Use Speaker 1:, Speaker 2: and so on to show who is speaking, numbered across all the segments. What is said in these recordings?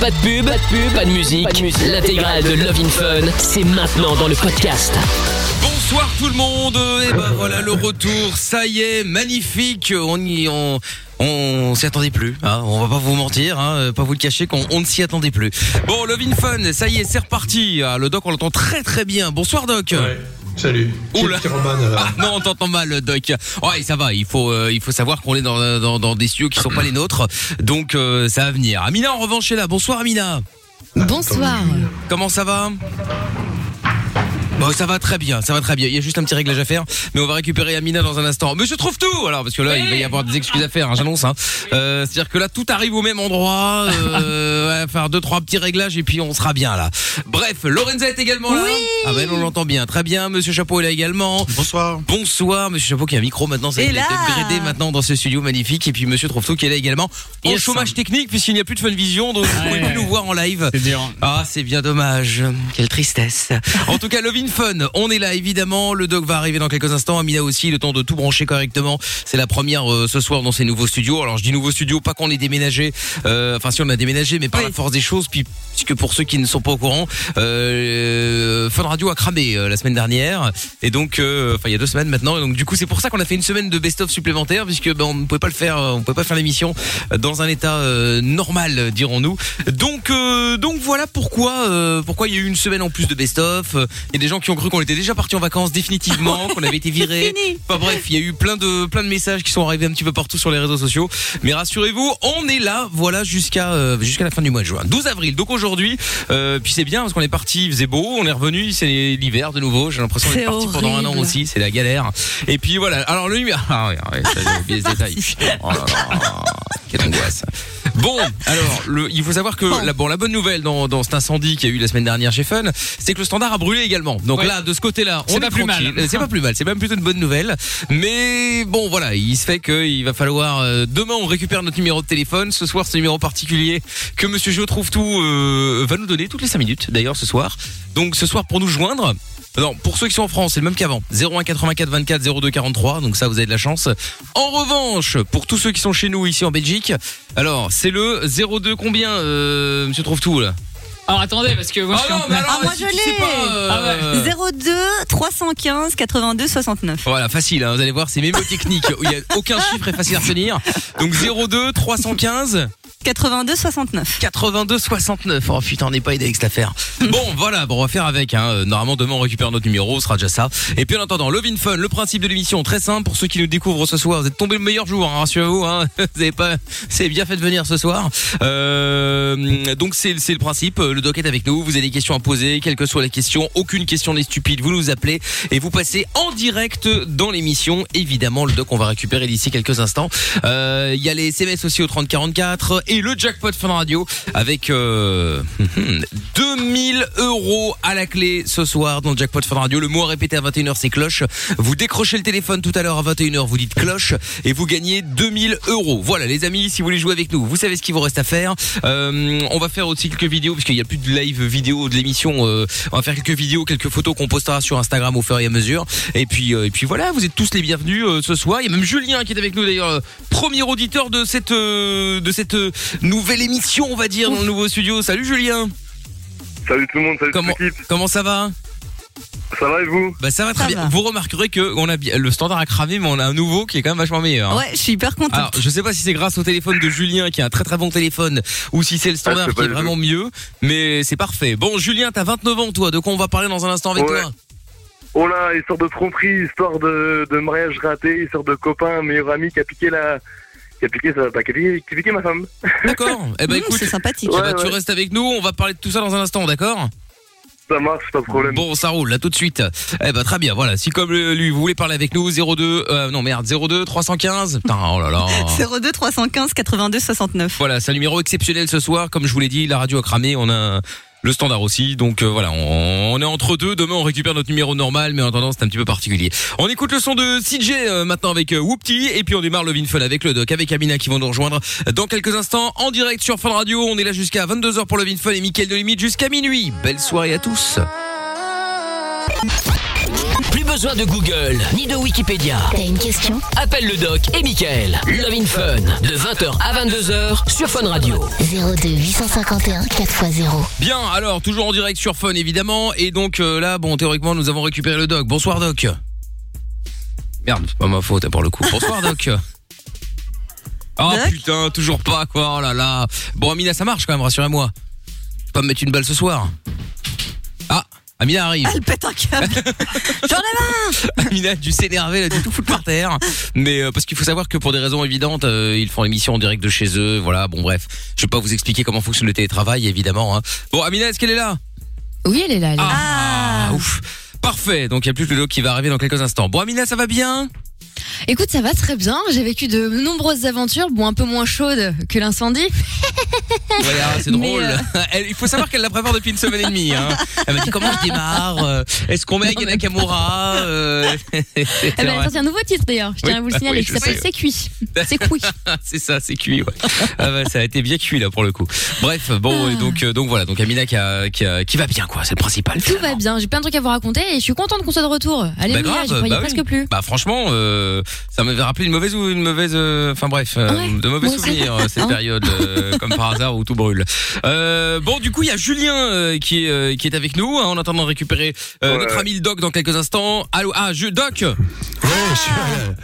Speaker 1: Pas de pub, pas de pub, pas de musique. L'intégrale de Love in Fun, c'est maintenant dans le podcast.
Speaker 2: Bonsoir tout le monde. Et ben voilà le retour. Ça y est, magnifique. On y on. On s'y attendait plus, hein. on va pas vous mentir, hein, euh, pas vous le cacher qu'on on ne s'y attendait plus. Bon, Love in Fun, ça y est, c'est reparti. Ah, le doc, on l'entend très très bien. Bonsoir doc.
Speaker 3: Ouais. Salut.
Speaker 2: Oula.
Speaker 3: Qui est le pyromane,
Speaker 4: euh.
Speaker 3: alors
Speaker 2: Ah non, on t'entend mal, Doc. Ouais, ça va. Il faut, euh, il faut savoir qu'on est dans, dans, dans des studios qui sont pas les nôtres, donc euh, ça va venir. Amina, en revanche, est là. Bonsoir, Amina. Ah,
Speaker 5: Bonsoir.
Speaker 2: Comment ça va Bon, ça va très bien, ça va très bien. Il y a juste un petit réglage à faire, mais on va récupérer Amina dans un instant. Mais je trouve tout alors, parce que là, il va y avoir des excuses à faire, hein, j'annonce. hein. Euh, C'est-à-dire que là, tout arrive au même endroit, euh, ouais, faire deux, trois petits réglages et puis on sera bien là. Bref, Lorenza est également là. Ah ben, on l'entend bien, très bien. Monsieur Chapeau est là également. Bonsoir. Bonsoir, Monsieur Chapeau qui a un micro maintenant, ça y est,
Speaker 6: Et
Speaker 2: il a été
Speaker 6: là.
Speaker 2: upgradé maintenant dans ce studio magnifique. Et puis Monsieur Trouve-Tout qui est là également. Au
Speaker 6: Yes.
Speaker 2: chômage technique, puisqu'il n'y a plus de Fun Vision, donc vous pouvez
Speaker 6: Ouais.
Speaker 2: plus nous voir en live.
Speaker 6: C'est dur.
Speaker 2: Ah, c'est bien dommage. Quelle tristesse. En tout cas, Lovin Fun, on est là évidemment. Le doc va arriver dans quelques instants. Amina aussi, le temps de tout brancher correctement. C'est la première euh, ce soir dans ces nouveaux studios. Alors je dis nouveaux studios, pas qu'on ait déménagé. Euh, Enfin, si on a déménagé, mais par la force des choses. Puis, puisque pour ceux qui ne sont pas au courant, euh, Fun Radio a cramé euh, la semaine dernière. Et donc, euh, enfin, il y a deux semaines maintenant. Et donc, du coup, c'est pour ça qu'on a fait une semaine de best-of supplémentaire, puisque ben, on ne pouvait pas le faire, euh, on ne pouvait pas faire l'émission dans un état euh, normal, euh, dirons-nous. Donc, euh, donc voilà pourquoi, euh, pourquoi il y a eu une semaine en plus de best-of. Euh, Il y a des gens qui ont cru qu'on était déjà parti en vacances définitivement, qu'on avait été virés. Enfin bref, il y a eu plein de, plein de messages qui sont arrivés un petit peu partout sur les réseaux sociaux. Mais rassurez-vous, on est là, voilà, jusqu'à euh, jusqu'à la fin du mois de juin. 12 avril, donc aujourd'hui. Euh, puis c'est bien parce qu'on est parti, il faisait beau, on est revenu, c'est l'hiver de nouveau. J'ai l'impression qu'on est
Speaker 5: C'est
Speaker 2: parti pendant un an
Speaker 5: horrible.
Speaker 2: aussi, c'est la galère. Et puis voilà, alors le numéro. Ah ouais, ouais, ça, j'ai oublié ce détail. Oh là là, quelle angoisse. Bon, alors, le, il faut savoir que la, bon, la bonne nouvelle dans, dans cet incendie qu'il y a eu la semaine dernière chez Fun, c'est que le standard a brûlé également. Donc
Speaker 6: Ouais.
Speaker 2: là, de ce côté-là, on
Speaker 6: C'est
Speaker 2: est
Speaker 6: pas plus
Speaker 2: tranquille.
Speaker 6: mal.
Speaker 2: C'est pas plus mal. C'est même plutôt une bonne nouvelle. Mais bon, voilà, il se fait qu'il va falloir euh, demain on récupère notre numéro de téléphone. Ce soir, ce numéro particulier que Monsieur Jo trouve tout euh, va nous donner toutes les 5 minutes. D'ailleurs, ce soir. Donc ce soir pour nous joindre. Non, pour ceux qui sont en France, c'est le même qu'avant. 01 84 24 02 43. Donc ça, vous avez de la chance. En revanche, pour tous ceux qui sont chez nous ici en Belgique, alors c'est le 02 combien, euh, Monsieur trouve tout là.
Speaker 6: Alors attendez, parce que moi je suis en plein-
Speaker 5: Ah, moi,
Speaker 2: si
Speaker 5: je
Speaker 2: tu sais
Speaker 5: l'ai.
Speaker 2: pas,
Speaker 6: Ah
Speaker 2: euh,
Speaker 5: 02 315 82 69.
Speaker 2: Voilà, facile, hein, vous allez voir, c'est mémotechnique. Il n'y a aucun chiffre est facile à retenir. Donc 02 315
Speaker 5: 82 69.
Speaker 2: 82 69. Oh putain, on n'est pas aidé avec cette affaire. Bon, voilà, bon, on va faire avec. Hein. Normalement, demain, on récupère notre numéro, ce sera déjà ça. Et puis en attendant, Love in Fun, le principe de l'émission, très simple. Pour ceux qui nous découvrent ce soir, vous êtes tombé le meilleur jour, hein, rassurez-vous. Hein. Vous avez pas, c'est bien fait de venir ce soir. Euh, donc c'est c'est le principe. Le doc est avec nous. Vous avez des questions à poser, quelle que soit la question, aucune question n'est stupide. Vous nous appelez et vous passez en direct dans l'émission. Évidemment, le doc on va récupérer d'ici quelques instants. Euh, Il y a les SMS aussi au 3044 et le jackpot Fun Radio avec euh, 2000 euros à la clé ce soir dans le jackpot Fun Radio. Le mot à répéter à 21h c'est cloche. Vous décrochez le téléphone tout à l'heure à 21h, vous dites cloche et vous gagnez 2000 euros. Voilà les amis, si vous voulez jouer avec nous, vous savez ce qu'il vous reste à faire. Euh, on va faire aussi quelques vidéos parce qu'il n'y a plus de live vidéo de l'émission. euh, on va faire quelques vidéos, quelques photos qu'on postera sur Instagram au fur et à mesure. Et puis euh, et puis voilà, vous êtes tous les bienvenus euh, ce soir. Il y a même Julien qui est avec nous d'ailleurs, euh, premier auditeur de cette euh, de cette euh, nouvelle émission, on va dire dans le nouveau studio. Salut Julien.
Speaker 7: Salut tout le monde, salut
Speaker 2: Comment-
Speaker 7: toute l'équipe.
Speaker 2: Comment ça va
Speaker 7: Ça va et vous
Speaker 2: Bah ça va très
Speaker 5: Ça
Speaker 2: bien.
Speaker 5: va.
Speaker 2: Vous remarquerez que on a bien- le standard a cramé mais on a un nouveau qui est quand même vachement meilleur. hein.
Speaker 5: Ah. Ouais, je suis hyper
Speaker 2: Alors,
Speaker 5: contente.
Speaker 2: je sais pas si c'est grâce au téléphone de Julien qui a un très très bon téléphone ou si c'est le standard
Speaker 7: Ah, je sais
Speaker 2: qui
Speaker 7: pas
Speaker 2: est
Speaker 7: du
Speaker 2: vraiment mieux, mais c'est parfait. Bon, Julien, t'as 29 ans, toi, de quoi on va parler dans un instant avec
Speaker 7: Ouais.
Speaker 2: toi
Speaker 7: Oh là, histoire de tromperie, histoire de, de mariage raté, histoire de copain, meilleur ami qui a piqué la. qui a piqué, ça, bah, qui, a piqué, qui a piqué ma femme.
Speaker 2: D'accord Eh ben
Speaker 5: Mmh,
Speaker 2: écoute,
Speaker 5: c'est sympathique.
Speaker 2: eh ben,
Speaker 7: Ouais,
Speaker 2: tu
Speaker 7: ouais.
Speaker 2: restes avec nous, on va parler de tout ça dans un instant, d'accord
Speaker 7: Ça marche, pas de problème.
Speaker 2: Bon, ça roule, là tout de suite. Eh ben très bien, voilà. Si comme euh, lui, vous voulez parler avec nous, 02... Euh, non merde, 02 315 Putain, oh là là
Speaker 5: 02 315 82 69.
Speaker 2: Voilà, c'est un numéro exceptionnel ce soir. Comme je vous l'ai dit, la radio a cramé, on a le standard aussi. Donc euh, voilà, on, on est entre deux. Demain, on récupère notre numéro normal, mais en attendant, c'est un petit peu particulier. On écoute le son de CJ euh, maintenant avec euh, Whoopty, et puis on démarre le Vinfun avec le doc, avec Amina qui vont nous rejoindre dans quelques instants en direct sur Fun Radio. On est là jusqu'à 22h pour le Vinfun et Mickaël de Limite jusqu'à minuit. Belle soirée à tous.
Speaker 1: Plus besoin besoin de Google ni de Wikipédia.
Speaker 3: T'as une question
Speaker 1: Appelle le doc et Michael. Love in Fun de 20h à 22h sur Fun Radio.
Speaker 3: 02 851 4x0.
Speaker 2: Bien, alors toujours en direct sur Fun évidemment et donc euh, là bon théoriquement nous avons récupéré le doc. Bonsoir doc. Merde, c'est pas ma faute pour le coup. Bonsoir doc. Oh putain, toujours pas quoi. Oh là là. Bon Amina, ça marche quand même, rassurez-moi. Faut Pas me mettre une balle ce soir. Ah, Amina arrive.
Speaker 5: Elle pète un câble. J'en ai
Speaker 2: marre. Amina a dû s'énerver, elle a dû tout foutre par terre. Mais euh, parce qu'il faut savoir que pour des raisons évidentes, euh, ils font l'émission en direct de chez eux. Voilà, bon bref, je vais pas vous expliquer comment fonctionne le télétravail évidemment. hein. Bon Amina, est-ce qu'elle est là
Speaker 8: Oui, elle est là. elle est là.
Speaker 2: Ah, ouf. Parfait. Donc il y a plus que le doc qui va arriver dans quelques instants. Bon Amina, ça va bien
Speaker 8: Écoute, ça va très bien. J'ai vécu de nombreuses aventures, bon, un peu moins chaudes que l'incendie.
Speaker 2: Voilà, c'est drôle.
Speaker 8: euh,
Speaker 2: Elle- il faut savoir qu'elle la prépare depuis une semaine et demie. Hein. Elle m'a dit comment je démarre euh, Est-ce qu'on met Ayana Nakamura euh, c'est
Speaker 8: Elle
Speaker 2: vrai.
Speaker 8: a sorti un nouveau titre d'ailleurs. Je
Speaker 2: Oui,
Speaker 8: tiens à vous le
Speaker 2: bah
Speaker 8: signaler
Speaker 2: oui,
Speaker 8: qui
Speaker 2: je
Speaker 8: s'appelle
Speaker 2: sais.
Speaker 8: C'est cuit. C'est cuit.
Speaker 2: c'est ça, c'est cuit. Ouais. Ah bah, ça a été bien cuit là pour le coup. Bref,
Speaker 8: Ah.
Speaker 2: bon, et donc euh, donc voilà, donc Amina qui, a- qui, a- qui va bien quoi, c'est le principal.
Speaker 8: Tout va bien. J'ai plein de trucs à vous raconter et je suis contente qu'on soit de retour.
Speaker 2: Bah,
Speaker 8: Alléluia,
Speaker 2: grave,
Speaker 8: j'y croyais
Speaker 2: bah oui.
Speaker 8: presque plus.
Speaker 2: Bah franchement, euh, ça m'avait rappelé une mauvaise ou une mauvaise, euh, enfin bref, euh, de mauvais
Speaker 8: moi aussi.
Speaker 2: souvenirs euh, cette
Speaker 8: Hein.
Speaker 2: période, euh, comme par hasard où tout brûle. Euh, bon, du coup, il y a Julien euh, qui est euh, qui est avec nous hein, en attendant de récupérer euh, notre ami le Doc dans quelques instants. Allô, ah, je, Doc.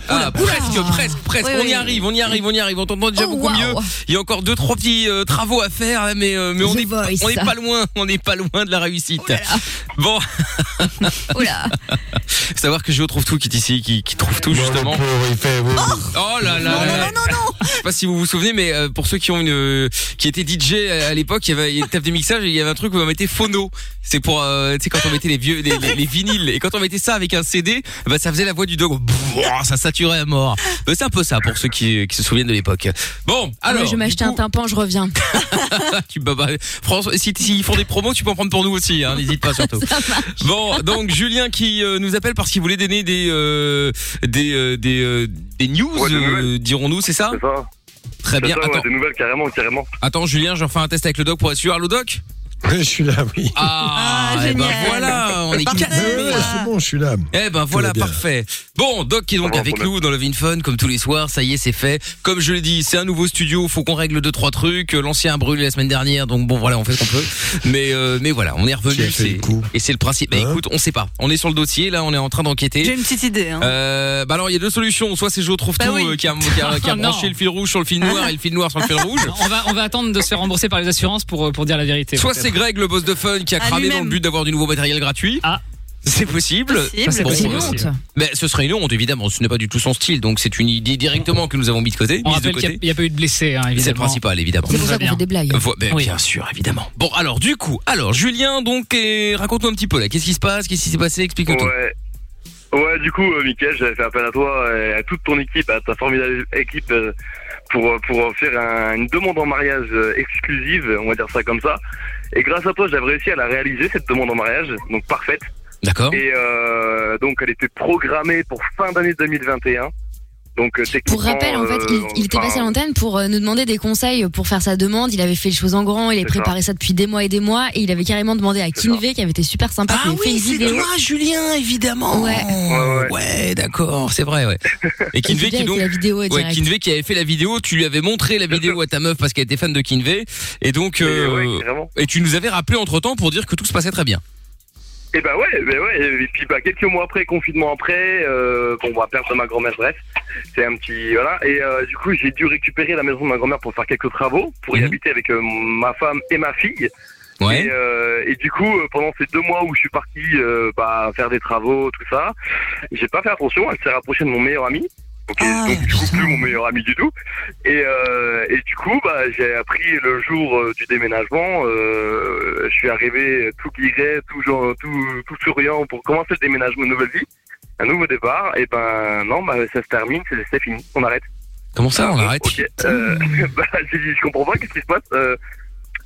Speaker 2: Ah, presque, presque, presque.
Speaker 8: Oui,
Speaker 2: on
Speaker 8: oui,
Speaker 2: y
Speaker 8: oui.
Speaker 2: arrive, on y arrive, on y arrive. On t'entend déjà
Speaker 8: Oh,
Speaker 2: beaucoup
Speaker 8: waouh.
Speaker 2: mieux. Il y a encore deux, trois petits euh, travaux à faire, là, mais euh, mais on
Speaker 8: The
Speaker 2: est pas-
Speaker 8: Voice.
Speaker 2: on est pas loin, on n'est pas loin de la réussite.
Speaker 8: Oh
Speaker 2: Bon.
Speaker 8: Oula.
Speaker 2: Faut savoir que Géo trouve tout qui est ici, qui, qui trouve tout justement. Oh là là là là. Je sais pas si vous vous souvenez, mais euh, pour ceux qui ont une, qui étaient DJ à à l'époque, il y avait une table de mixage et il y avait un truc où on mettait phono. C'est pour, euh, tu sais, quand on mettait les vieux, les, les- les vinyles et quand on mettait ça avec un CD, bah ça faisait la voix du dog. Bouah, Ça saturait à mort. Euh, C'est un peu ça pour ceux qui, qui se souviennent de l'époque. Bon,
Speaker 8: Moi,
Speaker 2: alors.
Speaker 8: Ah, je vais m'acheter un tympan, je reviens.
Speaker 2: tu bah, bah, François, si s'ils font des promos, tu peux en prendre pour nous aussi, hein, n'hésite pas surtout. bon, donc Julien qui euh, nous appelle parce qu'il voulait donner des euh, des euh, des, euh, des news,
Speaker 7: Ouais, des nouvelles.
Speaker 2: euh, dirons-nous, c'est ça Très
Speaker 7: C'est
Speaker 2: bien.
Speaker 7: ça, ouais,
Speaker 2: attends,
Speaker 7: des nouvelles carrément, carrément.
Speaker 2: attends, Julien, je refais un test avec le doc pour être sûr. Allô doc
Speaker 4: Je suis là, oui.
Speaker 2: Ah, eh ben voilà, on est
Speaker 4: Parfait.
Speaker 2: cassé.
Speaker 4: Ouais, C'est bon, je suis là. Bah,
Speaker 2: Eh ben
Speaker 4: Tout
Speaker 2: voilà,
Speaker 4: va bien.
Speaker 2: parfait. Bon, Doc qui est donc
Speaker 7: Pas de
Speaker 2: avec
Speaker 7: problème.
Speaker 2: nous dans le Fun comme tous les soirs, ça y est, c'est fait. Comme je l'ai dit, c'est un nouveau studio, faut qu'on règle deux trois trucs. Euh, L'ancien a brûlé la semaine dernière, donc bon voilà, on fait ce qu'on peut. Mais euh, mais voilà, on est
Speaker 4: Qui
Speaker 2: revenu.
Speaker 4: a fait
Speaker 2: c'est-
Speaker 4: le coup
Speaker 2: Et c'est le principe. Bah
Speaker 4: Hein
Speaker 2: écoute, on sait pas. On est sur le dossier, là, on est en train d'enquêter.
Speaker 5: J'ai une petite idée. Hein.
Speaker 2: Euh, bah alors il y a deux solutions, soit c'est Joe trouve
Speaker 5: Bah
Speaker 2: tout
Speaker 5: oui.
Speaker 2: euh, qui a, qui a- qui a
Speaker 6: Oh, non.
Speaker 2: branché le fil rouge sur le fil noir et le fil noir sur le fil rouge.
Speaker 6: On va, on va attendre de se faire rembourser par les assurances pour, euh, pour dire la vérité.
Speaker 2: Soit
Speaker 6: peut-être.
Speaker 2: c'est Greg le boss de fun qui a
Speaker 5: À
Speaker 8: Ah,
Speaker 2: cramé dans
Speaker 5: lui-même.
Speaker 2: le but d'avoir du nouveau matériel gratuit.
Speaker 6: Ah.
Speaker 2: C'est possible.
Speaker 5: Possible.
Speaker 6: Ça, c'est
Speaker 2: Bon,
Speaker 8: C'est une
Speaker 6: euh,
Speaker 8: honte.
Speaker 6: c'est-
Speaker 2: Mais ce serait une honte évidemment, ce n'est pas du tout son style, donc c'est une idée directement que nous avons mise de côté.
Speaker 6: On
Speaker 2: mise de
Speaker 6: rappelle qu'il
Speaker 2: côté.
Speaker 6: n'y a, il y a pas eu de blessés, hein,
Speaker 2: C'est le
Speaker 6: évidemment.
Speaker 2: principal évidemment.
Speaker 8: C'est pour
Speaker 6: va
Speaker 8: ça qu'on
Speaker 6: bien.
Speaker 8: fait des blagues.
Speaker 2: Vo- ben,
Speaker 6: Oui.
Speaker 2: Bien sûr, évidemment. Bon, alors du coup, alors Julien, donc et raconte-nous un petit peu là, qu'est-ce qui se passe, qu'est-ce qui s'est passé, explique-nous tout.
Speaker 7: Ouais. Ouais, du coup, euh, Mickaël, j'avais fait appel à toi et à toute ton équipe, à ta formidable équipe, euh, pour, pour faire un- une demande en mariage euh, exclusive, on va dire ça comme ça. Et grâce à toi, j'avais réussi à la réaliser, cette demande en mariage, donc parfaite.
Speaker 2: D'accord.
Speaker 7: Et euh, donc, elle était programmée pour fin d'année 2021. Donc, euh, techniquement,
Speaker 8: Pour rappel, en fait,
Speaker 7: euh,
Speaker 8: il, il était
Speaker 7: enfin,
Speaker 8: passé à l'antenne pour euh, nous demander des conseils pour faire sa demande. Il avait fait les choses en grand, il avait
Speaker 7: C'est ça.
Speaker 8: préparé ça depuis des mois et des mois, et il avait carrément demandé à
Speaker 7: C'est ça.
Speaker 8: Kinvé, qui avait été super sympa,
Speaker 2: Ah
Speaker 8: qui avait fait une vidéo.
Speaker 2: Julien, évidemment.
Speaker 8: Ouais.
Speaker 7: Ouais, ouais.
Speaker 2: Ouais, d'accord, c'est vrai, ouais. Et
Speaker 8: Il
Speaker 2: Kinvey
Speaker 8: a
Speaker 2: qui
Speaker 8: fait
Speaker 2: donc
Speaker 8: la vidéo
Speaker 2: Ouais,
Speaker 8: direct.
Speaker 2: Kinvey qui avait fait la vidéo, tu lui avais montré la vidéo à ta meuf parce qu'elle était fan de Kinvey, et donc
Speaker 7: et
Speaker 2: euh,
Speaker 7: ouais, carrément.
Speaker 2: et tu nous avais rappelé entre temps pour dire que tout se passait très bien.
Speaker 7: Et bah ouais, bah ouais, et puis bah quelques mois après, confinement après, euh, bon bah perte de ma grand-mère, bref, c'est un petit voilà. Et euh, du coup j'ai dû récupérer la maison de ma grand-mère pour faire quelques travaux, pour y
Speaker 2: Mhm.
Speaker 7: habiter avec euh, ma femme et ma fille.
Speaker 2: Ouais.
Speaker 7: Et, euh, et du coup euh, pendant ces deux mois où je suis parti euh, bah, faire des travaux, tout ça, j'ai pas fait attention, elle s'est rapprochée de mon meilleur ami. Ok,
Speaker 5: Ah,
Speaker 7: donc du coup
Speaker 8: putain.
Speaker 7: plus mon meilleur ami du tout. Et, euh, et du coup bah j'ai appris le jour euh, du déménagement, euh, je suis arrivé tout guiré, tout genre, tout, tout souriant pour commencer le déménagement, une nouvelle vie, un nouveau départ. Et ben non bah ça se termine, c'est c'est fini, on arrête.
Speaker 2: Comment ça, on arrête
Speaker 7: Ok. Euh, bah, j'ai dit, je comprends pas, qu'est-ce qui se passe Euh,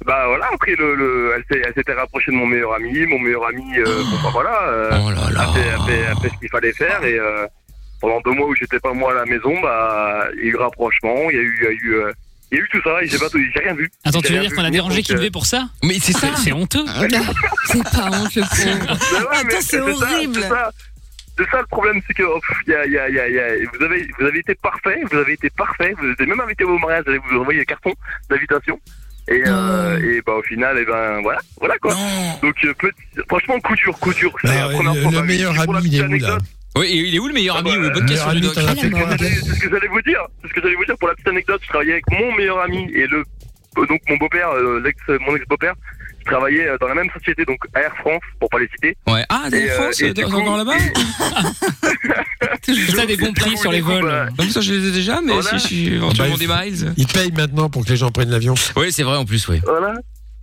Speaker 7: Bah voilà, après, le, le, elle s'est- elle s'était rapprochée de mon meilleur ami. Mon meilleur ami, euh, bon, bah, voilà, euh,
Speaker 2: Oh là
Speaker 7: a,
Speaker 2: là.
Speaker 7: fait, a fait- a fait ce qu'il fallait faire. Et euh, pendant deux mois où j'étais pas moi à la maison, bah, il y a eu rapprochement, il y a eu, il y a eu, euh, il y a eu tout ça, et j'ai pas tout- j'ai rien vu.
Speaker 6: Attends, tu
Speaker 7: J'ai
Speaker 6: veux
Speaker 7: rien
Speaker 6: dire qu'on
Speaker 7: vu,
Speaker 6: a dérangé
Speaker 7: donc, euh,
Speaker 6: Kinvé pour ça
Speaker 2: Mais c'est ça.
Speaker 6: C'est c'est honteux.
Speaker 8: Ah, C'est pas honte le pauvre.
Speaker 7: Bah ouais,
Speaker 5: Attends,
Speaker 7: mais
Speaker 5: c'est
Speaker 7: ça,
Speaker 5: horrible.
Speaker 7: c'est ça. C'est ça le problème, c'est que oh, pff, y a- y a- y a- y a- vous, avez, vous avez été parfait, vous avez été parfait, vous avez même invité au mariage, j'allais vous envoyer le carton d'invitation. Et, euh, et bah, au final, et ben voilà, voilà quoi. Donc euh, petit- franchement, coup dur, coup dur. C'est
Speaker 4: Alors,
Speaker 7: la première
Speaker 4: le-
Speaker 7: fois
Speaker 4: le
Speaker 7: dans ma vie.
Speaker 4: meilleur
Speaker 7: Et pour la
Speaker 4: ami, il est
Speaker 7: petite
Speaker 4: où, là
Speaker 7: anecdote,
Speaker 2: Oui, et il est où le meilleur
Speaker 7: Ah
Speaker 2: ami
Speaker 7: bah,
Speaker 2: ou le bonne
Speaker 4: meilleur
Speaker 2: question du
Speaker 4: ami,
Speaker 2: doc
Speaker 4: t'en as fait combien
Speaker 7: C'est c'est ce que j'allais vous dire. C'est ce que j'allais vous dire pour la petite anecdote. Je travaillais avec mon meilleur ami et le euh, donc mon beau-père, euh, l'ex, mon ex-beau-père, je travaillais euh, dans la même société, donc à Air France, pour pas les citer.
Speaker 2: Ouais. Ah,
Speaker 7: Et,
Speaker 2: des
Speaker 7: euh,
Speaker 2: France,
Speaker 7: et du
Speaker 2: dans-
Speaker 7: coup-
Speaker 2: dans- là-bas
Speaker 6: Toujours ça, des bons prix sur les vols.
Speaker 2: Comme ça, je les ai déjà, mais
Speaker 7: bah. Voilà.
Speaker 2: si je suis éventuellement
Speaker 4: Bah,
Speaker 2: des miles.
Speaker 4: Ils payent maintenant pour que les gens prennent l'avion.
Speaker 2: Oui, c'est vrai en plus, oui.
Speaker 7: Voilà.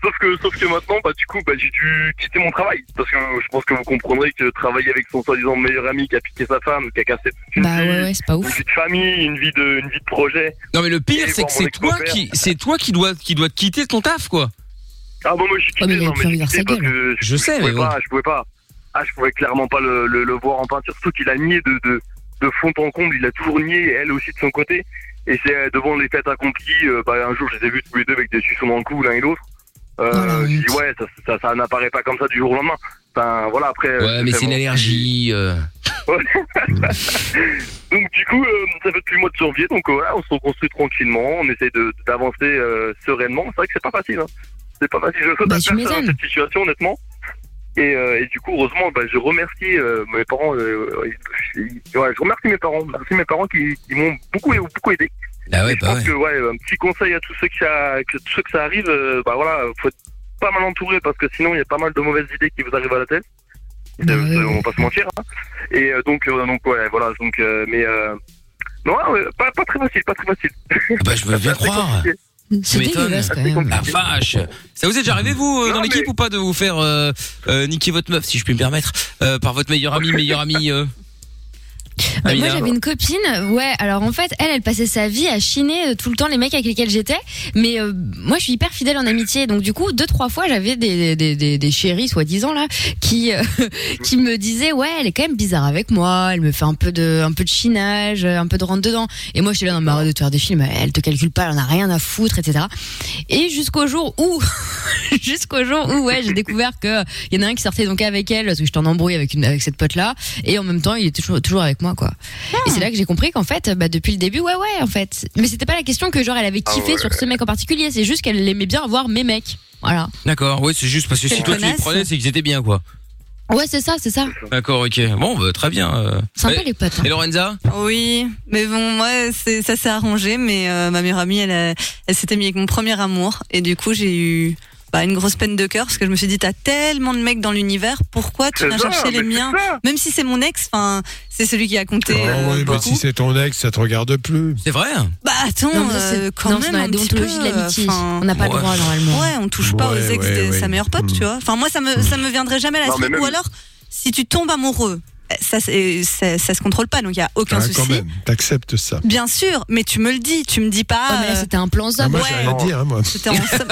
Speaker 7: Sauf que, sauf que maintenant, bah, du coup, bah, j'ai dû quitter mon travail. Parce que je pense que vous comprendrez que travailler avec son soi-disant meilleur ami qui a piqué sa femme, qui a cassé toute une
Speaker 8: Bah
Speaker 7: vie,
Speaker 8: ouais, ouais, c'est pas
Speaker 7: une
Speaker 8: ouf.
Speaker 7: vie de famille, une vie de, une vie de projet.
Speaker 2: Non, mais le pire,
Speaker 7: Et
Speaker 2: c'est que
Speaker 7: voir
Speaker 2: c'est
Speaker 7: mon
Speaker 2: toi
Speaker 7: ex-beau-père.
Speaker 2: qui, c'est toi qui dois, qui dois te quitter de ton taf, quoi.
Speaker 7: Ah bon, moi, j'ai quitté.
Speaker 8: Oh, mais il avait
Speaker 7: non,
Speaker 8: plus envie
Speaker 7: j'ai
Speaker 8: de voir
Speaker 7: quitté
Speaker 8: sa
Speaker 7: parce
Speaker 8: gueule.
Speaker 7: que
Speaker 2: Je sais,
Speaker 7: Je
Speaker 2: mais
Speaker 7: pouvais
Speaker 2: bon.
Speaker 7: pas, je pouvais pas. Ah, je pouvais clairement pas le, le, le voir en peinture, surtout qu'il a nié de, de, de fond en comble, il a toujours nié, elle aussi de son côté. Et c'est euh, devant les fêtes accomplies, euh, bah, un jour je les ai vus tous les deux avec des suçons dans le cou l'un et l'autre.
Speaker 8: Oh, la
Speaker 7: Euh, je dis,
Speaker 8: honte.
Speaker 7: ouais, ça, ça, ça n'apparaît pas comme ça du jour au lendemain. Enfin, voilà, après. euh,
Speaker 2: Ouais, mais c'est une
Speaker 7: vraiment-
Speaker 2: allergie. euh.
Speaker 7: Donc, du coup, euh, ça fait depuis le mois de janvier, donc euh, voilà, on se reconstruit tranquillement, on essaie de- d'avancer euh, sereinement. C'est vrai que c'est pas facile. hein. C'est pas facile. Je souhaite
Speaker 8: Bah,
Speaker 7: à
Speaker 8: tu
Speaker 7: personne
Speaker 8: m'étonnes.
Speaker 7: dans cette situation, honnêtement. Et, euh, et du coup, heureusement, bah, je remercie euh, mes parents. euh, ils- ils- ouais, je remercie mes parents. Merci mes parents qui, qui m'ont beaucoup, beaucoup aidé.
Speaker 2: Ah ouais,
Speaker 7: Et je
Speaker 2: bah
Speaker 7: pense
Speaker 2: ouais.
Speaker 7: que ouais, un petit conseil à tous ceux qui ça, que tous ceux que ça arrive, euh, bah voilà, faut être pas mal entouré parce que sinon il y a pas mal de mauvaises idées qui vous arrivent à la tête.
Speaker 8: Bah
Speaker 7: Euh,
Speaker 8: ouais,
Speaker 7: On va pas se mentir. hein. Et euh, donc euh, donc ouais, voilà donc euh, mais euh, non ouais, ouais, pas, pas très facile, pas très facile.
Speaker 2: Ah bah, je veux bien
Speaker 7: Assez
Speaker 2: croire.
Speaker 7: compliqué.
Speaker 8: C'est
Speaker 2: m'étonnes.
Speaker 8: dégueulasse quand
Speaker 7: C'est
Speaker 8: même.
Speaker 2: La
Speaker 7: compliqué.
Speaker 2: vache. Ça vous est déjà arrivé, vous, euh,
Speaker 7: Non,
Speaker 2: dans l'équipe
Speaker 7: mais-
Speaker 2: ou pas, de vous faire euh, euh, niquer votre meuf, si je puis me permettre, euh, par votre meilleur ami, meilleur ami euh,
Speaker 8: Bah, moi,
Speaker 2: Amina
Speaker 8: j'avais une copine, ouais, alors en fait, elle, elle passait sa vie à chiner euh, tout le temps les mecs avec lesquels j'étais, mais euh, moi, je suis hyper fidèle en amitié, donc du coup, deux, trois fois, j'avais des, des, des, des chéris, soi-disant, là, qui, euh, qui me disaient, ouais, elle est quand même bizarre avec moi, elle me fait un peu de, un peu de chinage, euh, un peu de rentre-dedans, et moi, j'étais là, non, mais arrête de te faire des films, elle te calcule pas, elle en a rien à foutre, etc. Et jusqu'au jour où, jusqu'au jour où, ouais, j'ai découvert que il y en a un qui sortait donc avec elle, parce que j'étais en embrouille avec, une, avec cette pote-là, et en même temps, il était toujours, toujours avec moi, quoi. Et c'est là que j'ai compris qu'en fait, bah, depuis le début, ouais, ouais, en fait. Mais c'était pas la question que, genre, elle avait
Speaker 7: Ah
Speaker 8: kiffé
Speaker 7: ouais.
Speaker 8: sur ce mec en particulier, c'est juste qu'elle aimait bien avoir mes mecs. Voilà.
Speaker 2: D'accord, ouais, c'est juste parce que si
Speaker 5: Quelle
Speaker 2: toi tu les
Speaker 5: connasse.
Speaker 2: prenais, c'est qu'ils étaient bien, quoi.
Speaker 8: Ouais, c'est ça, c'est ça.
Speaker 2: D'accord, ok. Bon, bah, très bien. euh.
Speaker 8: C'est un peu
Speaker 2: Et-
Speaker 8: les potes. hein.
Speaker 2: Et Lorenza
Speaker 5: Oui, mais bon, moi, c'est ça s'est arrangé, mais euh, ma meilleure amie, elle, a- elle s'était mise avec mon premier amour, et du coup, j'ai eu bah, une grosse peine de cœur parce que je me suis dit, t'as tellement de mecs dans l'univers, pourquoi tu
Speaker 7: C'est
Speaker 5: viens
Speaker 7: ça,
Speaker 5: chercher les
Speaker 7: mais c'est
Speaker 5: miens
Speaker 7: ça. Ah bah
Speaker 5: Même si c'est mon ex, enfin, c'est celui qui a compté.
Speaker 4: Oh,
Speaker 5: euh,
Speaker 4: oui, mais
Speaker 5: beaucoup.
Speaker 4: si c'est ton ex, ça te regarde plus. Hein,
Speaker 2: C'est vrai
Speaker 5: bah attends,
Speaker 8: Non, mais ça,
Speaker 5: euh,
Speaker 8: c'est-
Speaker 5: quand
Speaker 8: non, c'est
Speaker 5: même
Speaker 8: dans la
Speaker 5: un petit peu, euh,
Speaker 8: déontologie de l'amitié.
Speaker 5: enfin,
Speaker 8: On n'a pas
Speaker 2: Ouais.
Speaker 8: le droit, normalement.
Speaker 5: Ouais, on touche pas aux
Speaker 4: Ouais,
Speaker 5: ex
Speaker 4: ouais,
Speaker 5: de
Speaker 4: ouais.
Speaker 5: sa meilleure pote,
Speaker 4: Mm.
Speaker 5: tu vois. Enfin, moi, ça me, ça me viendrait jamais à
Speaker 7: Hmm. Non,
Speaker 5: l'esprit.
Speaker 7: mais même-
Speaker 5: Ou alors, si tu tombes amoureux, eh, ça, c'est- ça, ça se contrôle pas, donc il y a aucun
Speaker 4: Ah, quand
Speaker 5: souci.
Speaker 4: même, t'acceptes ça.
Speaker 5: Bien sûr, mais tu me le dis, tu me dis pas.
Speaker 8: Ouais, mais là,
Speaker 5: euh,
Speaker 8: c'était un plan
Speaker 4: Ah,
Speaker 8: zob.
Speaker 4: moi,
Speaker 5: ouais.
Speaker 4: j'ai rien à dire, hein, moi.
Speaker 5: C'était en somme-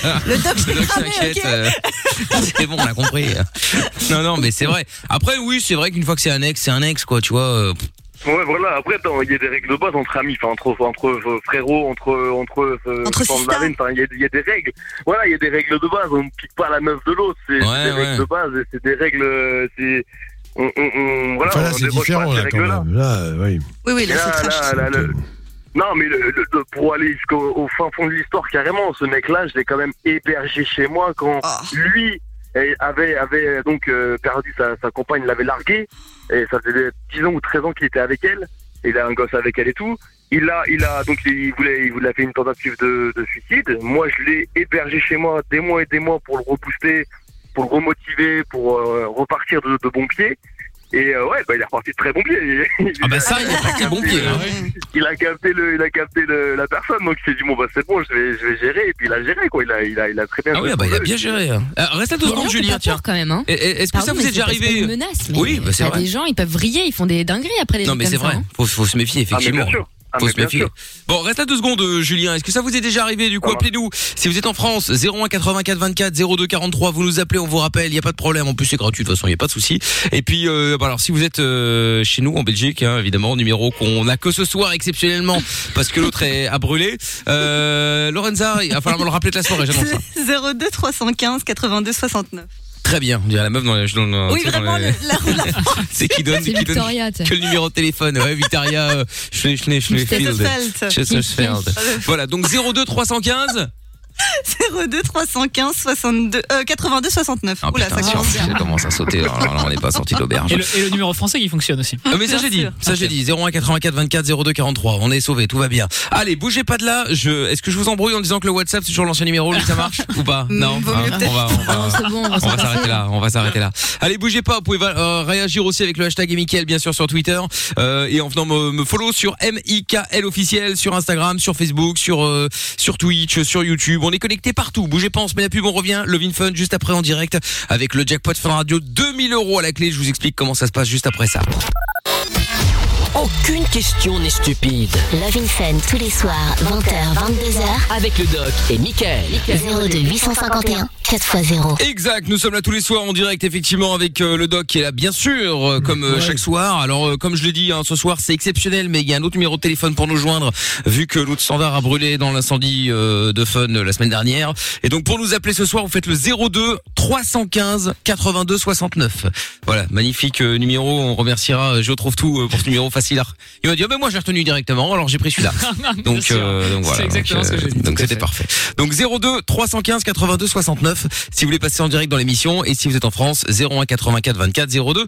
Speaker 5: Le doc, je
Speaker 2: Le
Speaker 5: l'ai
Speaker 2: doc
Speaker 5: cramé,
Speaker 2: s'inquiète.
Speaker 5: ok
Speaker 2: euh, c'est bon, on l'a compris. non, non, mais c'est vrai. Après, oui, c'est vrai qu'une fois que c'est un ex, c'est un ex, quoi, tu vois. euh, pff,
Speaker 7: Ouais voilà. Après attends, il y a des règles de base entre amis, enfin entre entre euh, frérots, entre entre euh,
Speaker 5: Entre
Speaker 7: gens de la
Speaker 5: sisters.
Speaker 7: veine, enfin il y, a- il y a des règles. Voilà, il y a des règles de base. On ne pique pas la meuf de l'autre. C'est c'est
Speaker 2: Ouais,
Speaker 7: des
Speaker 2: ouais.
Speaker 7: règles de base. et C'est des règles. euh, C'est on, on, on- voilà.
Speaker 4: Enfin, là,
Speaker 7: on
Speaker 4: c'est
Speaker 7: déroge pas
Speaker 4: différent,
Speaker 7: à ces
Speaker 4: là, quand
Speaker 7: règles-là.
Speaker 4: même. Là, euh, oui.
Speaker 5: Oui, oui,
Speaker 7: Et
Speaker 5: là,
Speaker 7: Là,
Speaker 5: c'est trash.
Speaker 7: là, là, le- Non, mais le- le- le- pour aller jusqu'au au fin fond de l'histoire, carrément, ce mec-là, je l'ai quand même hébergé chez moi quand
Speaker 5: Ah.
Speaker 7: lui eh, avait, avait donc euh, perdu sa, sa compagne, l'avait largué. Et ça faisait 10 ans ou 13 ans qu'il était avec elle. Il a un gosse avec elle et tout. Il a, il a, donc il voulait, il voulait fait une tentative de, de suicide. Moi, je l'ai hébergé chez moi des mois et des mois pour le rebooster, pour le remotiver, pour euh, repartir de, de bon pied. Et euh, ouais, bah, il est reparti de très bon pied. Il-
Speaker 2: Ah, bah ça, il est parti de bon pied. hein.
Speaker 7: il a capté le, il a capté le- la personne, donc il s'est dit bon bah c'est bon, je vais, je vais gérer et puis il a géré quoi, il a, il a, il a très bien.
Speaker 2: Ah, oui, ah bah, il a bien géré. hein. Euh, reste à deux
Speaker 8: Il y a des gens
Speaker 2: secondes,
Speaker 8: qui ont
Speaker 2: Julien,
Speaker 8: pas
Speaker 2: tiens.
Speaker 8: peur, quand même, hein.
Speaker 2: Et- et- Est-ce que ça
Speaker 8: Pardon,
Speaker 2: vous
Speaker 8: mais
Speaker 2: est déjà
Speaker 8: c'est- c'est pas
Speaker 2: arrivé
Speaker 8: une menace, mais
Speaker 2: Oui, bah, c'est
Speaker 8: t'as
Speaker 2: vrai.
Speaker 8: des gens, ils peuvent vriller, ils font des dingueries après des
Speaker 2: Non,
Speaker 8: trucs
Speaker 2: mais
Speaker 8: comme
Speaker 2: c'est
Speaker 8: ça,
Speaker 2: vrai.
Speaker 8: hein.
Speaker 2: Faut, faut se méfier,
Speaker 7: Ah, mais
Speaker 2: effectivement.
Speaker 7: bien sûr. Ah,
Speaker 2: Faut
Speaker 7: mais
Speaker 2: se
Speaker 7: bien
Speaker 2: méfier.
Speaker 7: sûr. Ah, bah.
Speaker 2: Bon, reste à deux secondes, euh, Julien. Est-ce que ça vous est déjà arrivé Du coup,
Speaker 7: Ça va.
Speaker 2: appelez-nous. Si vous êtes en France, 01 84 24 02 43, vous nous appelez, on vous rappelle. Il y a pas de problème. En plus, c'est gratuit. De toute façon, il y a pas de souci. Et puis, euh, bah, alors, si vous êtes euh, chez nous en Belgique, hein, évidemment, numéro qu'on a que ce soir exceptionnellement parce que l'autre est à brûler. Euh, Lorenza, il va falloir me le rappeler de la soirée. J'annonce ça.
Speaker 5: 02 315 82 69.
Speaker 2: très bien. On dirait la meuf dans la. dans-
Speaker 4: Ah,
Speaker 2: dans-
Speaker 5: Oui,
Speaker 2: tu sais, dans
Speaker 5: vraiment,
Speaker 2: les-
Speaker 5: le- la roue de la France.
Speaker 2: C'est qui donne,
Speaker 8: C'est
Speaker 2: qui donne
Speaker 8: Victoria, tu sais.
Speaker 2: que le numéro de téléphone. Ouais, Victoria euh, Schle- Schle- Schlefield.
Speaker 5: Schlefield.
Speaker 2: Schlefield. Voilà, donc 02 315.
Speaker 5: 02 315 62, euh, 82 69.
Speaker 2: Ah,
Speaker 5: Oula,
Speaker 2: putain,
Speaker 5: ça
Speaker 2: si,
Speaker 5: commence.
Speaker 2: on commence à sauter. Alors là, on n'est pas sorti de l'auberge.
Speaker 6: Et le, et le numéro français qui fonctionne aussi.
Speaker 2: Ah, mais ça j'ai dit,
Speaker 5: sûr.
Speaker 2: ça j'ai dit, 01 84 24 02 43, on est sauvés, tout va bien. Allez, bougez pas de là, je, est-ce que je vous embrouille en disant que le WhatsApp c'est toujours l'ancien numéro, lui, ça marche ou pas Non, hein,
Speaker 5: vaut mieux peut-être
Speaker 2: on va, on va-
Speaker 8: Non, Ah, c'est bon, on va
Speaker 2: on
Speaker 8: s'en
Speaker 2: va
Speaker 8: passer.
Speaker 2: s'arrêter là, on va s'arrêter là. Allez, bougez pas, vous pouvez euh, réagir aussi avec le hashtag et Mickaël, bien sûr sur Twitter euh, et en venant me, me follow sur MIKL officiel sur Instagram, sur Facebook, sur euh, sur Twitch, sur YouTube. On est connecté partout. Bougez pas, on se met la pub, on revient. Love in Fun juste après en direct avec le jackpot Fun Radio 2000 euros à la clé. Je vous explique comment ça se passe juste après ça.
Speaker 1: Aucune question n'est stupide.
Speaker 3: Love in Fun tous les soirs, 20h,
Speaker 1: Avec le doc et Michael.
Speaker 3: 22h. 02 851 4x0.
Speaker 2: Exact, nous sommes là tous les soirs en direct effectivement avec euh, le doc qui est là bien sûr euh, comme euh, chaque soir. Alors euh, comme je l'ai dit hein, ce soir c'est exceptionnel mais il y a un autre numéro de téléphone pour nous joindre vu que l'autre standard a brûlé dans l'incendie euh, de fun euh, la semaine dernière. Et donc pour nous appeler ce soir vous faites le 02 315 82 69. Voilà, magnifique euh, numéro, on remerciera euh, Je trouve tout euh, pour ce numéro facile. à- Il m'a dit "Ah ben moi j'ai retenu directement alors j'ai pris celui-là."
Speaker 6: Ah, Bien
Speaker 2: Donc,
Speaker 6: sûr.
Speaker 2: euh, donc voilà.
Speaker 6: C'est exactement
Speaker 2: donc,
Speaker 6: ce que j'ai dit.
Speaker 2: donc
Speaker 6: Tout à
Speaker 2: c'était
Speaker 6: fait.
Speaker 2: parfait. Donc 02 315 82 69 si vous voulez passer en direct dans l'émission et si vous êtes en France 01 84 24 02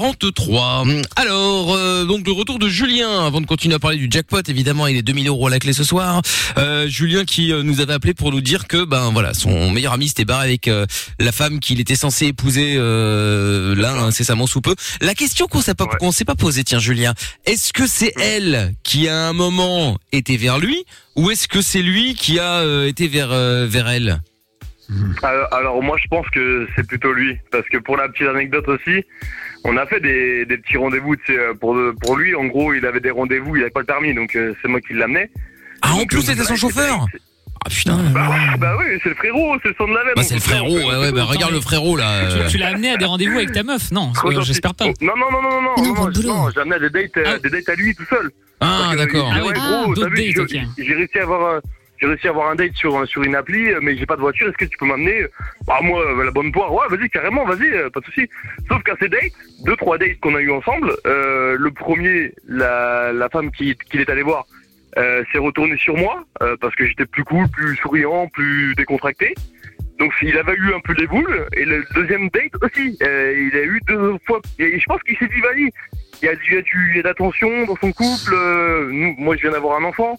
Speaker 2: 43. Alors euh, donc le retour de Julien avant de continuer à parler du jackpot évidemment il est 2000 euros à la clé ce soir. Euh, Julien qui euh, nous avait appelé pour nous dire que ben voilà son meilleur ami s'était barré avec euh, la femme qu'il était censé épouser euh, là incessamment sous peu. La question qu'on s'est pas
Speaker 7: Ouais.
Speaker 2: qu'on s'est pas posée tiens Julien est-ce que c'est elle qui à un moment était vers lui ou est-ce que c'est lui qui a euh, été vers euh, vers elle
Speaker 7: Alors, Euh, alors, moi je pense que c'est plutôt lui, parce que pour la petite anecdote aussi, on a fait des, des petits rendez-vous, tu sais, euh, pour, pour lui en gros il avait des rendez-vous, il avait pas le permis, donc euh, c'est moi qui l'amenais.
Speaker 2: Ah en
Speaker 7: Donc,
Speaker 2: plus
Speaker 7: euh,
Speaker 2: c'était
Speaker 7: ouais,
Speaker 2: son
Speaker 7: c'est-
Speaker 2: chauffeur. Ah putain.
Speaker 7: Bah, ouais, bah oui, c'est le frérot, c'est le son de la veine. euh,
Speaker 2: Bah c'est le frérot ouais ouais bah regarde le frérot là.
Speaker 6: Tu-
Speaker 2: euh.
Speaker 6: Tu, l'as amené à des rendez-vous avec ta meuf Non,
Speaker 7: Trop
Speaker 6: euh,
Speaker 7: gentil.
Speaker 6: j'espère pas.
Speaker 7: Oh, Non, non, non, non, non,
Speaker 8: Mais non,
Speaker 7: non,
Speaker 8: pour le
Speaker 7: non,
Speaker 8: boulot.
Speaker 7: non, j'ai amené à des dates, euh,
Speaker 6: Ah.
Speaker 7: des dates à lui tout seul.
Speaker 2: Ah
Speaker 7: Parce que,
Speaker 2: d'accord.
Speaker 7: euh,
Speaker 6: Ah ouais,
Speaker 7: gros,
Speaker 6: d'autres
Speaker 7: t'as vu,
Speaker 6: dates,
Speaker 7: j'ai-
Speaker 6: ok.
Speaker 7: j'ai- J'ai réussi à avoir. euh, J'ai réussi à avoir un date sur, euh, sur une appli, euh, mais j'ai pas de voiture. Est-ce que tu peux m'amener Bah moi, euh, la bonne poire. Ouais, vas-y, carrément, vas-y, euh, pas de souci. Sauf qu'à ces dates, deux trois dates qu'on a eu ensemble, euh, le premier, la, la femme qui qu'il est allé voir, euh, s'est retournée sur moi euh, parce que j'étais plus cool, plus souriant, plus décontracté. Donc il avait eu un peu des boules. Et le deuxième date aussi, euh, il a eu deux fois. Et je pense qu'il s'est dit vas-y, il y a du, il y a du- il y a de la tension dans son couple. euh, nous- moi, je viens d'avoir un enfant.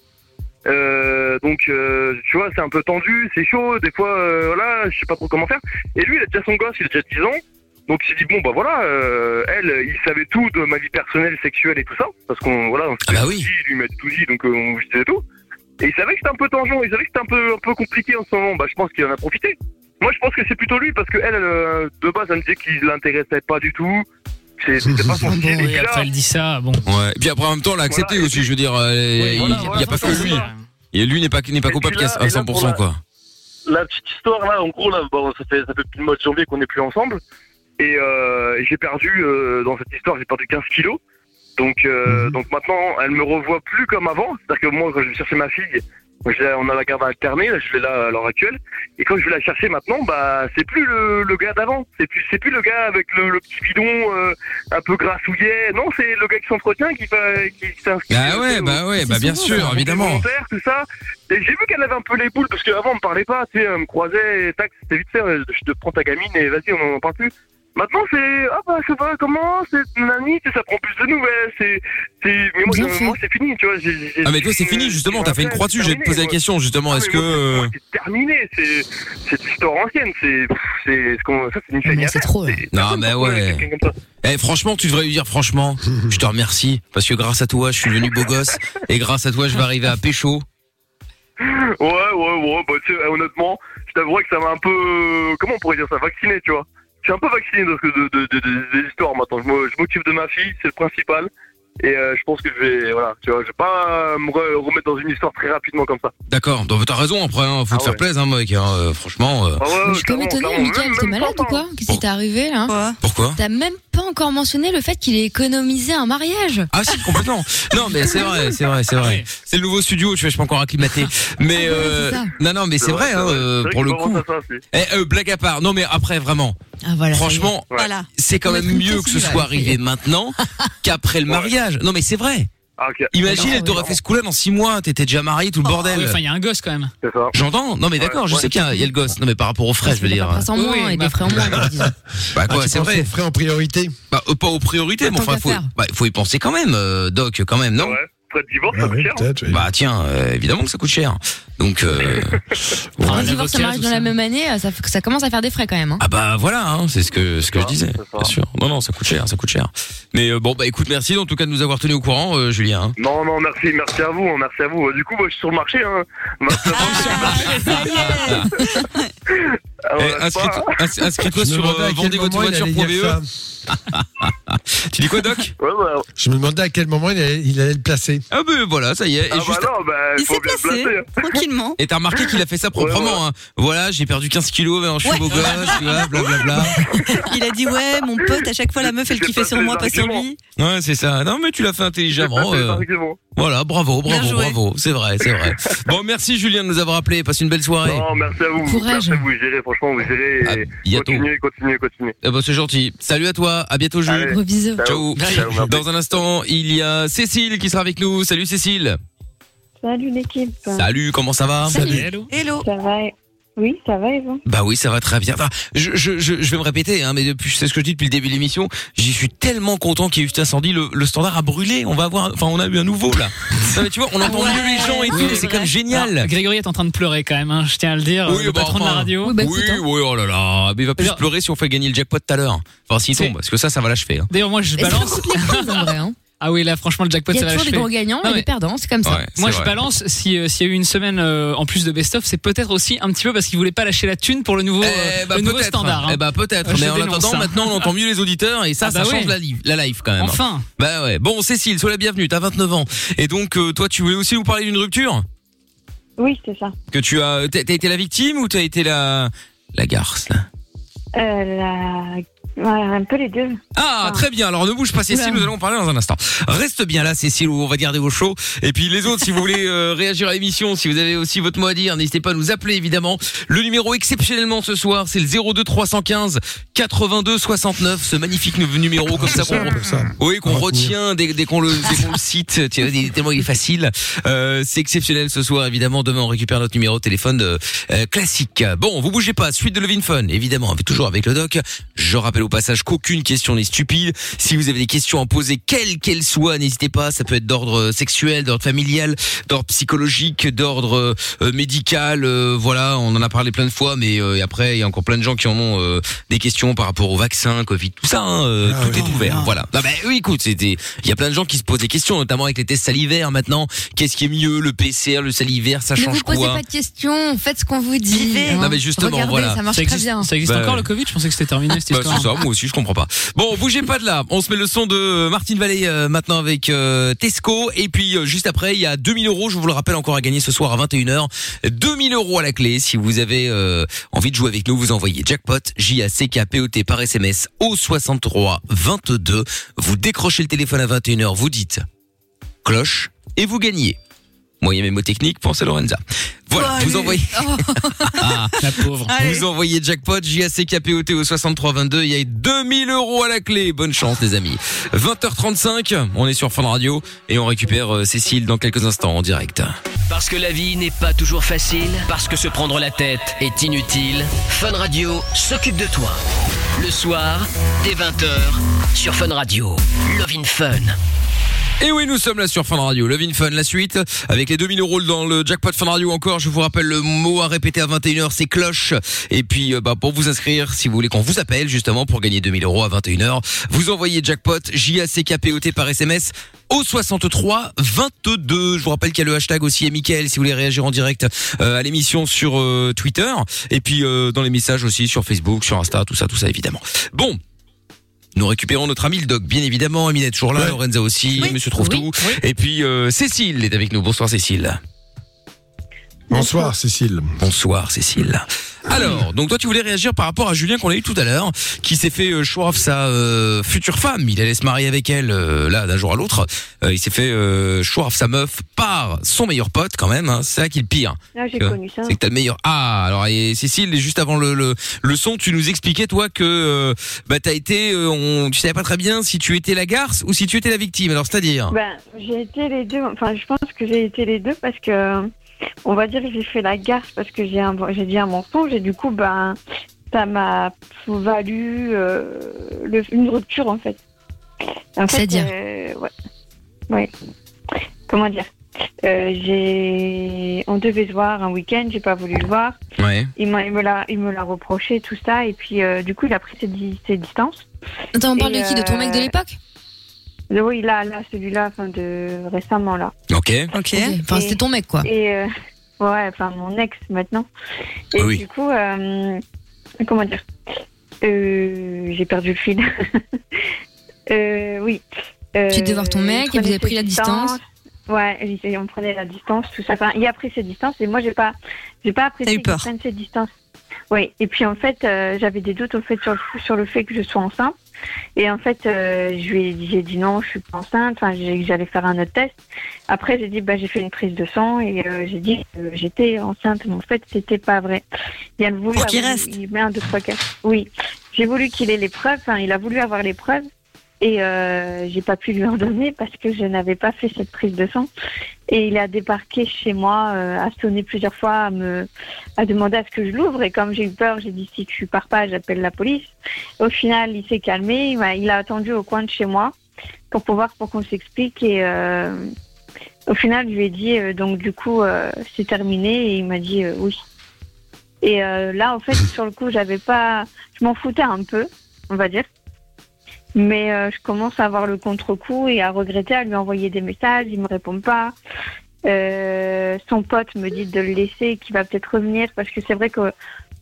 Speaker 7: Euh, donc, euh, tu vois, c'est un peu tendu, c'est chaud. Des fois, euh, voilà, je sais pas trop comment faire. Et lui, il a déjà son gosse, il a déjà 10 ans. Donc, il s'est dit, bon, bah voilà, euh, elle, il savait tout de ma vie personnelle, sexuelle et tout ça. Parce qu'on, voilà, on
Speaker 2: Ah
Speaker 7: s'était
Speaker 2: bah
Speaker 7: tout
Speaker 2: oui.
Speaker 7: dit, lui m'a tout dit, donc euh, on se disait tout. Et il savait que c'était un peu tangent, il savait que c'était un peu, un peu compliqué en ce moment. Bah, je pense qu'il en a profité. Moi, je pense que c'est plutôt lui, parce que elle, euh, de base, elle me disait qu'il l'intéressait pas du tout. C'est- C'était pas son style. Et puis
Speaker 6: Et
Speaker 7: là,
Speaker 6: après, elle dit ça. Bon.
Speaker 2: Ouais. Et puis après en même temps elle a accepté
Speaker 7: Voilà, et
Speaker 2: aussi je veux dire euh, il
Speaker 6: Voilà,
Speaker 2: il y
Speaker 6: voilà,
Speaker 2: a pas que
Speaker 6: c'est
Speaker 2: lui.
Speaker 6: ça.
Speaker 2: Et lui n'est pas n'est pas
Speaker 7: Et puis
Speaker 2: coupable
Speaker 7: là-
Speaker 2: qu'à
Speaker 7: et
Speaker 2: à
Speaker 7: là,
Speaker 2: 100%
Speaker 7: pour
Speaker 2: quoi.
Speaker 7: la petite histoire là, en gros là, bon, ça fait ça fait plus de mois de janvier qu'on n'est plus ensemble et euh, j'ai perdu euh, dans cette histoire j'ai perdu 15 kilos. Donc euh,
Speaker 2: Mhm.
Speaker 7: donc maintenant elle me revoit plus comme avant, c'est-à-dire que moi quand je vais chercher ma fille, je l'ai- on a la garde alternée, là, je l'ai là à l'heure actuelle et quand je vais la chercher maintenant, bah c'est plus le, le gars d'avant, c'est plus c'est plus le gars avec le, le petit bidon euh, un peu grassouillet, non c'est le gars qui s'entretient qui va qui s'inscrit.
Speaker 2: Ah ouais
Speaker 7: au-
Speaker 2: bah ouais bah bien sûr évidemment.
Speaker 7: volontaire, tout ça. Et j'ai vu qu'elle avait un peu les boules, parce qu'avant, on me parlait pas, tu sais, elle me croisait, et tac, c'était vite fait, euh, je te prends ta gamine et vas-y, on en parle plus. Maintenant, c'est, ah bah, ça va, comment, c'est nani, tu sais, ça prend plus de nouvelles, c'est, c'est, mais moi,
Speaker 8: Bien
Speaker 7: je-
Speaker 8: fait.
Speaker 7: moi, c'est fini, tu vois. j'ai- j'ai-
Speaker 2: Ah mais toi c'est fini justement t'as fait une croix dessus j'ai posé la
Speaker 7: terminé,
Speaker 2: question justement
Speaker 7: moi.
Speaker 2: est-ce
Speaker 7: Ah,
Speaker 2: que
Speaker 7: mais moi, c'est-
Speaker 2: euh,
Speaker 7: moi, C'est terminé, c'est, c'est une histoire ancienne, c'est, pff, c'est, ce qu'on, ça, c'est une
Speaker 8: Ah, mais
Speaker 7: famille.
Speaker 8: c'est trop, là.
Speaker 2: Non, mais ouais. Eh, franchement, tu devrais lui dire franchement, je te remercie parce que grâce à toi, je suis devenu beau gosse et grâce à toi, je vais arriver à pécho.
Speaker 7: Ouais, ouais, ouais, bah, tu sais, honnêtement, je t'avouerais que ça m'a un peu, comment on pourrait dire ça, vacciné, tu vois. Je suis un peu vacciné de, de, de, de- de- des histoires maintenant. Je me- je m'occupe de ma fille, c'est le principal. Et euh, je pense que je vais, voilà, tu vois, je vais pas me re- remettre dans une histoire très rapidement comme ça.
Speaker 2: D'accord, donc t'as raison après, hein, faut
Speaker 7: Ah
Speaker 2: te faire
Speaker 7: ouais.
Speaker 2: plaisir, hein, mec. hein, euh, franchement, euh,
Speaker 7: Ah ouais,
Speaker 8: Mais Je suis comme
Speaker 7: clairement,
Speaker 8: étonnée,
Speaker 7: clairement,
Speaker 8: Michael,
Speaker 7: même-
Speaker 8: t'es
Speaker 7: même
Speaker 8: malade
Speaker 7: pas,
Speaker 8: ou quoi Qu'est-ce qui t'est arrivé là
Speaker 5: Quoi
Speaker 2: pourquoi
Speaker 8: T'as même pas encore mentionné le fait qu'il ait économisé un mariage.
Speaker 2: Ah si, complètement. non, mais c'est vrai, c'est vrai, c'est vrai. Ah C'est le nouveau studio, tu vois, je suis pas encore acclimaté. Mais
Speaker 8: Ah ouais,
Speaker 2: euh,
Speaker 8: c'est ça.
Speaker 2: non, non, mais c'est vrai, hein, euh,
Speaker 7: c'est
Speaker 2: pour
Speaker 7: que
Speaker 2: le
Speaker 7: je
Speaker 2: coup.
Speaker 7: pense à ça, c'est-
Speaker 2: Eh, euh, blague à part. Non, mais après, vraiment.
Speaker 8: Ah, voilà, ça y est.
Speaker 2: Franchement,
Speaker 5: Voilà.
Speaker 2: c'est quand
Speaker 8: On va
Speaker 2: même
Speaker 8: être une
Speaker 2: mieux que ce
Speaker 8: précision,
Speaker 2: soit
Speaker 8: ouais.
Speaker 2: arrivé maintenant qu'après le mariage. Non mais c'est vrai.
Speaker 7: Ah, ok.
Speaker 2: Imagine,
Speaker 8: Non,
Speaker 2: elle t'aurait
Speaker 8: oui.
Speaker 2: fait ce coup-là dans six mois, t'étais déjà marié, tout le
Speaker 6: Ouais,
Speaker 2: bordel.
Speaker 6: Ah Oh, Enfin, il y a un gosse quand même.
Speaker 7: C'est ça.
Speaker 2: J'entends. Non mais d'accord, je
Speaker 7: Ouais.
Speaker 2: sais qu'il y, a il y a le gosse. Non mais par rapport aux frais, je veux
Speaker 8: Des
Speaker 2: dire.
Speaker 8: papas en moins
Speaker 6: Oui,
Speaker 8: et des
Speaker 6: bah-
Speaker 8: frais en moins. quoi, disons.
Speaker 2: Bah
Speaker 4: Ah,
Speaker 2: quoi,
Speaker 4: tu
Speaker 2: c'est
Speaker 4: penses
Speaker 2: vrai.
Speaker 4: aux frais en priorité
Speaker 2: Bah, euh, pas aux priorités, mais
Speaker 8: Tant
Speaker 2: enfin
Speaker 8: qu'à
Speaker 2: faut,
Speaker 8: faire.
Speaker 2: bah, faut y penser quand même, euh, Doc, quand même, non
Speaker 7: Ouais. Frais de divorce,
Speaker 4: Ah
Speaker 7: ça coûte
Speaker 4: oui,
Speaker 7: cher. hein.
Speaker 4: peut-être, oui.
Speaker 2: Bah tiens, euh, évidemment que ça coûte cher. Donc euh,
Speaker 8: Un
Speaker 6: Un
Speaker 8: divorce et
Speaker 6: avocat,
Speaker 8: un mariage
Speaker 6: tout
Speaker 8: dans la
Speaker 6: ça.
Speaker 8: même année, euh, ça, fait- ça commence à faire des frais quand même. hein.
Speaker 2: ah bah voilà, hein, c'est ce que ce que
Speaker 7: Ah,
Speaker 2: je disais.
Speaker 7: c'est ça.
Speaker 2: Bien sûr. Non non, ça coûte cher, ça coûte cher. Mais euh, bon bah écoute, merci en tout cas de nous avoir tenus au courant, euh, Julien. hein.
Speaker 7: Non, non, merci, merci à vous, hein, merci à vous. Bah, Du coup, moi, je suis sur le marché, hein. Maintenant,
Speaker 2: Eh,
Speaker 7: ah, voilà, c'est pas-
Speaker 2: inscris-toi- ins- Inscris-toi
Speaker 4: Je me
Speaker 2: sur
Speaker 4: demandais à
Speaker 2: euh,
Speaker 4: quel moment il allait dire
Speaker 2: vendezvotrevoiture.be.
Speaker 4: ça.
Speaker 2: E. Tu dis quoi, Doc
Speaker 7: Ouais, bah,
Speaker 4: Je me demandais à quel moment il allait, il allait le placer.
Speaker 2: Ah ben voilà, ça y est. Et
Speaker 7: ah, bah,
Speaker 2: juste-
Speaker 7: non, bah,
Speaker 5: Il
Speaker 7: faut
Speaker 5: s'est
Speaker 7: bien se
Speaker 5: placé,
Speaker 7: placer.
Speaker 5: tranquillement.
Speaker 2: Et t'as remarqué qu'il a fait ça proprement.
Speaker 7: Ouais,
Speaker 2: hein. Voilà, j'ai perdu 15 kilos, mais je suis
Speaker 5: Ouais.
Speaker 2: beau gosse, tu vois, blablabla.
Speaker 5: Il a dit ouais, mon pote, à chaque fois la meuf elle
Speaker 7: J'ai
Speaker 5: kiffait
Speaker 7: pas
Speaker 5: sur
Speaker 7: fait
Speaker 5: moi,
Speaker 7: les
Speaker 5: pas sur
Speaker 7: arguments.
Speaker 5: lui.
Speaker 2: Ouais, c'est ça. Non, mais tu l'as fait intelligemment. euh,
Speaker 7: Effectivement.
Speaker 2: voilà, bravo,
Speaker 5: Bien
Speaker 2: bravo,
Speaker 5: joué.
Speaker 2: bravo. C'est vrai, c'est vrai. Bon, merci Julien de nous avoir appelés. Passe une belle soirée.
Speaker 7: Non, merci à vous.
Speaker 8: Courage.
Speaker 7: Merci à vous, vous gérez, franchement, vous gérez.
Speaker 2: À
Speaker 7: et
Speaker 2: bientôt.
Speaker 7: Continuez, continuez, continuez.
Speaker 2: Eh ben, c'est gentil. Salut à toi. À bientôt, Jules.
Speaker 7: Allez.
Speaker 8: Gros bisous.
Speaker 2: Ciao.
Speaker 7: Ciao, merci.
Speaker 2: Dans un instant, il y a Cécile qui sera avec nous. Salut Cécile.
Speaker 9: Salut l'équipe.
Speaker 2: Salut, comment ça va
Speaker 8: Salut.
Speaker 6: Hello.
Speaker 5: Hello.
Speaker 9: Ça va et- Oui, ça va et vous
Speaker 2: Bah oui, ça va très bien. Enfin, je, je, je, je vais me répéter, hein, mais depuis, c'est ce que je dis depuis le début de l'émission. J'y suis tellement content qu'il y ait eu cet incendie. Le, le standard a brûlé. On va avoir, enfin, on a eu un nouveau là. non, mais tu vois, on
Speaker 6: Ah
Speaker 2: entend
Speaker 5: Ouais,
Speaker 2: mieux les gens
Speaker 5: oui,
Speaker 2: et tout.
Speaker 5: c'est
Speaker 2: C'est
Speaker 5: vrai.
Speaker 2: comme génial.
Speaker 6: Alors, Ah, Grégory est en train de pleurer quand même, hein, je tiens à le dire.
Speaker 2: Oui,
Speaker 6: le
Speaker 2: bah,
Speaker 6: patron de
Speaker 2: enfin,
Speaker 6: la radio.
Speaker 8: Oui, bah,
Speaker 2: oui,
Speaker 8: écoute, hein.
Speaker 2: oui, oh là là. Mais il va plus
Speaker 6: Alors-
Speaker 2: pleurer si on fait gagner le jackpot tout à l'heure. Enfin, s'il
Speaker 6: C'est-
Speaker 2: tombe, parce que ça, ça va l'achever. hein.
Speaker 6: D'ailleurs, moi, je
Speaker 8: Et ça
Speaker 6: balance.
Speaker 8: coûte les prises, en vrai. hein.
Speaker 6: Ah oui, là, franchement, le jackpot,
Speaker 8: Il y
Speaker 6: ça
Speaker 8: a
Speaker 6: va Ah
Speaker 8: toujours des gros
Speaker 6: l'achever.
Speaker 8: gagnants
Speaker 6: Non,
Speaker 8: et
Speaker 6: mais-
Speaker 8: des perdants, c'est comme ça.
Speaker 2: Ouais, c'est
Speaker 6: Moi, je
Speaker 2: vrai.
Speaker 6: balance. Si euh, s'il y a eu une semaine euh, en plus de best-of, c'est peut-être aussi un petit peu parce qu'il voulait pas lâcher la thune pour le nouveau, euh,
Speaker 2: Eh bah
Speaker 6: le nouveau
Speaker 2: peut-être.
Speaker 6: standard. hein.
Speaker 2: Eh bah peut-être.
Speaker 6: Euh, je
Speaker 2: Mais en
Speaker 6: dénonce
Speaker 2: attendant,
Speaker 6: ça.
Speaker 2: maintenant, on entend mieux les auditeurs et ça,
Speaker 6: Ah bah
Speaker 2: ça change
Speaker 6: ouais.
Speaker 2: la, live, la live quand même.
Speaker 6: enfin,
Speaker 2: Bah ouais. Bon, Cécile, sois la bienvenue. T'as 29 ans. Et donc, euh, toi, tu voulais aussi nous parler d'une rupture
Speaker 9: Oui, c'est ça.
Speaker 2: Que tu as, t'as t'as été la victime ou t'as été la la garce là
Speaker 9: Euh, la... voilà, un peu les deux.
Speaker 2: Ah
Speaker 9: Ah.
Speaker 2: très bien. Alors ne bouge pas Cécile,
Speaker 9: Oula.
Speaker 2: nous allons en parler dans un instant. Reste bien là Cécile, on va garder vos shows. Et puis les autres, si vous voulez euh, réagir à l'émission, si vous avez aussi votre mot à dire, n'hésitez pas à nous appeler évidemment. Le numéro exceptionnellement ce soir, c'est le 02 315 82 69. Ce magnifique nou- numéro comme ça qu'on
Speaker 4: Comme ça.
Speaker 2: oui, qu'on
Speaker 4: Retenir.
Speaker 2: retient dès, dès qu'on le, dès qu'on le cite, tu vois, il est tellement il est facile. Euh, c'est exceptionnel ce soir, évidemment. Demain, on récupère notre numéro de téléphone euh, euh, classique. Bon, vous bougez pas. Suite de Levin Fun, évidemment, avec, toujours avec le doc. Je rappelle au passage qu'aucune question n'est stupide. Si vous avez des questions à poser, quelles qu'elles soient, n'hésitez pas. Ça peut être d'ordre euh, sexuel, d'ordre familial, d'ordre psychologique, d'ordre euh, euh, médical. euh, voilà, on en a parlé plein de fois, mais euh, et après, il y a encore plein de gens qui en ont euh, des questions par rapport au vaccin, Covid, tout ça. hein, euh,
Speaker 4: Ah
Speaker 2: tout
Speaker 4: oui.
Speaker 2: est ouvert.
Speaker 6: Ah.
Speaker 2: Voilà. Non, bah, oui, écoute, c'était. Il y a plein de gens qui se posent des questions, notamment avec les tests salivaires maintenant. Qu'est-ce qui est mieux, le PCR, le salivaire, ça
Speaker 8: Ne
Speaker 2: change
Speaker 8: vous posez
Speaker 2: quoi
Speaker 8: pas de questions, faites ce qu'on vous dit.
Speaker 5: Vivez.
Speaker 8: hein.
Speaker 2: Non, mais justement,
Speaker 8: Regardez,
Speaker 2: voilà.
Speaker 8: Ça marche
Speaker 6: ça
Speaker 8: très
Speaker 6: existe,
Speaker 8: bien.
Speaker 6: ça existe
Speaker 2: Bah
Speaker 6: Ah, encore
Speaker 2: ouais.
Speaker 6: le Covid Je pensais que c'était terminé cette
Speaker 2: Bah,
Speaker 6: histoire.
Speaker 2: c'est ça, moi aussi je comprends pas. Bon, bougez pas de là. On se met le son de Martine Vallée euh, maintenant avec euh, Tesco. Et puis euh, juste après, il y a 2000 euros, je vous le rappelle encore à gagner ce soir à 21h. 2000 euros à la clé. Si vous avez euh, envie de jouer avec nous, vous envoyez jackpot, J-A-C-K-P-O-T par SMS au 63 22. Vous décrochez le téléphone à 21h, vous dites cloche et vous gagnez. Moyen mémotechnique, pensez Lorenza. Voilà,
Speaker 5: Oh,
Speaker 2: vous
Speaker 5: allez.
Speaker 2: envoyez.
Speaker 6: La pauvre.
Speaker 5: Allez.
Speaker 2: Vous envoyez jackpot, J-A-C-K-P-O-T au 6322. Il y a 2000 euros à la clé. Bonne chance, les amis. 20h35, on est sur Fun Radio et on récupère euh, Cécile dans quelques instants en direct.
Speaker 1: Parce que la vie n'est pas toujours facile, parce que se prendre la tête est inutile, Fun Radio s'occupe de toi. Le soir, dès 20h, sur Fun Radio. Love in Fun.
Speaker 2: Et oui, nous sommes là sur Fun Radio. Love in Fun, la suite. Avec les 2000 euros dans le jackpot Fun Radio encore, je vous rappelle le mot à répéter à 21h, c'est cloche. Et puis, euh, bah, pour vous inscrire, si vous voulez qu'on vous appelle, justement, pour gagner 2000 euros à 21h, vous envoyez jackpot, J-A-C-K-P-O-T par SMS au 63 22. Je vous rappelle qu'il y a le hashtag aussi et Mickaël si vous voulez réagir en direct euh, à l'émission sur euh, Twitter. Et puis, euh, dans les messages aussi sur Facebook, sur Insta, tout ça, tout ça, évidemment. Bon. Nous récupérons notre ami le doc, bien évidemment. Amine est toujours là,
Speaker 4: Ouais.
Speaker 2: Lorenza aussi, Monsieur Trouve-Tout.
Speaker 8: Oui.
Speaker 2: Et puis euh, Cécile est avec nous. Bonsoir Cécile.
Speaker 4: Bonsoir, Cécile.
Speaker 2: Bonsoir, Cécile. Alors, donc toi tu voulais réagir par rapport à Julien qu'on a eu tout à l'heure, qui s'est fait euh, choir sa euh, future femme, il allait se marier avec elle euh, là d'un jour à l'autre, Euh, il s'est fait euh, choir sa meuf par son meilleur pote quand même, hein. c'est ça qui est le pire.
Speaker 9: Ah, j'ai
Speaker 2: Tu vois,
Speaker 9: connu ça.
Speaker 2: C'est que t'as le meilleur. Ah, alors et Cécile, juste avant le, le le son, tu nous expliquais toi que euh, bah t'as été, euh, on, tu savais pas très bien si tu étais la garce ou si tu étais la victime. Alors c'est-à-dire
Speaker 9: Ben, j'ai été les deux. Enfin, je pense que j'ai été les deux parce que, on va dire, que j'ai fait la garce parce que j'ai un- j'ai dit un mensonge et du coup, ben, ça m'a valu euh, le- une rupture en fait. En fait,
Speaker 8: C'est-à-dire
Speaker 9: euh, ouais. Ouais. Comment dire Euh, J'ai, on devait se voir un week-end. J'ai pas voulu le voir.
Speaker 2: Ouais.
Speaker 9: Il, m'a- il me l'a, il me l'a reproché tout ça et puis, euh, du coup, il a pris ses, di- ses distances.
Speaker 8: Attends, on parle
Speaker 9: Et,
Speaker 8: de qui De ton mec de
Speaker 9: euh,
Speaker 8: l'époque
Speaker 9: Oui, là, là, celui-là, enfin, de récemment là.
Speaker 2: Ok.
Speaker 5: Ok.
Speaker 8: Ok. Enfin,
Speaker 9: et-
Speaker 8: c'était ton mec, quoi.
Speaker 9: Et euh, ouais, enfin mon ex maintenant. Et
Speaker 2: Oui.
Speaker 9: du coup, euh, comment dire Euh, J'ai perdu le fil. Euh, oui. Euh,
Speaker 8: Tu devais voir ton mec,
Speaker 9: il prenait
Speaker 8: et vous avez
Speaker 9: ses
Speaker 8: pris la distance.
Speaker 9: distances. Ouais, et on prenait la distance, tout ça. Enfin, il a pris ses distances et moi j'ai pas, j'ai pas apprécié
Speaker 5: T'as eu
Speaker 9: qu'il
Speaker 5: peur.
Speaker 9: prenne ses distances. Oui. Et puis en fait, euh, j'avais des doutes au fait sur le, sur le fait que je sois enceinte. Et en fait, euh, je lui ai dit, j'ai dit non, je suis pas enceinte. Enfin, j'ai- j'allais faire un autre test. Après, j'ai dit, bah, j'ai fait une prise de sang et euh, j'ai dit que j'étais enceinte, mais en fait, c'était pas vrai. Il a voulu
Speaker 5: Pour qu'il
Speaker 9: avoir-
Speaker 5: reste.
Speaker 9: il met un, deux, trois, quatre. Oui, j'ai voulu qu'il ait les preuves. Enfin, il a voulu avoir les preuves et euh, j'ai pas pu lui en donner parce que je n'avais pas fait cette prise de sang. Et il a débarqué chez moi, euh, à sonner plusieurs fois, à me, à demander à ce que je l'ouvre. Et comme j'ai eu peur, j'ai dit si tu pars pas, j'appelle la police. Au final, il s'est calmé. Il m'a- Il a attendu au coin de chez moi pour pouvoir, pour qu'on s'explique. Et euh, au final, je lui ai dit euh, donc du coup euh, c'est terminé. Et il m'a dit euh, oui. Et euh, là, en fait, sur le coup, j'avais pas, je m'en foutais un peu, on va dire. Mais euh, je commence à avoir le contre-coup et à regretter, à lui envoyer des messages, il me répond pas. Euh, son pote me dit de le laisser, qu'il va peut-être revenir, parce que c'est vrai que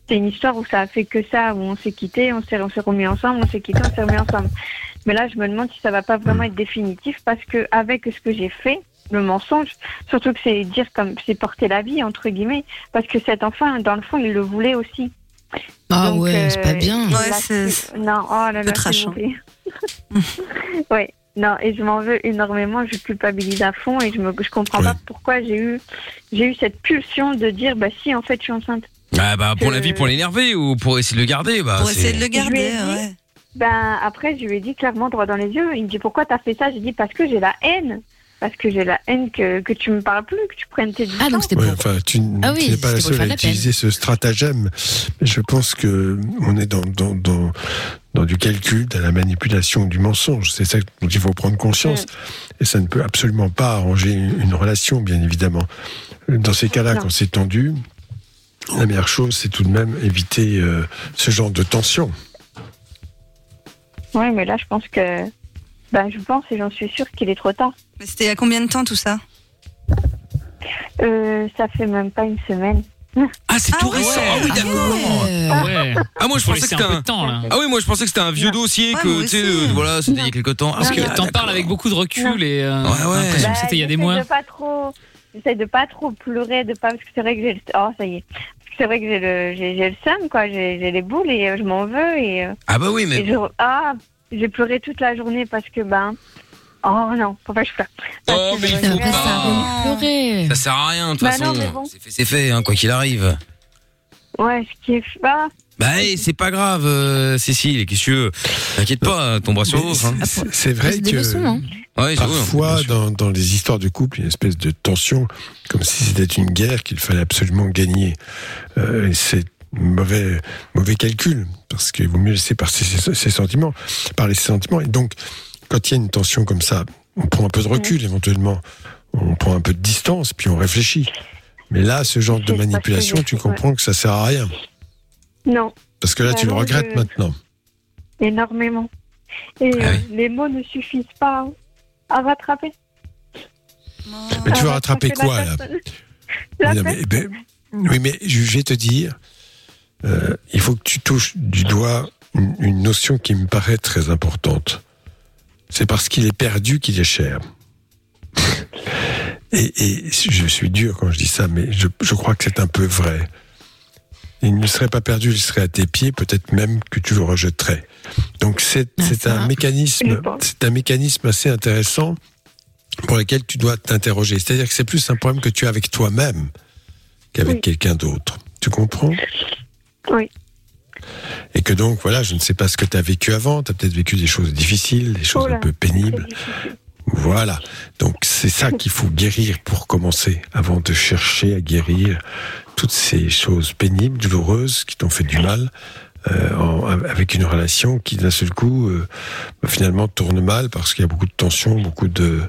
Speaker 9: c'est une histoire où ça a fait que ça, où on s'est quitté, on s'est, on s'est remis ensemble, on s'est quitté, on s'est remis ensemble. Mais là, je me demande si ça va pas vraiment être définitif, parce que avec ce que j'ai fait, le mensonge, surtout que c'est dire comme c'est porter la vie entre guillemets, parce que cet enfant, dans le fond, il le voulait aussi.
Speaker 8: Ah
Speaker 9: Donc,
Speaker 8: ouais,
Speaker 9: euh,
Speaker 8: c'est pas bien.
Speaker 9: il
Speaker 5: Ouais,
Speaker 9: l'a
Speaker 5: c'est-
Speaker 9: su- Non, oh là là,
Speaker 5: trash,
Speaker 9: s'il vous plaît. ouais. Non, et je m'en veux énormément, je culpabilise à fond et je me, je comprends pas pourquoi j'ai eu, j'ai eu cette pulsion de dire, bah si, en fait, je suis enceinte.
Speaker 2: Ah bah pour la vie,
Speaker 9: Euh,
Speaker 2: pour l'énerver ou pour essayer de le garder. Bah,
Speaker 5: Pour
Speaker 2: c'est-
Speaker 5: essayer de le
Speaker 9: Je lui
Speaker 5: garder,
Speaker 9: ai dit-
Speaker 5: ouais.
Speaker 9: Ben, après, je lui ai dit clairement droit dans les yeux. Il me dit, pourquoi t'as fait ça? J'ai dit, parce que j'ai la haine. Parce que j'ai la haine que, que tu me parles plus, que tu prennes tes
Speaker 8: Ah, donc
Speaker 9: distances.
Speaker 8: c'était
Speaker 4: Ouais,
Speaker 8: pour.
Speaker 4: enfin, tu n-
Speaker 8: Ah
Speaker 4: tu
Speaker 8: oui,
Speaker 4: n'es pas la
Speaker 8: c'était pour
Speaker 4: seule
Speaker 8: faire
Speaker 4: à
Speaker 8: de la peine.
Speaker 4: utiliser ce stratagème. Mais je pense que on est dans, dans, dans, dans du calcul, dans la manipulation, du mensonge. C'est ça dont il faut prendre conscience.
Speaker 8: Mm.
Speaker 4: Et ça ne peut absolument pas arranger une, une relation, bien évidemment. Dans ces cas-là,
Speaker 9: Non.
Speaker 4: quand c'est tendu, la meilleure chose, c'est tout de même éviter euh, ce genre de tension.
Speaker 9: Ouais, mais là, je pense que, ben, je pense et j'en suis sûre qu'il est trop tard.
Speaker 5: Mais c'était il y a combien de temps tout ça
Speaker 9: Euh, ça fait même pas une semaine.
Speaker 2: Ah c'est
Speaker 5: Ah
Speaker 2: tout
Speaker 5: ouais.
Speaker 2: récent.
Speaker 6: hein.
Speaker 2: Ah oui
Speaker 5: Ah
Speaker 2: d'accord.
Speaker 8: Ouais.
Speaker 6: Ouais.
Speaker 2: Ah moi je pensais que
Speaker 6: Faut laisser
Speaker 2: c'était
Speaker 6: un peu
Speaker 2: un.
Speaker 6: de temps là.
Speaker 2: Ah oui moi je pensais que c'était un vieux dossier
Speaker 5: Ouais,
Speaker 2: que
Speaker 5: moi
Speaker 2: tu sais
Speaker 5: aussi.
Speaker 2: euh, voilà c'était il y a quelque temps. Ah,
Speaker 6: Parce
Speaker 9: Non,
Speaker 6: que
Speaker 9: non,
Speaker 6: t'en parles avec beaucoup de recul et euh,
Speaker 2: Ouais, ouais.
Speaker 6: j'ai l'impression
Speaker 9: Bah,
Speaker 6: que c'était il y a des
Speaker 9: j'essaie
Speaker 6: mois.
Speaker 9: De pas trop, j'essaie de pas trop pleurer, de pas parce que c'est vrai que j'ai le, oh ça y est, Parce que c'est vrai que j'ai le, j'ai, j'ai le seum quoi, j'ai, j'ai les boules et euh, je m'en veux et, euh,
Speaker 2: Ah bah oui
Speaker 9: et
Speaker 2: mais.
Speaker 9: je, ah j'ai pleuré toute la journée parce que ben oh non faut pas que je pleure. Parce
Speaker 2: Oh,
Speaker 9: que
Speaker 2: mais
Speaker 9: je
Speaker 2: il
Speaker 8: Ça
Speaker 9: regrette.
Speaker 8: va pas
Speaker 2: Ah.
Speaker 8: ça, pleurer.
Speaker 2: Ça sert à rien de toute
Speaker 9: Bah non,
Speaker 2: façon.
Speaker 9: mais bon.
Speaker 2: C'est fait c'est fait hein, quoi qu'il arrive.
Speaker 9: Ouais ce qui est ah, pas.
Speaker 2: Bah hey, c'est pas grave euh, Cécile qu'est-ce que tu veux. T'inquiète pas tombera sur
Speaker 4: Mais
Speaker 2: l'autre. hein.
Speaker 4: c'est- c'est- C'est vrai
Speaker 8: C'est des
Speaker 4: que.
Speaker 8: leçons, hein.
Speaker 2: Ouais, c'est-
Speaker 4: Parfois,
Speaker 2: ouais,
Speaker 4: dans, dans les histoires de couple, il y a une espèce de tension, comme si c'était une guerre qu'il fallait absolument gagner. Euh, et c'est mauvais, mauvais calcul, parce qu'il vaut mieux laisser passer ses, ses sentiments, parler ses sentiments. Et donc, quand il y a une tension comme ça, on prend un peu de recul éventuellement, on prend un peu de distance, puis on réfléchit. Mais là, ce genre
Speaker 9: C'est
Speaker 4: de
Speaker 9: parce que
Speaker 4: manipulation,
Speaker 9: j'ai-
Speaker 4: tu comprends que ça sert à rien.
Speaker 9: Non
Speaker 4: Parce que là,
Speaker 9: Bah
Speaker 4: tu le
Speaker 9: non,
Speaker 4: regrettes
Speaker 9: je-
Speaker 4: maintenant.
Speaker 9: énormément et
Speaker 2: Ah
Speaker 9: euh,
Speaker 2: oui.
Speaker 9: les mots ne suffisent pas à rattraper.
Speaker 4: Mais tu
Speaker 9: à
Speaker 4: vas rattraper
Speaker 9: rattraper
Speaker 4: quoi,
Speaker 9: la
Speaker 4: là
Speaker 9: personne. La
Speaker 4: Oui, non, mais- ben, oui, mais je vais te dire, euh, il faut que tu touches du doigt une, une notion qui me paraît très importante. C'est parce qu'il est perdu qu'il est cher. Et, et je suis dur quand je dis ça, mais je, je crois que c'est un peu vrai. Il ne serait pas perdu, il serait à tes pieds, peut-être même que tu le rejetterais. Donc c'est
Speaker 8: Ah,
Speaker 4: c'est
Speaker 8: ça
Speaker 4: un
Speaker 8: va.
Speaker 4: mécanisme, c'est un mécanisme assez intéressant pour lequel tu dois t'interroger. C'est-à-dire que c'est plus un problème que tu as avec toi-même qu'avec
Speaker 9: Oui.
Speaker 4: quelqu'un d'autre. Tu comprends
Speaker 9: Oui.
Speaker 4: Et que donc, voilà, je ne sais pas ce que tu as vécu avant, tu as peut-être vécu des choses difficiles, des choses
Speaker 9: Oh là,
Speaker 4: un peu
Speaker 9: très
Speaker 4: pénibles.
Speaker 9: difficile.
Speaker 4: Voilà. Donc c'est ça qu'il faut guérir pour commencer, avant de chercher à guérir toutes ces choses pénibles, douloureuses, qui t'ont fait du mal, euh, en- avec une relation qui d'un seul coup, euh, bah, finalement, tourne mal parce qu'il y a beaucoup de tensions, beaucoup de...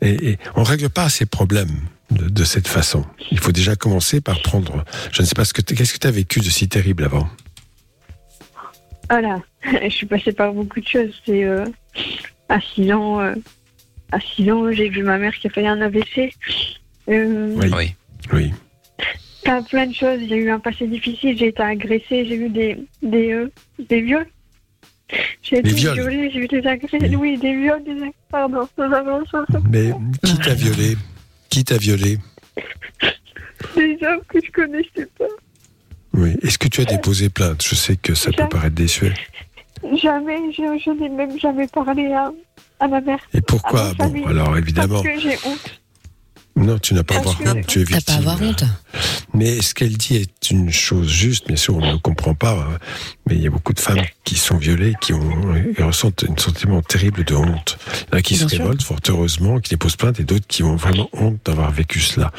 Speaker 4: Et, et on règle pas ces problèmes de, de cette façon. Il faut déjà commencer par prendre... Je ne sais pas ce que t'es- qu'est-ce que tu as vécu de si terrible avant.
Speaker 9: Voilà, je suis passée par beaucoup de choses. C'est euh, à 6 ans, euh, à six ans, j'ai vu ma mère qui a fait un AVC. Euh,
Speaker 4: Oui.
Speaker 2: Oui.
Speaker 4: Oui.
Speaker 9: T'as plein de choses. J'ai eu un passé difficile. J'ai été agressée. J'ai eu des des euh, des viols. J'ai été
Speaker 4: Des viols.
Speaker 9: violée. J'ai eu des
Speaker 4: Oui.
Speaker 9: agressions. Oui, des viols, des ag- pardon. des agressions.
Speaker 4: Mais qui t'a violé Qui t'a violé
Speaker 9: Des hommes que je connaissais pas.
Speaker 4: Oui. Est-ce que tu as déposé plainte Je sais que ça peut
Speaker 9: Ça.
Speaker 4: paraître déçu.
Speaker 9: Jamais. Je, je n'ai même jamais parlé à à ma mère.
Speaker 4: Et pourquoi
Speaker 9: Ah, ma
Speaker 4: Bon,
Speaker 9: famille.
Speaker 4: alors
Speaker 9: Parce
Speaker 4: évidemment,
Speaker 9: que j'ai honte.
Speaker 4: non, tu n'as pas à
Speaker 9: parce
Speaker 4: avoir
Speaker 9: que-
Speaker 4: honte, tu es
Speaker 8: T'as pas à
Speaker 4: victime.
Speaker 8: avoir honte.
Speaker 4: Mais ce qu'elle dit est une chose juste, bien sûr, on ne comprend pas. hein. Mais il y a beaucoup de femmes qui sont violées, qui ont, euh, et ressentent un sentiment terrible de honte. Il y en a qui
Speaker 6: Bien
Speaker 4: se
Speaker 6: sûr.
Speaker 4: révoltent, fort heureusement, qui déposent plainte, et d'autres qui ont vraiment honte d'avoir vécu cela.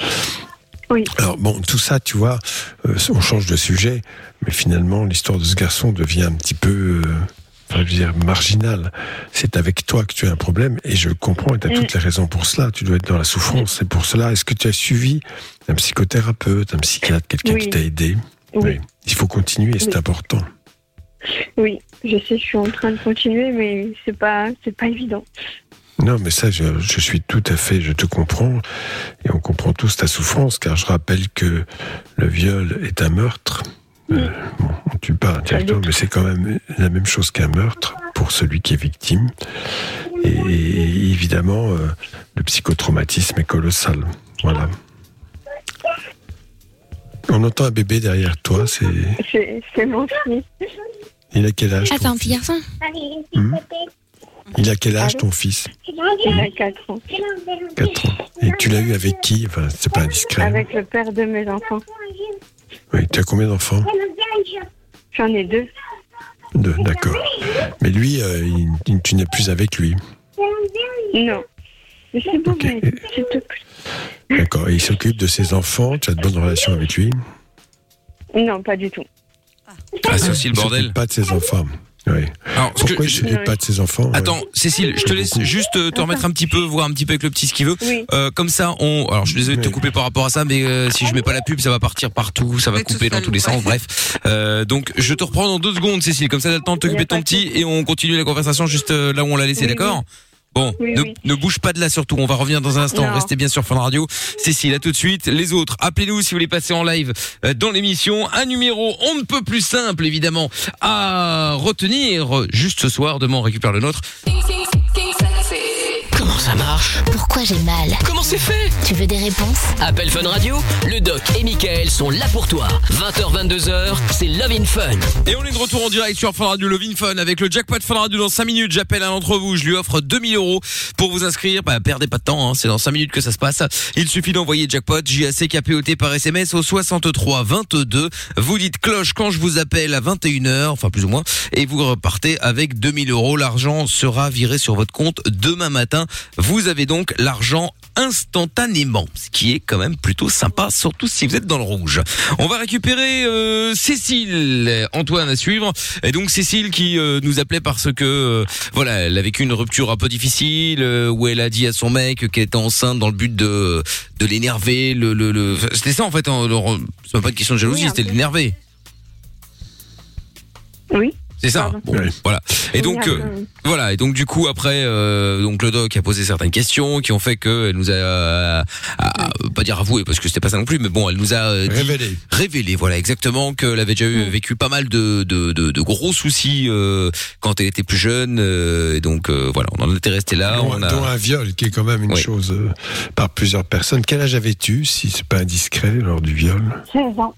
Speaker 9: Oui.
Speaker 4: Alors bon, tout ça, tu vois, euh, on change de sujet, mais finalement, l'histoire de ce garçon devient un petit peu, euh, enfin, je veux dire, marginale. C'est avec toi que tu as un problème, et je le comprends, et tu as
Speaker 9: Mm.
Speaker 4: toutes les raisons pour cela. Tu dois être dans la souffrance, c'est pour cela. Est-ce que tu as suivi un psychothérapeute, un psychiatre, quelqu'un
Speaker 9: Oui.
Speaker 4: qui t'a aidé
Speaker 9: Oui.
Speaker 4: Il faut continuer, c'est
Speaker 9: Oui.
Speaker 4: important.
Speaker 9: Oui. Je sais. Je suis en train de continuer, mais c'est pas c'est pas évident.
Speaker 4: Non, mais ça, je, je suis tout à fait, je te comprends, et on comprend tous ta souffrance, car je rappelle que le viol est un meurtre. Euh, bon, on ne tue pas directement, mais c'est quand même la même chose qu'un meurtre pour celui qui est victime. Et, et évidemment, euh, le psychotraumatisme est colossal. Voilà. On entend un bébé derrière toi, c'est...
Speaker 9: C'est c'est mon fils.
Speaker 4: Il a quel âge
Speaker 8: Ah,
Speaker 4: ton
Speaker 8: t'as un
Speaker 4: fils
Speaker 8: petit garçon
Speaker 4: Hmm Il a quel âge ton fils
Speaker 9: Il a 4 ans.
Speaker 4: 4 ans. Et tu l'as eu avec qui Enfin, c'est pas indiscret. hein.
Speaker 9: Avec le père de mes enfants.
Speaker 4: Oui, tu as combien d'enfants Oh.
Speaker 9: J'en ai deux.
Speaker 4: Deux, d'accord. Mais lui, euh, il- il- tu n'es plus avec lui.
Speaker 9: Non. Mais c'est bon,
Speaker 4: Ok.
Speaker 9: mais c'est tout.
Speaker 4: D'accord. Et il s'occupe de ses enfants, tu as de bonnes relations avec lui.
Speaker 9: Non, pas du tout.
Speaker 2: Ah, c'est aussi le
Speaker 4: Il
Speaker 2: bordel.
Speaker 4: s'occupe pas de ses enfants. Oui.
Speaker 2: Alors, ce
Speaker 4: Pourquoi
Speaker 2: que
Speaker 4: il
Speaker 2: je-
Speaker 4: s'occupe pas de ses enfants Oui.
Speaker 2: Attends, Cécile, je te laisse juste euh, te remettre un petit peu, voir un petit peu avec le petit ce qu'il veut.
Speaker 9: Oui.
Speaker 2: Euh, comme ça, on. Alors, je suis désolé de te couper par rapport à ça, mais euh, si je mets pas la pub, ça va partir partout, ça va
Speaker 5: Mais tout
Speaker 2: couper dans
Speaker 5: seul,
Speaker 2: tous les
Speaker 5: ouais.
Speaker 2: sens. Bref, Euh, donc je te reprends dans deux secondes, Cécile. Comme ça, t'as le temps de t'occuper de ton petit et on continue la conversation juste euh, là où on l'a laissé,
Speaker 9: Oui,
Speaker 2: d'accord Bon,
Speaker 9: Oui,
Speaker 2: ne,
Speaker 9: oui.
Speaker 2: ne bouge pas de là surtout. On va revenir dans un instant.
Speaker 9: Non.
Speaker 2: Restez bien sur Fun Radio. Cécile, à tout de suite. Les autres, appelez-nous si vous voulez passer en live euh, dans l'émission. Un numéro, on ne peut plus simple évidemment à retenir. Juste ce soir, demain on récupère le nôtre.
Speaker 1: Comment ça marche
Speaker 3: Pourquoi j'ai mal
Speaker 1: Comment c'est fait
Speaker 3: Tu veux des réponses
Speaker 1: Appel Fun Radio, le doc et Michael sont là pour toi. 20h, 22h, c'est Love in Fun.
Speaker 2: Et on est de retour en direct sur Fun Radio Lovin Fun avec le jackpot Fun Radio dans 5 minutes. J'appelle un d'entre vous, je lui offre 2000 euros pour vous inscrire. Bah, perdez pas de temps, hein, c'est dans 5 minutes que ça se passe. Il suffit d'envoyer jackpot JACKPOT par SMS au 63 22. Vous dites cloche quand je vous appelle à 21h, enfin plus ou moins, et vous repartez avec 2000 euros. L'argent sera viré sur votre compte demain matin. Vous avez donc l'argent instantanément, ce qui est quand même plutôt sympa, surtout si vous êtes dans le rouge. On va récupérer euh, Cécile, Antoine à suivre. Et donc Cécile qui euh, nous appelait parce que euh, voilà, elle a vécu une rupture un peu difficile euh, où elle a dit à son mec qu'elle était enceinte dans le but de de l'énerver. Le, le, le... C'était ça en fait. hein, Laurent. C'est même pas une question de jalousie,
Speaker 9: Oui, un
Speaker 2: c'était
Speaker 9: peu.
Speaker 2: l'énerver.
Speaker 9: Oui.
Speaker 2: C'est- C'est ça. hein?
Speaker 9: Pardon.
Speaker 2: Bon, voilà. Et donc, euh, voilà. Et donc, du coup, après, euh, donc le doc a posé certaines questions qui ont fait que elle nous a, euh, à- pas dire avoué parce que c'était pas ça non plus, mais bon, elle nous a euh, dit- révélé. voilà, exactement qu'elle avait déjà eu, vécu pas mal de de, de, de gros soucis euh, quand elle était plus jeune. euh, et donc, euh, voilà, on en était resté là.
Speaker 4: dont,
Speaker 2: on a...
Speaker 4: dont un viol, qui est quand même une chose euh, par plusieurs personnes. Quel âge avais-tu, si c'est pas indiscret, lors du viol
Speaker 9: 16 ans.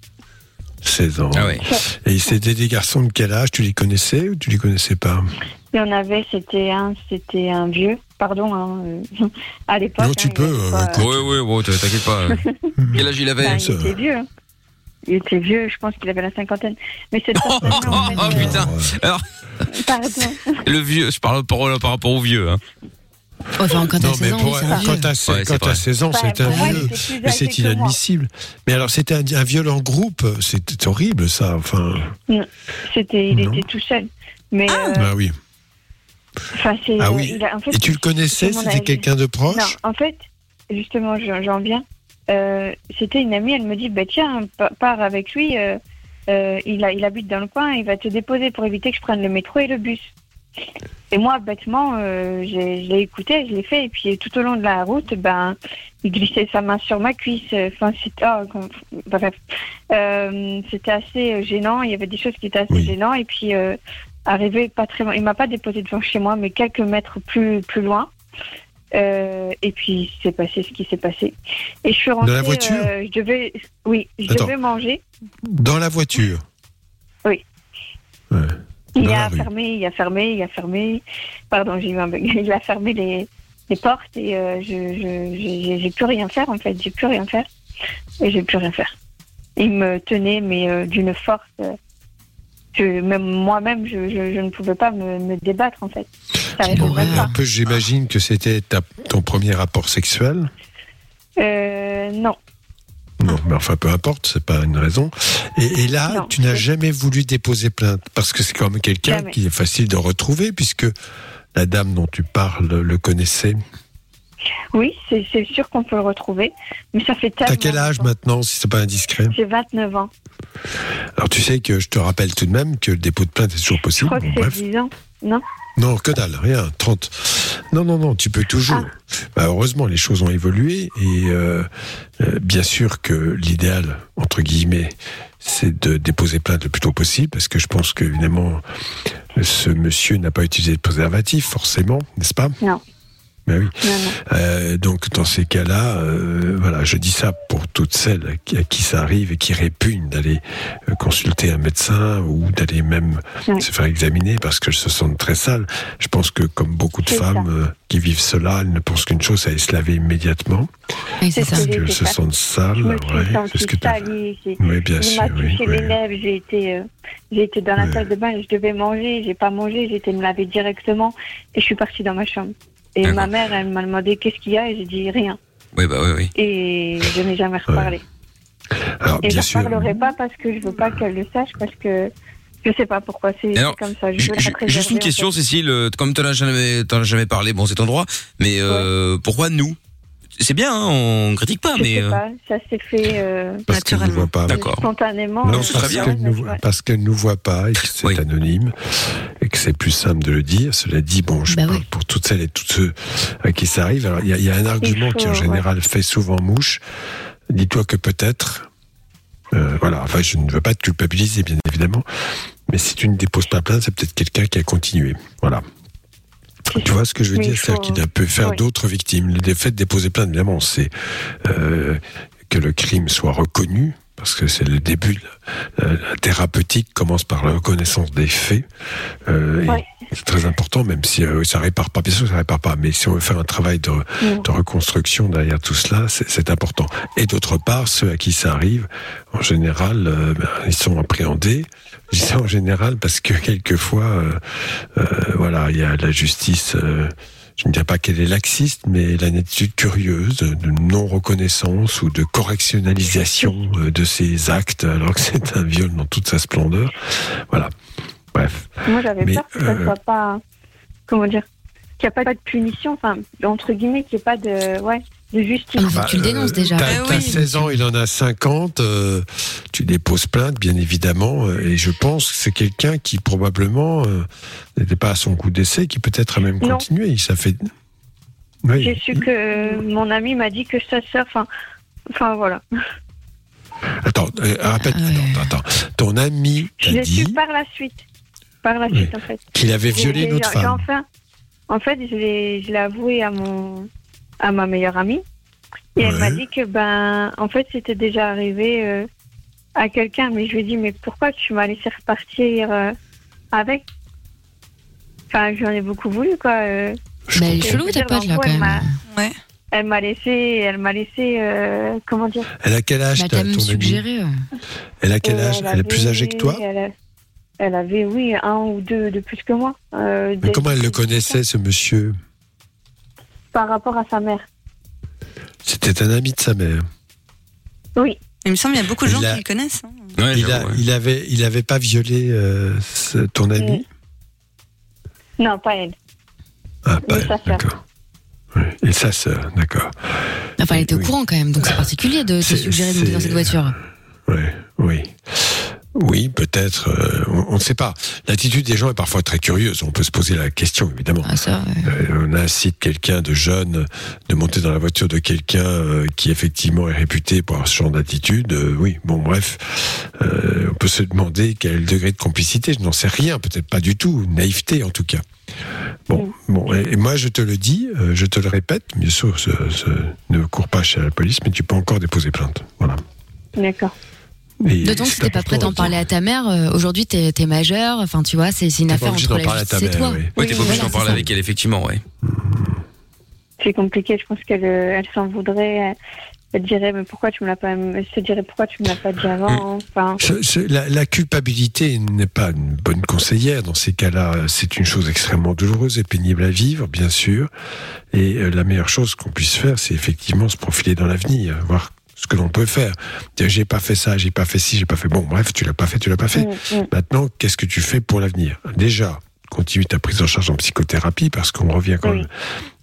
Speaker 4: 16 ans.
Speaker 2: Ah
Speaker 4: Et c'était des garçons de quel âge Tu les connaissais ou tu les connaissais pas
Speaker 9: Il y en avait, c'était un, c'était un vieux. Pardon, hein, euh, à l'époque.
Speaker 4: Non, tu
Speaker 9: hein, il
Speaker 4: peux,
Speaker 9: était
Speaker 4: euh,
Speaker 9: pas-
Speaker 2: Ouais, ouais, bon, t'inquiète pas. euh. Quel âge il avait
Speaker 9: Bah, il était vieux. hein. Il était vieux, je pense qu'il avait la cinquantaine. Mais cette personne-là, en fait,
Speaker 2: Oh putain Alors,
Speaker 9: euh, pardon.
Speaker 2: le vieux, je parle par, par rapport au vieux. Hein.
Speaker 8: Enfin, quand
Speaker 4: Non,
Speaker 8: t'as
Speaker 4: mais
Speaker 8: 16 ans,
Speaker 4: pour-
Speaker 8: oui, c'est un
Speaker 4: quand
Speaker 8: vieux.
Speaker 4: t'as se-
Speaker 2: Ouais, c'est
Speaker 4: quand
Speaker 2: vrai.
Speaker 4: t'as 16 ans,
Speaker 9: Bah,
Speaker 4: c'est un
Speaker 9: pour moi, il
Speaker 4: vieux.
Speaker 9: était plus
Speaker 4: Mais
Speaker 9: âgé
Speaker 4: c'est
Speaker 9: que moi.
Speaker 4: inadmissible. Mais alors, c'était un, un viol en groupe. C'était horrible, ça. Enfin,
Speaker 9: Non, Mm. C'était, il
Speaker 4: Non.
Speaker 9: était tout seul. Mais, euh,
Speaker 4: ah oui.
Speaker 9: enfin, c'est,
Speaker 4: Ah oui.
Speaker 9: il a- en fait,
Speaker 4: Et tu le connaissais
Speaker 9: tout le monde
Speaker 4: C'était
Speaker 9: a-
Speaker 4: quelqu'un de proche
Speaker 9: Non, en fait, justement, j'en j'en viens. Euh, C'était une amie, elle me dit, bah, tiens, pa- pars avec lui, euh, euh, il, a, il habite dans le coin, il va te déposer pour éviter que je prenne le métro et le bus. Et moi, bêtement, euh, j'ai- je l'ai écouté, je l'ai fait, et puis tout au long de la route, ben, il glissait sa main sur ma cuisse. Enfin, c'était, ah, com- bref, Euh, c'était assez gênant. Il y avait des choses qui étaient assez
Speaker 4: Oui.
Speaker 9: gênantes. Et puis, euh, arrivé pas très loin, il m'a pas déposé devant chez moi, mais quelques mètres plus plus loin. Euh, et puis, c'est passé ce qui s'est passé. Et je suis rentrée.
Speaker 4: la voiture
Speaker 9: euh, Je devais, oui, je
Speaker 4: Attends.
Speaker 9: devais manger.
Speaker 4: Dans la voiture
Speaker 9: Oui.
Speaker 4: Ouais.
Speaker 9: Il
Speaker 4: Dans la
Speaker 9: a
Speaker 4: rue.
Speaker 9: fermé, il a fermé, il a fermé. Pardon, j'ai eu un bug. Il a fermé les, les portes et euh, je, je, j'ai- j'ai- j'ai plus rien faire en fait. J'ai plus rien faire et j'ai plus rien faire. Il me tenait mais euh, d'une force euh, que même moi-même je, je, je ne pouvais pas me, me débattre en fait. J'arrivais
Speaker 4: Bon,
Speaker 9: même
Speaker 4: et
Speaker 9: pas.
Speaker 4: en plus, j'imagine que c'était ta- ton premier rapport sexuel.
Speaker 9: Euh, non,
Speaker 4: Non, mais enfin, peu importe, c'est pas une raison. Et, et là,
Speaker 9: Non.
Speaker 4: tu n'as jamais voulu déposer plainte parce que c'est quand même quelqu'un
Speaker 9: Jamais.
Speaker 4: qui est facile de retrouver puisque la dame dont tu parles le connaissait.
Speaker 9: oui, c'est c'est sûr qu'on peut le retrouver, mais ça fait tellement.
Speaker 4: T'as quel âge
Speaker 9: longtemps.
Speaker 4: maintenant, si c'est pas indiscret
Speaker 9: J'ai 29 ans.
Speaker 4: Alors, tu sais que je te rappelle tout de même que le dépôt de plainte est toujours
Speaker 9: Je
Speaker 4: possible.
Speaker 9: crois
Speaker 4: Bon,
Speaker 9: que
Speaker 4: bref.
Speaker 9: c'est 10 ans. Non
Speaker 4: Non, que dalle, rien, 30. Non, non, non, tu peux toujours.
Speaker 9: Ah.
Speaker 4: Bah, heureusement, les choses ont évolué et euh, euh, bien sûr que l'idéal, entre guillemets, c'est de déposer plainte le plus tôt possible parce que je pense que, évidemment, ce monsieur n'a pas utilisé de préservatif, forcément, n'est-ce pas
Speaker 9: Non.
Speaker 4: Ben oui.
Speaker 9: Non, non.
Speaker 4: Euh, donc dans ces cas-là, euh, voilà, je dis ça pour toutes celles à qui- à qui ça arrive et qui répugnent d'aller euh, consulter un médecin ou d'aller même
Speaker 9: Oui.
Speaker 4: se faire examiner parce qu'elles se sentent très sales. Je pense que comme beaucoup de
Speaker 9: C'est ça.
Speaker 4: femmes euh, qui vivent cela, elles ne pensent qu'une chose, c'est aller se laver immédiatement
Speaker 8: Oui,
Speaker 9: C'est
Speaker 8: c'est ça.
Speaker 9: ce
Speaker 4: parce qu'elles
Speaker 9: j'ai
Speaker 4: se
Speaker 9: fait.
Speaker 4: sentent sales.
Speaker 9: Je me
Speaker 4: Bah ouais,
Speaker 9: suis
Speaker 4: c'est
Speaker 9: sentie
Speaker 4: ce que t'as-
Speaker 9: salie. j'ai-
Speaker 4: Oui, bien
Speaker 9: Il
Speaker 4: sûr.
Speaker 9: m'a
Speaker 4: oui,
Speaker 9: touché
Speaker 4: oui.
Speaker 9: les lèvres, j'ai été, euh, j'ai été dans la
Speaker 4: Ouais.
Speaker 9: salle de bain, je devais manger, j'ai pas mangé, j'étais me laver directement et je suis partie dans ma chambre. Et
Speaker 2: D'accord.
Speaker 9: ma mère, elle m'a demandé qu'est-ce qu'il y a et j'ai dit rien.
Speaker 2: Oui, bah oui, oui.
Speaker 9: Et je n'ai jamais reparlé.
Speaker 4: Alors
Speaker 9: Et
Speaker 4: bien
Speaker 9: je
Speaker 4: sûr.
Speaker 9: ne parlerai pas parce que je veux pas qu'elle le sache parce que je sais pas pourquoi c'est
Speaker 2: Alors,
Speaker 9: comme ça. Je
Speaker 2: Ju-
Speaker 9: veux la
Speaker 2: ju-
Speaker 9: préserver,
Speaker 2: Juste une
Speaker 9: en
Speaker 2: question, Cécile. euh, Comme t'en as jamais, t'en as jamais parlé, bon, c'est ton droit. Mais euh, pourquoi nous C'est bien, hein, on critique pas,
Speaker 9: fait. Je
Speaker 2: mais
Speaker 9: sais
Speaker 2: euh,
Speaker 9: pas, ça s'est fait euh,
Speaker 4: Parce qu'elle ne
Speaker 5: Naturellement.
Speaker 4: voit pas.
Speaker 2: d'accord.
Speaker 9: spontanément.
Speaker 4: Non,
Speaker 9: euh,
Speaker 2: c'est
Speaker 4: parce
Speaker 2: très bien.
Speaker 4: qu'elle nous,
Speaker 9: Ouais.
Speaker 4: parce qu'elle nous voit pas et que c'est
Speaker 2: Oui.
Speaker 4: anonyme et que c'est plus simple de le dire. Cela dit, bon, je
Speaker 8: Bah
Speaker 4: parle
Speaker 8: oui.
Speaker 4: pour toutes celles et tous ceux à qui ça arrive. Alors, il y, a- il y a un argument qui, en
Speaker 9: faut,
Speaker 4: général, fait souvent mouche. Dis-toi que peut-être. euh, voilà, enfin, je ne veux pas te culpabiliser, bien évidemment. Mais si tu ne déposes pas plainte, c'est peut-être quelqu'un qui a continué. Voilà. Tu vois ce que je veux
Speaker 9: Mais
Speaker 4: dire
Speaker 9: il
Speaker 4: C'est-à-dire
Speaker 9: faut-
Speaker 4: qu'il a pu faire
Speaker 9: oui.
Speaker 4: d'autres victimes. Le fait de déposer plainte, évidemment, c'est euh, que le crime soit reconnu, parce que c'est le début. de La, la- la thérapeutique commence par la reconnaissance des faits. Euh, et
Speaker 9: Ouais.
Speaker 4: C'est très important, même si euh, ça répare pas. Bien sûr, ça répare pas, mais si on veut faire un travail de,
Speaker 9: Non.
Speaker 4: de reconstruction derrière tout cela, c'est c'est important. Et d'autre part, ceux à qui ça arrive, en général, euh, ben, ils sont appréhendés. Je dis ça en général parce que quelquefois, euh, euh, voilà, il y a la justice. euh, je ne dirais pas qu'elle est laxiste, mais elle a une attitude curieuse de de non-reconnaissance ou de correctionnalisation euh, de ces actes, alors que c'est un viol dans toute sa splendeur. Voilà. Bref.
Speaker 9: Moi, j'avais
Speaker 4: Mais,
Speaker 9: peur que ça
Speaker 4: euh,
Speaker 9: soit pas. Comment dire Qu'il n'y a pas de punition, enfin, entre guillemets, qu'il n'y ait pas de. Ouais, de justice.
Speaker 8: Ah, faut que tu le
Speaker 4: Bah,
Speaker 8: dénonces
Speaker 4: euh,
Speaker 8: déjà.
Speaker 4: T'as
Speaker 9: Ah
Speaker 5: Eh
Speaker 4: t'as
Speaker 5: oui.
Speaker 4: 16 ans, il en a 50. euh, tu déposes plainte, bien évidemment. euh, Et je pense que c'est quelqu'un qui probablement euh, n'était pas à son coup d'essai, qui peut-être a même
Speaker 9: Non.
Speaker 4: continué. Ça fait. Oui.
Speaker 9: J'ai su que mon ami m'a dit que sa sœur, enfin, enfin voilà.
Speaker 4: Attends, euh, rappelle-
Speaker 8: Ah ouais.
Speaker 4: attends, attends. Ton ami
Speaker 9: Je
Speaker 4: t'a
Speaker 9: l'ai su
Speaker 4: dit
Speaker 9: par la suite, par la
Speaker 4: Oui.
Speaker 9: suite en fait.
Speaker 4: qu'il avait
Speaker 9: J'ai-
Speaker 4: violé
Speaker 9: j'ai-
Speaker 4: une autre
Speaker 9: j'ai
Speaker 4: femme.
Speaker 9: Enfin, en fait, je l'ai, je l'ai avoué à mon, à ma meilleure amie. Et elle
Speaker 4: Ouais.
Speaker 9: m'a dit que ben, en fait, c'était déjà arrivé euh, à quelqu'un. Mais je lui ai dit, mais pourquoi tu m'as laissé repartir euh, avec Enfin, j'en ai beaucoup voulu quoi. euh.
Speaker 4: Je
Speaker 8: Bah, elle est
Speaker 4: comprends.
Speaker 8: chelou, ta
Speaker 9: Dans
Speaker 8: pote, là,
Speaker 9: quoi
Speaker 8: quand
Speaker 9: elle
Speaker 8: même.
Speaker 9: m'a-
Speaker 5: Ouais.
Speaker 9: Elle m'a laissé, elle m'a laissé, euh, comment dire
Speaker 4: Elle a quel âge
Speaker 8: Bah,
Speaker 4: ta-
Speaker 8: t'as
Speaker 4: ton
Speaker 8: même
Speaker 4: ami
Speaker 8: suggéré. euh.
Speaker 4: Elle a quel
Speaker 9: Euh,
Speaker 4: âge Elle est plus
Speaker 9: avait-
Speaker 4: âgée que toi
Speaker 9: elle, a- elle avait, oui, un ou deux de plus que moi. Euh,
Speaker 4: Mais
Speaker 9: des-
Speaker 4: comment elle le connaissait, ce monsieur
Speaker 9: Par rapport à sa mère.
Speaker 4: C'était un ami de sa mère.
Speaker 9: Oui.
Speaker 5: Il me semble qu'il y a beaucoup de gens
Speaker 4: Il a-
Speaker 5: qui le connaissent. hein.
Speaker 2: Ouais,
Speaker 4: il, a-
Speaker 2: j'avoue, ouais.
Speaker 4: il avait, il avait pas violé euh, ce- ton ami
Speaker 9: Non, pas elle.
Speaker 4: Ah, pas
Speaker 9: Oui,
Speaker 4: elle,
Speaker 9: sa sœur.
Speaker 4: d'accord. Oui, Et sa sœur, d'accord.
Speaker 8: Enfin, elle était au
Speaker 4: Oui.
Speaker 8: courant quand même, donc c'est particulier de te
Speaker 4: C'est-
Speaker 8: suggérer de monter dans
Speaker 4: c'est-
Speaker 8: cette voiture.
Speaker 4: Oui, oui. Oui, peut-être. euh, on on ne sait pas. L'attitude des gens est parfois très curieuse. On peut se poser la question, évidemment.
Speaker 8: Ah, ça, ouais.
Speaker 4: Euh, on incite quelqu'un de jeune de monter dans la voiture de quelqu'un euh, qui effectivement est réputé pour avoir ce genre d'attitude. euh, oui, bon, bref, Euh, on peut se demander quel est le degré de complicité. Je n'en sais rien, peut-être pas du tout, naïveté en tout cas. Bon, bon, et, et moi je te le dis, euh, je te le répète, bien sûr, ce- ce- ne cours pas chez la police, mais tu peux encore déposer plainte. Voilà.
Speaker 9: D'accord.
Speaker 4: Et
Speaker 8: D'autant que
Speaker 4: c'est
Speaker 8: si t'es pas prêt
Speaker 4: important hein,
Speaker 8: d'en
Speaker 4: de-
Speaker 8: parler à ta mère, euh, aujourd'hui t'es es majeur, enfin tu vois, c'est c'est une
Speaker 4: T'es pas
Speaker 8: affaire
Speaker 4: obligé d'en
Speaker 8: entre la
Speaker 4: parler à ta
Speaker 8: justice et
Speaker 4: mère.
Speaker 8: toi.
Speaker 4: oui.
Speaker 2: Ouais, t'es pas
Speaker 8: Oui,
Speaker 2: obligé d'en
Speaker 8: voilà,
Speaker 2: parler
Speaker 8: c'est
Speaker 2: avec elle, effectivement, ouais.
Speaker 9: C'est compliqué. Je pense qu'elle euh, elle s'en voudrait. euh, Elle dirait, mais pourquoi tu me l'as pas, elle se dirait, pourquoi tu me l'as pas dit avant Enfin,
Speaker 4: Euh, Ce- ce- la, la culpabilité n'est pas une bonne conseillère dans ces cas-là. C'est une chose extrêmement douloureuse et pénible à vivre, bien sûr. Et euh, la meilleure chose qu'on puisse faire, c'est effectivement se profiler dans l'avenir, voir ce que l'on peut faire. Dire, J'ai pas fait ça, j'ai pas fait ci, j'ai pas fait. Bon, bref, tu l'as pas fait, tu l'as pas fait.
Speaker 9: mm, mm.
Speaker 4: Maintenant, qu'est-ce que tu fais pour l'avenir Déjà, continue ta prise en charge en psychothérapie parce qu'on revient quand
Speaker 9: Oui.
Speaker 4: même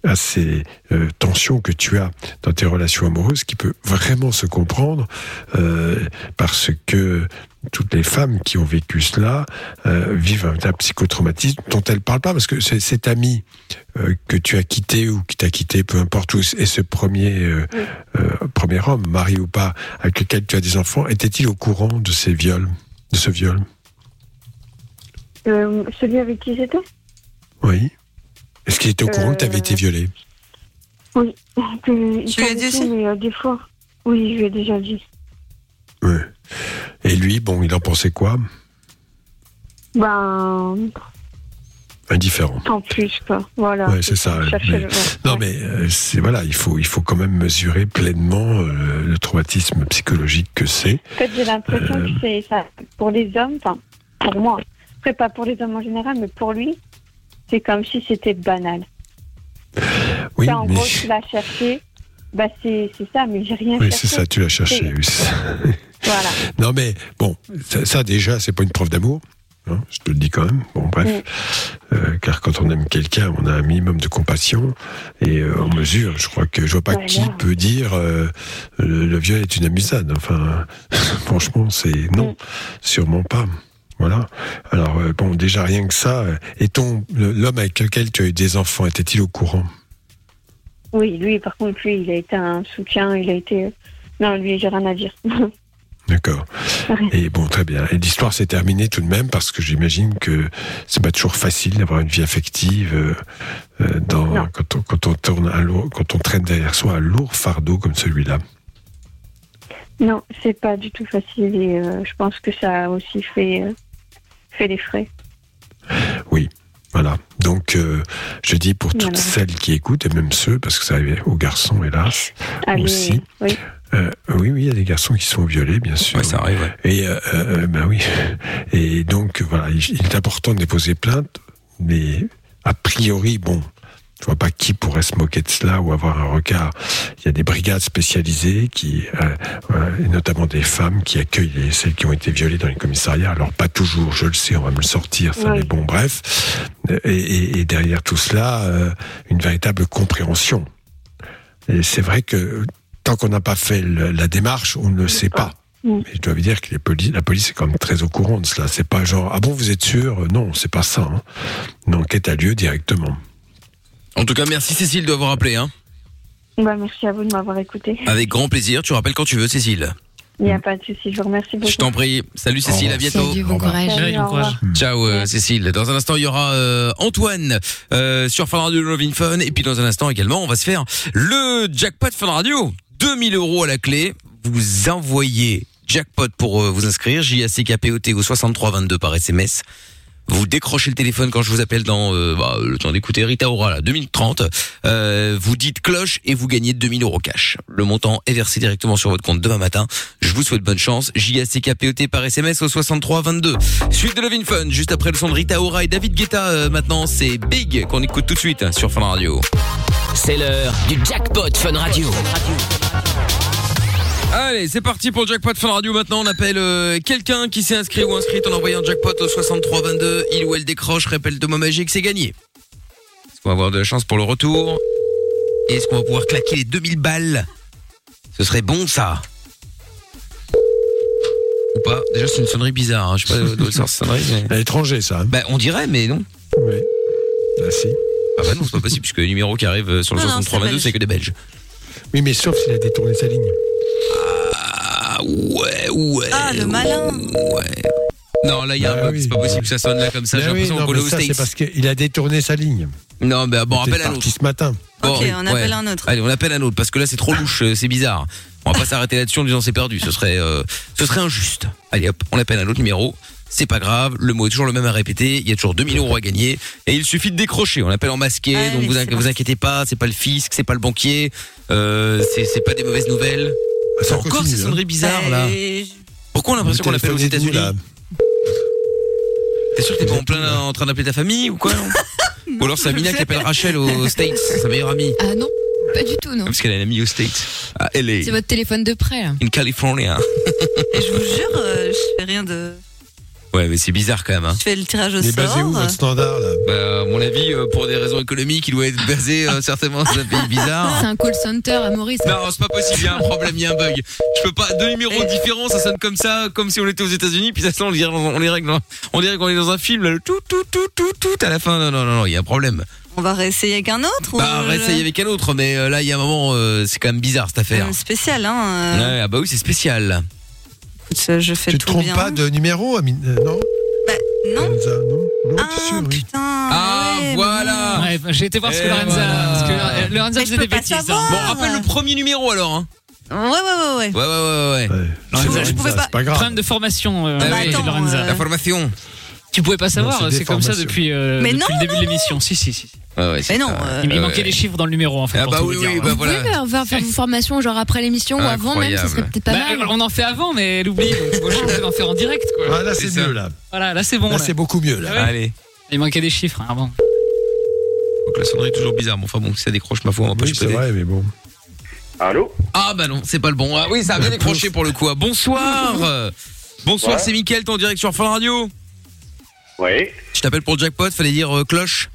Speaker 4: à ces euh, tensions que tu as dans tes relations amoureuses qui peut vraiment se comprendre euh, parce que toutes les femmes qui ont vécu cela euh, vivent un véritable psychotraumatisme dont elles ne parlent pas parce que c'est cet ami euh, que tu as quitté ou qui t'a quitté, peu importe où, et ce premier, euh,
Speaker 9: Oui.
Speaker 4: euh, premier homme, mari ou pas, avec lequel tu as des enfants, était-il au courant de ces viols, de ce viol
Speaker 9: Euh, celui avec qui j'étais
Speaker 4: Oui. Est-ce qu'il était au courant que tu avais
Speaker 9: Euh,
Speaker 4: été violée
Speaker 9: Oui. Que, il
Speaker 5: Tu lui as
Speaker 9: savait
Speaker 5: dit
Speaker 9: tout,
Speaker 5: aussi
Speaker 9: mais, euh, Des fois. Oui, je lui ai déjà dit.
Speaker 4: Oui. Et lui, bon, il en pensait quoi
Speaker 9: Ben,
Speaker 4: Indifférent.
Speaker 9: tant plus, quoi. Voilà.
Speaker 4: Ouais, c'est ça.
Speaker 9: Chercher
Speaker 4: Mais-
Speaker 9: le- ouais,
Speaker 4: Non,
Speaker 9: ouais.
Speaker 4: mais euh, c'est voilà, il faut, il faut quand même mesurer pleinement euh, le traumatisme psychologique que c'est.
Speaker 9: En fait, j'ai l'impression
Speaker 4: Euh.
Speaker 9: que c'est ça. Pour les hommes, enfin, pour moi, après pas pour les hommes en général, mais pour lui, c'est comme si c'était banal.
Speaker 4: Oui,
Speaker 9: Ça, en
Speaker 4: mais
Speaker 9: gros, tu l'as cherché, bah, c'est c'est ça, mais j'ai rien
Speaker 4: oui, c'est
Speaker 9: cherché.
Speaker 4: ça, tu l'as cherché. oui, c'est ça.
Speaker 9: Voilà.
Speaker 4: Non, mais bon, ça, ça, déjà, c'est pas une preuve d'amour. hein, je te le dis quand même. Bon, bref. Euh, car quand on aime quelqu'un, on a un minimum de compassion et euh, on mesure. Je crois que je vois pas
Speaker 9: Voilà.
Speaker 4: qui peut dire euh, le, le viol est une amusade. Enfin, franchement, c'est non,
Speaker 9: Mm.
Speaker 4: sûrement pas. Voilà. Alors euh, bon, déjà rien que ça. euh, Et ton le- l'homme avec lequel tu as eu des enfants était-il au courant
Speaker 9: Oui, lui, par contre, lui, il a été un soutien, il a été. Non, lui, j'ai rien à dire.
Speaker 4: D'accord.
Speaker 9: Oui.
Speaker 4: Et bon, très bien. Et l'histoire s'est terminée tout de même parce que j'imagine que c'est pas toujours facile d'avoir une vie affective euh, euh, dans,
Speaker 9: Non.
Speaker 4: quand, on, quand on tourne un lourd, quand on traîne derrière soi un lourd fardeau comme celui-là.
Speaker 9: non, c'est pas du tout facile et euh, je pense que ça a aussi fait, euh, fait les frais.
Speaker 4: Voilà. Donc, euh, je dis pour toutes
Speaker 9: Voilà.
Speaker 4: celles qui écoutent et même ceux, parce que ça arrive aux garçons, hélas.
Speaker 9: Allez,
Speaker 4: Aussi.
Speaker 9: Ah oui.
Speaker 4: Euh, oui, oui, il y a des garçons qui sont violés, bien sûr.
Speaker 2: Ouais, ça arrive, ouais.
Speaker 4: Et euh, euh, ben oui. Et donc voilà, il il est important de déposer plainte, mais a priori, bon, je vois pas qui pourrait se moquer de cela ou avoir un regard. Il y a des brigades spécialisées qui, euh, euh, et notamment des femmes qui accueillent les- celles qui ont été violées dans les commissariats. Alors pas toujours, je le sais, on va me le sortir, ça.
Speaker 9: Oui.
Speaker 4: Mais bon, bref. Et, et- et derrière tout cela, euh, une véritable compréhension. Et c'est vrai que tant qu'on n'a pas fait le- la démarche, on ne le sait pas.
Speaker 9: Mm.
Speaker 4: Mais je dois vous dire que les poli- la police est quand même très au courant de cela. C'est pas genre ah bon vous êtes sûr Non, c'est pas ça. hein. Une enquête a lieu directement.
Speaker 2: En tout cas, merci Cécile d'avoir appelé. Hein.
Speaker 9: Bah, merci à vous de m'avoir écouté.
Speaker 2: Avec grand plaisir. Tu rappelles quand tu veux, Cécile.
Speaker 9: Il n'y
Speaker 4: Mm.
Speaker 9: a pas de souci. Je vous remercie beaucoup.
Speaker 2: Je t'en prie. Salut Cécile, à bientôt.
Speaker 8: Salut, bon courage.
Speaker 9: Salut, au revoir.
Speaker 2: Ciao euh, Cécile. Dans un instant, il y aura euh, Antoine euh, sur Fun Radio Loving Fun. Et puis dans un instant également, on va se faire le jackpot Fun Radio. 2000 euros à la clé. Vous envoyez jackpot pour euh, vous inscrire. J-A-C-K-P-O-T au 6322 par SMS. Vous décrochez le téléphone quand je vous appelle dans euh, bah, le temps d'écouter Rita Ora, là, 2030. Euh, vous dites cloche et vous gagnez 2000 euros cash. Le montant est versé directement sur votre compte demain matin. Je vous souhaite bonne chance. J-A-C-K-P-O-T par SMS au 6322. Suite de Love in Fun, juste après le son de Rita Ora et David Guetta. euh, maintenant, c'est Big qu'on écoute tout de suite hein, sur Fun Radio.
Speaker 1: C'est l'heure du jackpot Fun Radio.
Speaker 2: Allez, c'est parti pour le jackpot Fun Radio. Maintenant, on appelle euh, quelqu'un qui s'est inscrit ou inscrite en envoyant jackpot au 6322. Il ou elle décroche, répète deux mots magiques, c'est gagné. Est-ce qu'on va avoir de la chance pour le retour Et Est-ce qu'on va pouvoir claquer les 2000 balles Ce serait bon, ça. Ou pas Déjà, c'est une sonnerie bizarre. hein. Je sais pas d'où elle sort cette sonnerie. mais-
Speaker 4: À l'étranger ça. hein
Speaker 2: Bah, on dirait, mais non.
Speaker 4: oui. Ah, si.
Speaker 2: Ah bah non, c'est pas possible, puisque les numéros qui arrivent euh, sur le
Speaker 5: Non, non,
Speaker 2: 6322,
Speaker 5: c'est
Speaker 2: c'est que des Belges.
Speaker 4: Oui, mais sauf s'il a détourné sa ligne.
Speaker 2: Ah ouais, ouais.
Speaker 5: Ah,
Speaker 4: oh.
Speaker 5: le malin.
Speaker 2: Ouais. Non, là, il y a
Speaker 4: Bah
Speaker 2: un bug,
Speaker 4: oui.
Speaker 2: c'est pas possible que ça sonne là comme ça. J'ai
Speaker 4: Mais oui,
Speaker 2: l'impression
Speaker 4: non,
Speaker 2: qu'on est
Speaker 4: mais
Speaker 2: aux
Speaker 4: ça, c'est
Speaker 2: States.
Speaker 4: parce qu'il a détourné sa ligne.
Speaker 2: Non, mais bon,
Speaker 4: Il
Speaker 2: appelle
Speaker 4: était
Speaker 2: un autre.
Speaker 4: parti ce matin.
Speaker 2: Bon,
Speaker 5: Ok, on appelle un autre.
Speaker 2: Allez, on appelle un autre parce que là, c'est trop louche, euh, c'est bizarre. On va pas s'arrêter là-dessus en disant c'est perdu, ce serait, euh, ce serait injuste. Allez hop, on appelle un autre numéro. C'est pas grave, le mot est toujours le même à répéter. Il y a toujours 2000 euros à gagner et il suffit de décrocher. On appelle en masqué,
Speaker 5: Allez,
Speaker 2: donc vous,
Speaker 5: Ah c'est
Speaker 2: inqui-
Speaker 5: parti.
Speaker 2: vous inquiétez pas, c'est pas le fisc, c'est pas le banquier, euh, c'est c'est pas des mauvaises nouvelles.
Speaker 4: Ah, ça
Speaker 2: Encore
Speaker 4: continue,
Speaker 2: ces
Speaker 4: hein.
Speaker 2: sonneries bizarres là.
Speaker 5: Et-
Speaker 2: Pourquoi on a l'impression qu'on l'appelle aux
Speaker 4: Téléphonez-vous,
Speaker 2: États-Unis
Speaker 4: là.
Speaker 2: T'es sûr que t'es pas en plein en train d'appeler ta famille ou quoi Ou alors Samina qui appelle Rachel aux States, sa meilleure amie.
Speaker 8: Ah non, pas du tout, non.
Speaker 2: Parce qu'elle a une amie aux States. À LA.
Speaker 8: C'est votre téléphone de près, là.
Speaker 2: In California.
Speaker 5: et je vous jure, euh, je fais rien de.
Speaker 2: Ouais, mais c'est bizarre quand même. Hein.
Speaker 5: Je fais le tirage au
Speaker 4: Il est
Speaker 5: sort.
Speaker 4: basé où votre standard là
Speaker 2: Bah, à mon avis, euh, pour des raisons économiques, il doit être basé euh, certainement dans un pays
Speaker 8: C'est
Speaker 2: bizarre.
Speaker 8: un call center à Maurice.
Speaker 2: Non, c'est pas possible, il y a un problème, il y a un bug. Je peux pas, deux numéros
Speaker 5: Eh.
Speaker 2: différents, ça sonne comme ça, comme si on était aux États-Unis, puis ça sonne, on dirait, on dirait que- on dirait qu'on est dans un film, là, le tout, tout, tout, tout, tout à la fin. Non, non, non, non, il y a un problème.
Speaker 5: On va réessayer avec un autre ou
Speaker 2: Bah, on va essayer avec un autre, mais euh, là, il y a un moment, euh, c'est quand même bizarre cette
Speaker 5: Ah, C'est
Speaker 2: affaire.
Speaker 5: quand même spécial, hein. euh,
Speaker 2: Ouais, ah bah oui, c'est spécial.
Speaker 5: écoute, je fais
Speaker 4: Tu te
Speaker 5: tout
Speaker 4: trompes
Speaker 5: bien.
Speaker 4: pas de numéro, Amine euh, Non
Speaker 5: Bah, non.
Speaker 4: Elsa, non Non,
Speaker 5: Ah,
Speaker 4: t'es sûr, oui.
Speaker 5: putain.
Speaker 2: Ah,
Speaker 5: ouais,
Speaker 2: voilà.
Speaker 6: Ouais, bah, j'ai été voir ce que
Speaker 2: Et
Speaker 6: Lorenza,
Speaker 2: voilà.
Speaker 6: parce que euh, Lorenza
Speaker 5: Mais je
Speaker 6: faisait
Speaker 5: peux
Speaker 6: des
Speaker 5: pas
Speaker 6: bêtises. hein.
Speaker 5: savoir.
Speaker 2: Bon, rappelle le premier numéro alors. Hein.
Speaker 5: bon. Ouais, ouais, ouais, ouais.
Speaker 2: Ouais, ouais, ouais, ouais. ouais.
Speaker 4: Ouais.
Speaker 6: Non,
Speaker 4: C'est
Speaker 6: je
Speaker 4: Lorenza,
Speaker 5: pouvais pas-
Speaker 4: C'est pas grave.
Speaker 6: Problème de formation, euh,
Speaker 2: Ah bah
Speaker 6: avec
Speaker 2: attends,
Speaker 6: Lorenza.
Speaker 5: euh,
Speaker 2: La formation.
Speaker 6: Tu pouvais pas
Speaker 4: Non,
Speaker 6: savoir,
Speaker 4: c'est
Speaker 6: c'est comme ça
Speaker 4: déformation.
Speaker 6: depuis, euh,
Speaker 5: Mais
Speaker 6: depuis
Speaker 5: non,
Speaker 6: le début de l'émission. Si, si, si.
Speaker 2: Ouais, ouais,
Speaker 5: Mais
Speaker 2: c'est
Speaker 5: non.
Speaker 2: ça.
Speaker 5: euh,
Speaker 6: Il
Speaker 2: ouais,
Speaker 6: manquait
Speaker 2: ouais.
Speaker 6: des chiffres dans le numéro, en fait.
Speaker 2: Ah
Speaker 6: pour
Speaker 2: bah
Speaker 6: tout
Speaker 2: oui,
Speaker 6: vous
Speaker 2: oui,
Speaker 6: dire. hein.
Speaker 2: bah
Speaker 8: Vous
Speaker 2: voilà.
Speaker 8: pouvez me faire- faire vos formations, genre après l'émission ou avant même, ce
Speaker 2: Incroyable.
Speaker 8: serait peut-être pas
Speaker 6: Bah,
Speaker 8: mal.
Speaker 6: on en fait avant, mais l'oubli. donc Moi, je suis en faire en direct, quoi.
Speaker 4: Ah, là, c'est
Speaker 2: C'est ça.
Speaker 4: mieux, là.
Speaker 6: Voilà, là, c'est bon.
Speaker 4: Là,
Speaker 6: là.
Speaker 4: c'est beaucoup mieux, là.
Speaker 6: Ah ouais.
Speaker 2: Allez.
Speaker 6: Il manquait des chiffres, hein, avant.
Speaker 2: Donc la sonnerie est toujours bizarre. Bon, enfin bon, si ça décroche ma foi, on va pas
Speaker 4: Oui, c'est
Speaker 2: chipoter.
Speaker 4: vrai, mais bon.
Speaker 7: Allô
Speaker 2: Ah bah non, c'est pas le bon. Ah oui, ça a bien décroché pour le coup. Ah, Bonsoir. Euh, Bonsoir,
Speaker 7: Ouais.
Speaker 2: c'est Mickaël, t'es en direct sur Fun Radio.
Speaker 7: Oui.
Speaker 2: Je t'appelle pour le jackpot, fallait dire euh, cloche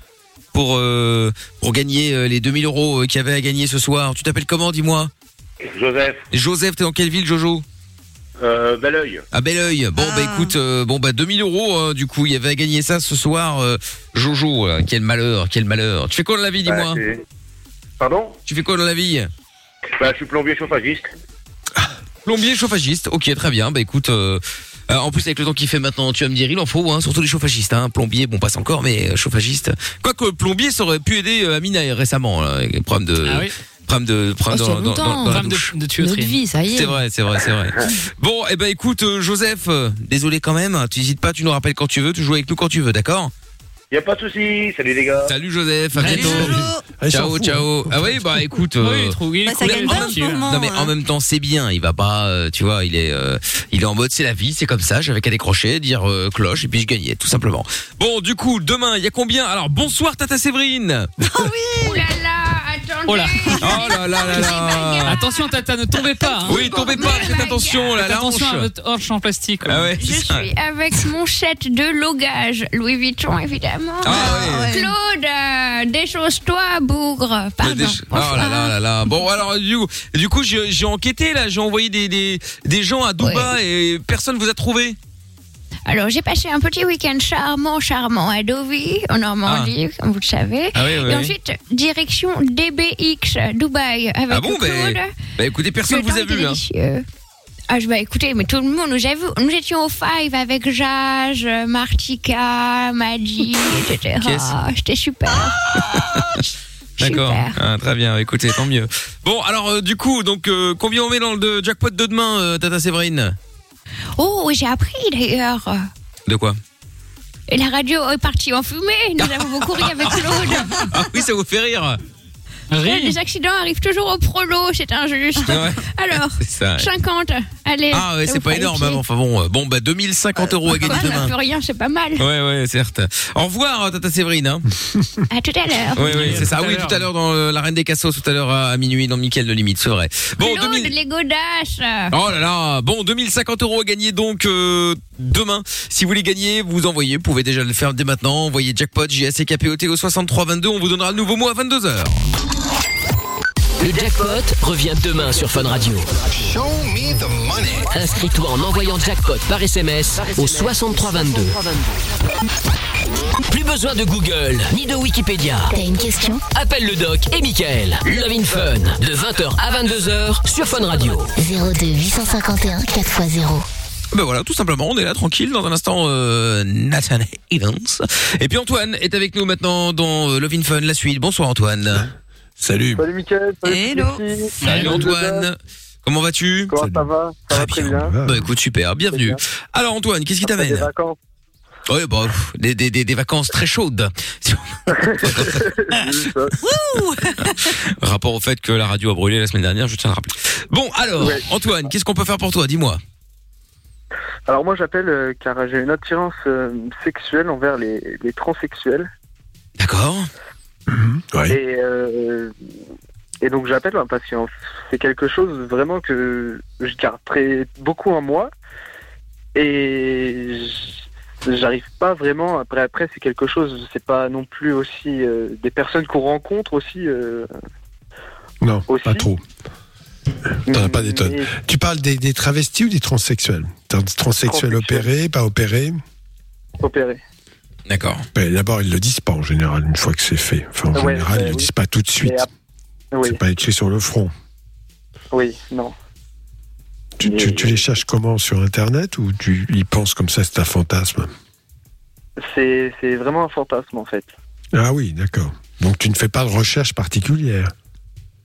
Speaker 2: pour euh, pour gagner euh, les 2000 euros euh, qu'il y avait à gagner ce soir. Tu t'appelles comment, dis-moi
Speaker 7: Joseph,
Speaker 2: Joseph, t'es dans quelle ville, Jojo
Speaker 7: euh, bel oeil.
Speaker 2: À bel oeil. Bon
Speaker 5: Ah.
Speaker 2: bah écoute, euh, bon bah 2000 euros euh, du coup, il y avait à gagner ça ce soir. euh, Jojo, euh, quel malheur, quel malheur. Tu fais quoi dans la vie,
Speaker 7: Bah,
Speaker 2: dis-moi
Speaker 7: Pardon
Speaker 2: Tu fais quoi dans la vie
Speaker 7: Bah, je suis plombier chauffagiste.
Speaker 2: Plombier, chauffagiste. Ok, très bien. Bah écoute, euh, euh, en plus avec le temps qu'il fait maintenant, tu vas me dire, il en faut, hein, surtout les chauffagistes. Hein. Plombier, bon passe encore, mais euh, chauffagiste. Quoique plombier, ça aurait pu aider euh, Amina euh, récemment, là, avec les problèmes de,
Speaker 6: Ah oui, Ah,
Speaker 2: problèmes de, problèmes
Speaker 8: Oh, c'est
Speaker 2: dans- dans-
Speaker 8: longtemps.
Speaker 2: dans- dans la
Speaker 6: femme de,
Speaker 2: douche.
Speaker 6: de
Speaker 8: Notre
Speaker 6: tuyauterie.
Speaker 8: vie, ça y est.
Speaker 2: C'est vrai, c'est vrai, c'est vrai. Bon, eh ben écoute, euh, Joseph, euh, désolé quand même. Tu hésites pas, tu nous rappelles quand tu veux, tu joues avec nous quand tu veux, d'accord
Speaker 7: Y a pas de souci. Salut les gars.
Speaker 2: Salut Joseph, à
Speaker 6: Salut,
Speaker 2: bientôt.
Speaker 6: Jojo.
Speaker 4: Ah, il s'en
Speaker 2: Ciao,
Speaker 4: fout,
Speaker 2: ciao.
Speaker 4: hein.
Speaker 2: Ah oui, bah écoute.
Speaker 6: Oui,
Speaker 2: euh,
Speaker 6: il est trop- il est
Speaker 5: Bah, ça
Speaker 6: cool,
Speaker 5: gagne
Speaker 6: il est
Speaker 5: pas
Speaker 2: en
Speaker 5: en
Speaker 6: gentil,
Speaker 5: ce
Speaker 6: là.
Speaker 5: moment.
Speaker 2: Non mais en
Speaker 5: hein.
Speaker 2: même temps c'est bien, il va pas, euh, tu vois, il est, euh, il est en mode c'est la vie, c'est comme ça, j'avais qu'à décrocher, dire euh, cloche et puis je gagnais tout simplement. Bon du coup demain il y a combien Alors bonsoir Tata Séverine.
Speaker 8: Oh là là, attendez.
Speaker 6: Oh là.
Speaker 2: Oh là là là là.
Speaker 6: Attention, Tata, ne tombez pas. hein.
Speaker 2: Oui tombez pas, faites attention là,
Speaker 6: Faites
Speaker 2: la hanche.
Speaker 6: attention à votre hanche en plastique.
Speaker 2: Ah ouais.
Speaker 8: Je
Speaker 2: c'est ça.
Speaker 8: suis aveugle.
Speaker 10: avec mon set de logage. Louis Vuitton, évidemment.
Speaker 2: Ah
Speaker 10: Claude, euh, déchausse-toi, bougre.
Speaker 2: Le
Speaker 10: Pardon.
Speaker 2: déch- Oh là là là là. Bon alors du coup, du coup j'ai j'ai enquêté là, j'ai envoyé des, des, des gens à Dubaï et personne vous a trouvé.
Speaker 10: Alors, j'ai passé un petit week-end charmant, charmant à Deauville, en Normandie, comme vous le savez.
Speaker 2: Ah oui, oui,
Speaker 10: Et
Speaker 2: oui.
Speaker 10: ensuite, direction DBX, Dubaï,
Speaker 6: Eh
Speaker 10: avec
Speaker 2: ah bon
Speaker 10: Claude.
Speaker 2: ben bah, écoutez personne
Speaker 10: Le
Speaker 2: vous a
Speaker 10: temps est
Speaker 2: vu hein.
Speaker 10: délicieux. Ah, je bah écoutez, mais tout le monde, nous, avons- nous étions au Five avec Jage, Martika, Maddy, etc.
Speaker 2: Qu'est-ce
Speaker 10: C'était super.
Speaker 2: D'accord. Ah, très bien. Écoutez tant mieux. Bon alors euh, du coup donc euh, combien on met dans le de- jackpot de demain euh, Tata Séverine
Speaker 10: Oh, j'ai appris d'ailleurs.
Speaker 2: De quoi
Speaker 10: Et la radio est partie en fumée. Nous avons beaucoup ri avec Claude.
Speaker 2: Ah oui ça vous fait rire.
Speaker 10: Les accidents arrivent toujours au prolo, c'est injuste.
Speaker 2: Ouais.
Speaker 10: Alors,
Speaker 2: C'est ça, ouais.
Speaker 10: 50. Allez.
Speaker 2: Ah ouais
Speaker 10: ça
Speaker 2: c'est
Speaker 10: vous
Speaker 2: pas
Speaker 10: fera les
Speaker 2: énorme
Speaker 10: pieds.
Speaker 2: hein, enfin bon euh, bon bah 2050 euros à
Speaker 10: Voilà,
Speaker 2: gagner demain.
Speaker 10: plus rien, c'est pas mal.
Speaker 2: Ouais ouais certes. Au revoir euh, Tata Séverine hein.
Speaker 10: À tout à l'heure.
Speaker 2: Oui, oui, c'est ça. Ah oui, tout à l'heure dans euh, la Reine des Cassos, tout à l'heure à à minuit dans Mickaël de Limite, c'est vrai. Bon,
Speaker 10: Claude,
Speaker 2: 2000...
Speaker 10: les godasses.
Speaker 2: Oh là là, bon, 2050 euros à gagner donc euh, demain. Si vous voulez gagner, vous envoyez, vous pouvez déjà le faire dès maintenant. Envoyez jackpot, JSCKPOT au 6322, on vous donnera le nouveau mot à 22h.
Speaker 1: Le jackpot revient demain sur Fun Radio. Inscris-toi en envoyant jackpot par SMS au 6322. Plus besoin de Google ni de Wikipédia.
Speaker 3: T'as une question
Speaker 1: Appelle le doc et Michael. Love in Fun de 20h à 22h sur Fun Radio.
Speaker 3: 02 851 4x0.
Speaker 2: Ben voilà, tout simplement, on est là tranquille dans un instant euh, Nathan Evans. Et puis Antoine est avec nous maintenant dans euh, Love in Fun, la suite. Bonsoir Antoine.
Speaker 4: Salut.
Speaker 11: Salut Mickaël, salut
Speaker 12: Hello.
Speaker 11: Sophie.
Speaker 2: Salut Antoine. Comment vas-tu
Speaker 11: Comment ça va Ça va très bien.
Speaker 2: Bah écoute, super, bienvenue.
Speaker 11: Très bien.
Speaker 2: Alors Antoine, qu'est-ce qui
Speaker 11: Après des
Speaker 2: t'amène
Speaker 11: vacances.
Speaker 2: Ouais, bah, pff, des, des, des, des vacances très chaudes.
Speaker 11: Juste, euh,
Speaker 2: Rapport au fait que la radio a brûlé la semaine dernière, je tiens à le rappeler. Bon, alors,
Speaker 11: Ouais.
Speaker 2: Antoine, qu'est-ce qu'on peut faire pour toi Dis-moi.
Speaker 11: Alors moi j'appelle euh, car j'ai une attirance euh, sexuelle envers les, les transsexuels
Speaker 2: D'accord
Speaker 4: Ouais.
Speaker 11: et euh, et donc j'appelle hein, parce que en- c'est quelque chose vraiment que je garde très beaucoup en moi et j- j'arrive pas vraiment après après c'est quelque chose c'est pas non plus aussi euh, des personnes qu'on rencontre aussi euh,
Speaker 4: Non,
Speaker 11: Aussi.
Speaker 4: pas trop. T'en as pas des
Speaker 11: mais-
Speaker 4: tonnes. Tu parles des, des travestis ou des transsexuels Trans- Transsexuels
Speaker 11: Transsexuels.
Speaker 4: opérés, pas opérés
Speaker 11: opérés.
Speaker 2: D'accord.
Speaker 4: Ben, D'abord, ils le disent pas en général, une fois que c'est fait. Enfin, en
Speaker 11: Ouais,
Speaker 4: général,
Speaker 11: ouais,
Speaker 4: ils le
Speaker 11: oui.
Speaker 4: disent pas tout de suite.
Speaker 11: Et ap- Oui,
Speaker 4: C'est pas écrit sur le front.
Speaker 11: oui, non.
Speaker 4: Tu, tu- tu les cherches comment Sur Internet Ou tu y penses comme ça, c'est un fantasme
Speaker 11: C'est c'est vraiment un fantasme en fait.
Speaker 4: Ah oui, d'accord. Donc tu ne fais pas de recherche particulière.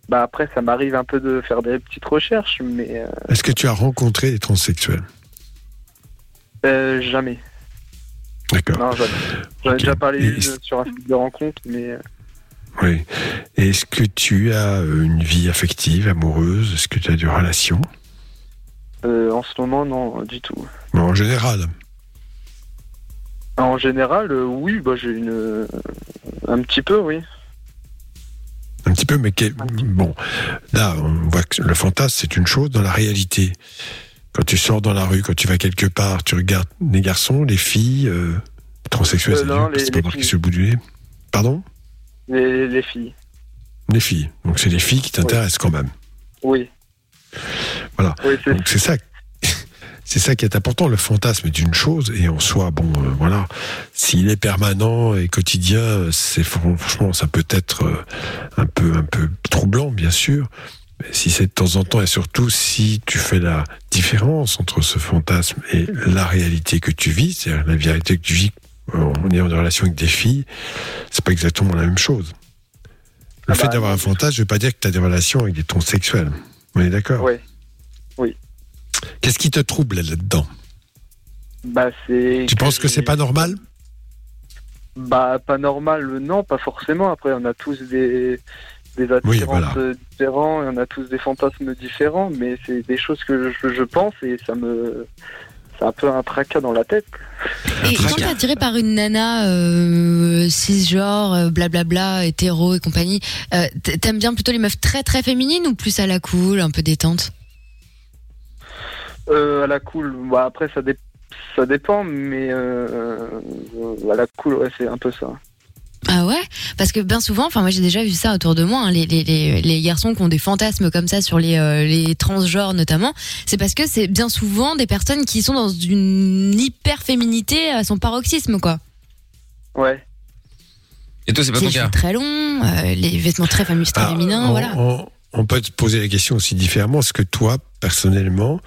Speaker 11: Bah après, ça m'arrive un peu de faire des petites recherches, mais euh,
Speaker 4: Est-ce que tu as rencontré des transsexuels
Speaker 11: euh, jamais.
Speaker 4: D'accord.
Speaker 11: Non, jamais. J'en ai
Speaker 4: Ok.
Speaker 11: déjà parlé
Speaker 4: Et-
Speaker 11: une sur un site de rencontre, mais euh,
Speaker 4: Oui. Et Est-ce que tu as euh, une vie affective, amoureuse Est-ce que tu as des relations
Speaker 11: euh, en ce moment, non, du tout.
Speaker 4: Bon, En général.
Speaker 11: En général, euh, oui, bah j'ai une euh, un petit peu, oui.
Speaker 4: Un petit peu, mais quel- bon, là, on voit que le fantasme, c'est une chose dans la réalité. Quand tu sors dans la rue, quand tu vas quelque part, tu regardes les garçons, les filles, euh, transsexuels,
Speaker 11: Euh,
Speaker 4: c'est
Speaker 11: non,
Speaker 4: dur, parce
Speaker 11: les-
Speaker 4: que c'est pas
Speaker 11: les
Speaker 4: marqué
Speaker 11: filles.
Speaker 4: sur le bout du nez. Pardon
Speaker 11: Les, les filles,
Speaker 4: Les filles. Donc c'est les filles qui t'intéressent quand même.
Speaker 11: oui.
Speaker 4: Voilà.
Speaker 11: Oui, c'est
Speaker 4: Donc c'est ça. C'est ça qui est important. Le fantasme est une chose et en soi, bon, euh, voilà, s'il est permanent et quotidien, euh, c'est fran- franchement, ça peut être euh, un peu, un peu troublant, bien sûr. Mais si c'est de temps en temps et surtout si tu fais la différence entre ce fantasme et la réalité que tu vis, c'est-à-dire la réalité que tu vis euh, en ayant des relations avec des filles, c'est pas exactement la même chose. Le
Speaker 11: Ah
Speaker 4: fait
Speaker 11: bah,
Speaker 4: d'avoir un
Speaker 11: non.
Speaker 4: fantasme, je veux pas dire que tu as des relations avec des transsexuels. On est d'accord
Speaker 11: oui.
Speaker 4: Qu'est-ce qui te trouble là-dedans
Speaker 11: Bah c'est.
Speaker 4: Tu penses que c'est pas normal
Speaker 11: Bah pas normal, euh, non, pas forcément. Après, on a tous des des attirances
Speaker 4: Oui, voilà.
Speaker 11: euh, différents, et on a tous des fantasmes différents, mais c'est des choses que je, je pense et ça me c'est un peu un tracas dans la tête.
Speaker 4: Très
Speaker 10: Et quand t'es
Speaker 4: bien.
Speaker 10: attiré par une nana euh, cisgenre, euh, blablabla, hétéro et compagnie, euh, t- t'aimes bien plutôt les meufs très très féminines ou plus à la cool, un peu détente
Speaker 11: Euh, à la cool, bah, après ça dé-
Speaker 13: Ça dépend, mais euh, euh, la cool, ouais, c'est un peu ça.
Speaker 8: Ah ouais Parce que bien souvent, enfin moi j'ai déjà vu ça autour de moi, hein, les, les, les, les garçons qui ont des fantasmes comme ça sur les, euh, les transgenres notamment, c'est parce que c'est bien souvent des personnes qui sont dans une hyper-féminité à son paroxysme quoi.
Speaker 13: Ouais.
Speaker 2: Et toi, c'est pas
Speaker 8: les
Speaker 2: ton cas Ah, oh.
Speaker 8: cheveux très longs, euh, les vêtements très, fami- très féminins,
Speaker 4: on,
Speaker 8: voilà.
Speaker 4: on- on peut te poser la question aussi différemment. Est-ce que toi, personnellement,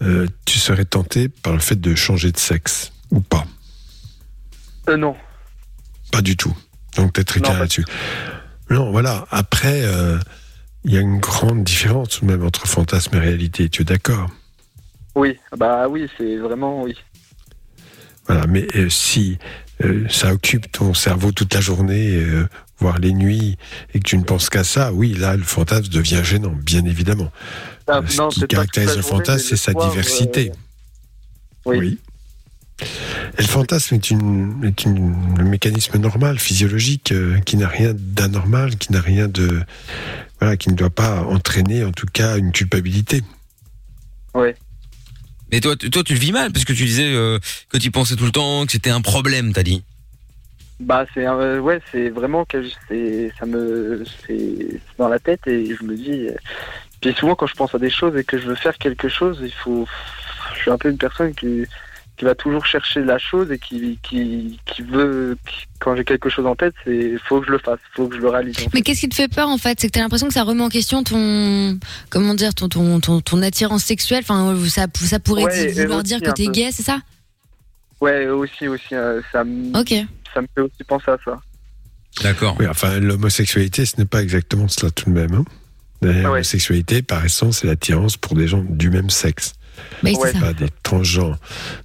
Speaker 4: euh, tu serais tenté par le fait de changer de sexe ou pas
Speaker 13: Euh, non.
Speaker 4: Pas du tout. Donc peut-être
Speaker 13: Non,
Speaker 4: clair
Speaker 13: pas
Speaker 4: là-dessus. Non, voilà. Après, euh, il y a une grande différence tout de même entre fantasme et réalité. Tu es d'accord
Speaker 13: Oui, bah oui, c'est vraiment oui.
Speaker 4: Voilà, mais euh, si euh, ça occupe ton cerveau toute la journée, euh, voire les nuits, et que tu ne penses qu'à ça, oui, là, le fantasme devient gênant, bien évidemment.
Speaker 13: Ah,
Speaker 4: Euh, ce
Speaker 13: non,
Speaker 4: qui
Speaker 13: c'est pas
Speaker 4: caractérise
Speaker 13: toute la
Speaker 4: le
Speaker 13: journée,
Speaker 4: fantasme,
Speaker 13: mais
Speaker 4: c'est
Speaker 13: le
Speaker 4: sa
Speaker 13: soir,
Speaker 4: diversité.
Speaker 7: euh,
Speaker 13: oui.
Speaker 4: Et le fantasme est, une, est une- le mécanisme normal, physiologique, euh, qui n'a rien d'anormal, qui n'a rien de. Voilà, qui ne doit pas entraîner, en tout cas, une culpabilité.
Speaker 2: Mais toi, tu- toi, tu le vis mal parce que tu disais euh, que tu pensais tout le temps, que c'était un problème, t'as dit.
Speaker 13: Bah c'est un- ouais, c'est vraiment que je- c'est ça me c'est c'est dans la tête et je me dis euh, puis souvent quand je pense à des choses et que je veux faire quelque chose, il faut je suis un peu une personne qui qui va toujours chercher la chose et qui qui qui veut qui- quand j'ai quelque chose en tête, c'est faut que je le fasse, faut que je le réalise. en fait.
Speaker 8: Mais qu'est-ce qui te fait peur en fait C'est que t'as l'impression que ça remet en question ton comment dire ton ton ton, ton attirance sexuelle. Enfin ça ça pourrait
Speaker 13: Ouais,
Speaker 8: vouloir
Speaker 13: érotique,
Speaker 8: dire que
Speaker 13: un
Speaker 8: t'es
Speaker 13: peu.
Speaker 8: gay, c'est ça
Speaker 13: Ouais, aussi aussi euh, ça me
Speaker 8: Ok.
Speaker 13: ça me fait aussi penser à ça.
Speaker 2: D'accord.
Speaker 4: Oui, enfin, l'homosexualité, ce n'est pas exactement cela tout de même. hein. L'homosexualité, par essence, c'est l'attirance pour des gens du même sexe.
Speaker 8: Mais
Speaker 13: Ouais.
Speaker 8: c'est ça.
Speaker 4: pas des transgenres.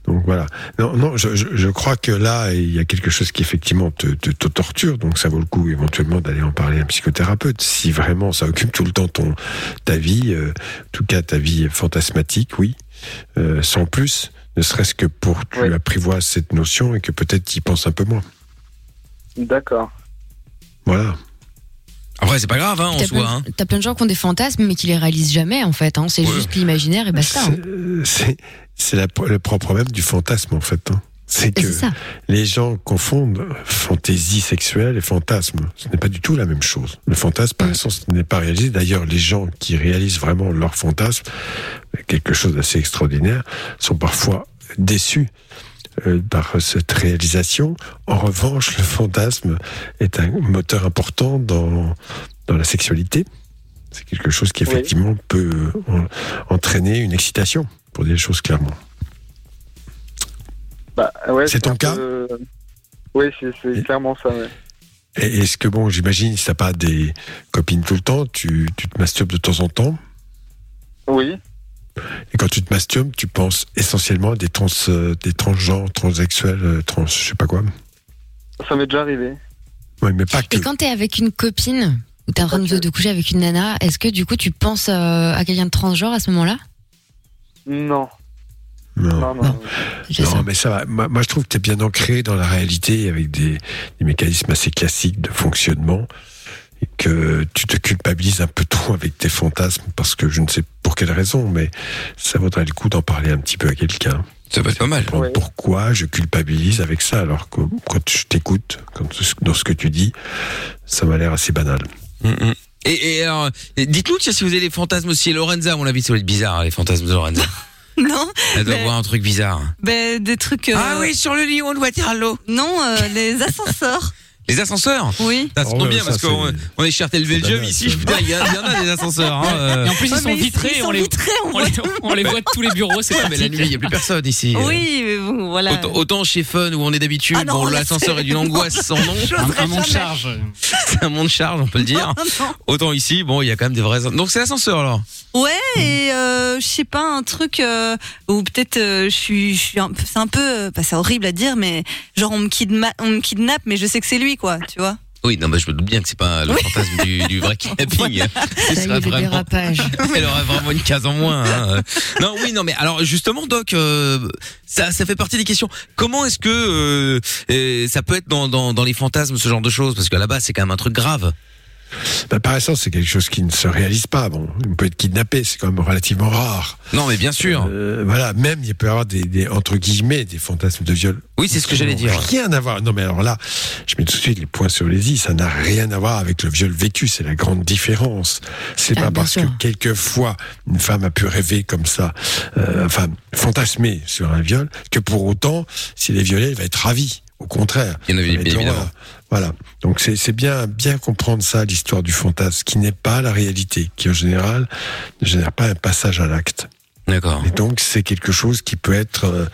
Speaker 4: Donc voilà. Non, non je, je- je crois que là, il y a quelque chose qui effectivement te, te- te torture. Donc ça vaut le coup éventuellement d'aller en parler à un psychothérapeute. Si vraiment ça occupe tout le temps ton, ta vie, euh, en tout cas ta vie fantasmatique, oui, euh, sans plus, ne serait-ce que pour que tu
Speaker 13: Ouais.
Speaker 4: apprivoises cette notion et que peut-être tu y penses un peu moins.
Speaker 13: D'accord.
Speaker 4: Voilà.
Speaker 2: Après, c'est pas grave, hein, en
Speaker 8: T'as
Speaker 2: soi.
Speaker 8: plein,
Speaker 2: Hein.
Speaker 8: t'as plein de gens qui ont des fantasmes mais qui les réalisent jamais en fait. hein. C'est
Speaker 2: Ouais.
Speaker 8: juste l'imaginaire et basta. hein.
Speaker 4: C'est- Euh, C'est c'est la- le propre même du fantasme en fait. hein. C'est
Speaker 8: Et
Speaker 4: que
Speaker 8: C'est ça.
Speaker 4: les gens confondent fantaisie sexuelle et fantasme. Ce n'est pas du tout la même chose. Le fantasme,
Speaker 8: Mm.
Speaker 4: par essence, n'est pas réalisé. D'ailleurs, les gens qui réalisent vraiment leur fantasme, quelque chose d'assez extraordinaire, sont parfois déçus euh, par cette réalisation. En revanche, le fantasme est un moteur important dans, dans la sexualité. C'est quelque chose qui,
Speaker 13: Oui.
Speaker 4: effectivement, peut euh, en- entraîner une excitation, pour dire les choses clairement.
Speaker 13: Bah ouais.
Speaker 4: C'est ton
Speaker 13: un
Speaker 4: cas
Speaker 13: peu- Ouais, euh, c'est c'est clairement ça. ouais.
Speaker 4: Et Est-ce que, bon, j'imagine, si t'as pas des copines tout le temps, tu, tu te masturbes de temps en temps.
Speaker 13: Oui.
Speaker 4: Et quand tu te masturbes, tu penses essentiellement à des, trans, euh, des transgenres, transsexuels, euh, trans, je sais pas quoi.
Speaker 13: Ça m'est déjà arrivé.
Speaker 4: Ouais, mais pas que.
Speaker 8: Et quand t'es avec une copine ou t'es en train de, de coucher avec une nana, est-ce que du coup tu penses euh, à quelqu'un de transgenre à ce moment-là
Speaker 13: Non.
Speaker 4: Non.
Speaker 13: Non, non.
Speaker 8: Bon. Je sais.
Speaker 4: Non, mais ça va. Moi, moi, je trouve que tu es bien ancré dans la réalité avec des, des mécanismes assez classiques de fonctionnement et que tu te culpabilises un peu trop avec tes fantasmes parce que je ne sais pour quelle raison, mais ça vaudrait le coup d'en parler un petit peu à quelqu'un.
Speaker 2: Ça peut être pas mal.
Speaker 4: Comprendre
Speaker 13: Ouais.
Speaker 4: Pourquoi je culpabilise avec ça alors que quand je t'écoute, quand- dans ce que tu dis, ça m'a l'air assez banal.
Speaker 2: Mm, mm. Et, et alors, et dites-nous tiens, si vous avez des fantasmes aussi. Lorenza, à mon avis, ça doit être bizarre, hein, les fantasmes de Lorenza.
Speaker 5: Non,
Speaker 2: Elle doit
Speaker 5: Mais-
Speaker 2: voir un truc bizarre.
Speaker 5: ben, des trucs. euh,
Speaker 2: Ah sur le lit, on doit tirer à l'eau.
Speaker 5: Non, euh, les ascenseurs.
Speaker 2: Les ascenseurs
Speaker 5: Oui.
Speaker 2: Ça se
Speaker 4: Oh,
Speaker 2: tombe
Speaker 4: ouais,
Speaker 2: bien
Speaker 4: ça,
Speaker 2: parce
Speaker 4: c'est-
Speaker 2: qu'on on est cher tel Belgium
Speaker 4: banal,
Speaker 2: ici.
Speaker 4: ça.
Speaker 2: Putain, il y, a- il y en a des ascenseurs. hein, euh.
Speaker 6: Et en plus,
Speaker 5: Ouais,
Speaker 6: ils sont
Speaker 5: Ah, mais
Speaker 6: vitrés,
Speaker 5: ils
Speaker 6: on,
Speaker 5: sont
Speaker 6: les,
Speaker 5: vitrés, on
Speaker 6: on, les, on les voit de tous les bureaux, c'est
Speaker 2: Ouais, mais la
Speaker 6: pratique.
Speaker 2: nuit, il n'y a plus personne ici.
Speaker 5: Oui, mais bon, voilà.
Speaker 2: Autant, autant chez Fun où on est d'habitude,
Speaker 5: Ah non,
Speaker 2: bon,
Speaker 5: là,
Speaker 2: l'ascenseur
Speaker 5: c'est-
Speaker 2: est d'une angoisse sans nom,
Speaker 5: Je
Speaker 6: Un,
Speaker 5: serais
Speaker 6: un monde
Speaker 5: jamais-
Speaker 6: charge.
Speaker 2: c'est un monde charge, on peut le dire.
Speaker 5: Non, non.
Speaker 2: Autant ici, bon, il y a quand même des vrais. Donc c'est l'ascenseur alors.
Speaker 5: Ouais, et euh, je sais pas, un truc euh, où peut-être euh, je suis, je suis un peu, c'est un peu, euh, bah, c'est horrible à dire, mais genre on me, kidma- on me kidnappe, mais je sais que c'est lui, quoi, tu vois.
Speaker 2: Oui, non, mais je me doute bien que c'est pas le fantasme du, du vrai kidnapping.
Speaker 8: Ça
Speaker 2: Ce
Speaker 8: y
Speaker 2: serait
Speaker 8: est, le
Speaker 2: vraiment-
Speaker 8: dérapage.
Speaker 2: Elle aurait vraiment une case en moins. hein. Non, oui, non, mais alors justement, Doc, euh, ça, ça fait partie des questions. Comment est-ce que euh, euh, ça peut être dans, dans, dans les fantasmes ce genre de choses Parce qu'à la base, c'est quand même un truc grave.
Speaker 4: Bah, par essence, c'est quelque chose qui ne se réalise pas. Bon, on peut être kidnappé, c'est quand même relativement rare.
Speaker 2: Non, mais bien sûr.
Speaker 4: Euh, voilà, même il peut y avoir des, des, entre guillemets des fantasmes de viol.
Speaker 2: Oui, c'est ce que j'allais
Speaker 4: n'ont
Speaker 2: dire.
Speaker 4: Rien à voir. Non, mais alors là, je mets tout de suite les points sur les i. Ça n'a rien à voir avec le viol vécu. C'est la grande différence. C'est
Speaker 14: Ah,
Speaker 4: pas
Speaker 14: bien
Speaker 4: parce
Speaker 14: sûr.
Speaker 4: que quelquefois une femme a pu rêver comme ça, euh, enfin fantasmer sur un viol, que pour autant, s'il est violé, elle va être ravie. Au contraire.
Speaker 2: Il y en avait
Speaker 4: Ça va être
Speaker 2: bien
Speaker 4: l'horreur.
Speaker 2: évidemment.
Speaker 4: Voilà. Donc c'est c'est bien bien comprendre ça, l'histoire du fantasme, qui n'est pas la réalité, qui en général ne génère pas un passage à l'acte.
Speaker 2: D'accord.
Speaker 4: Et donc c'est quelque chose qui peut être, euh,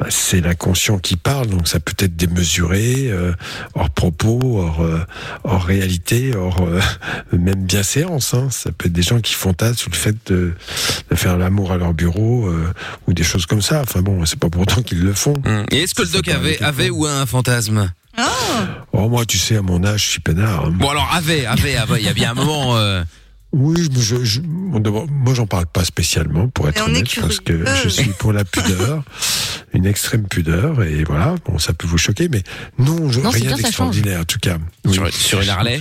Speaker 4: bah, c'est l'inconscient qui parle, donc ça peut être démesuré, euh, hors propos, hors, euh, hors réalité, hors euh, même bien séance. Hein. Ça peut être des gens qui fantasment sur le fait de, de faire l'amour à leur bureau euh, ou des choses comme ça. Enfin bon, c'est pas pour autant qu'ils le font.
Speaker 2: Et est-ce que le doc avait, avait ou un fantasme
Speaker 4: Oh moi, tu sais, à mon âge, je suis peinard. hein.
Speaker 2: Bon, alors, avait, avait, avait. Il y a bien un moment. euh,
Speaker 4: Oui, mais je, je- bon, d'abord, moi j'en parle pas spécialement pour être
Speaker 2: on est
Speaker 4: honnête
Speaker 2: curieux.
Speaker 4: parce que je suis pour la pudeur, une extrême pudeur et voilà, bon ça peut vous choquer mais non, je,
Speaker 2: Non, c'est bien,
Speaker 4: rien
Speaker 2: ça
Speaker 4: d'extraordinaire en tout cas.
Speaker 2: Sur, sur une Harley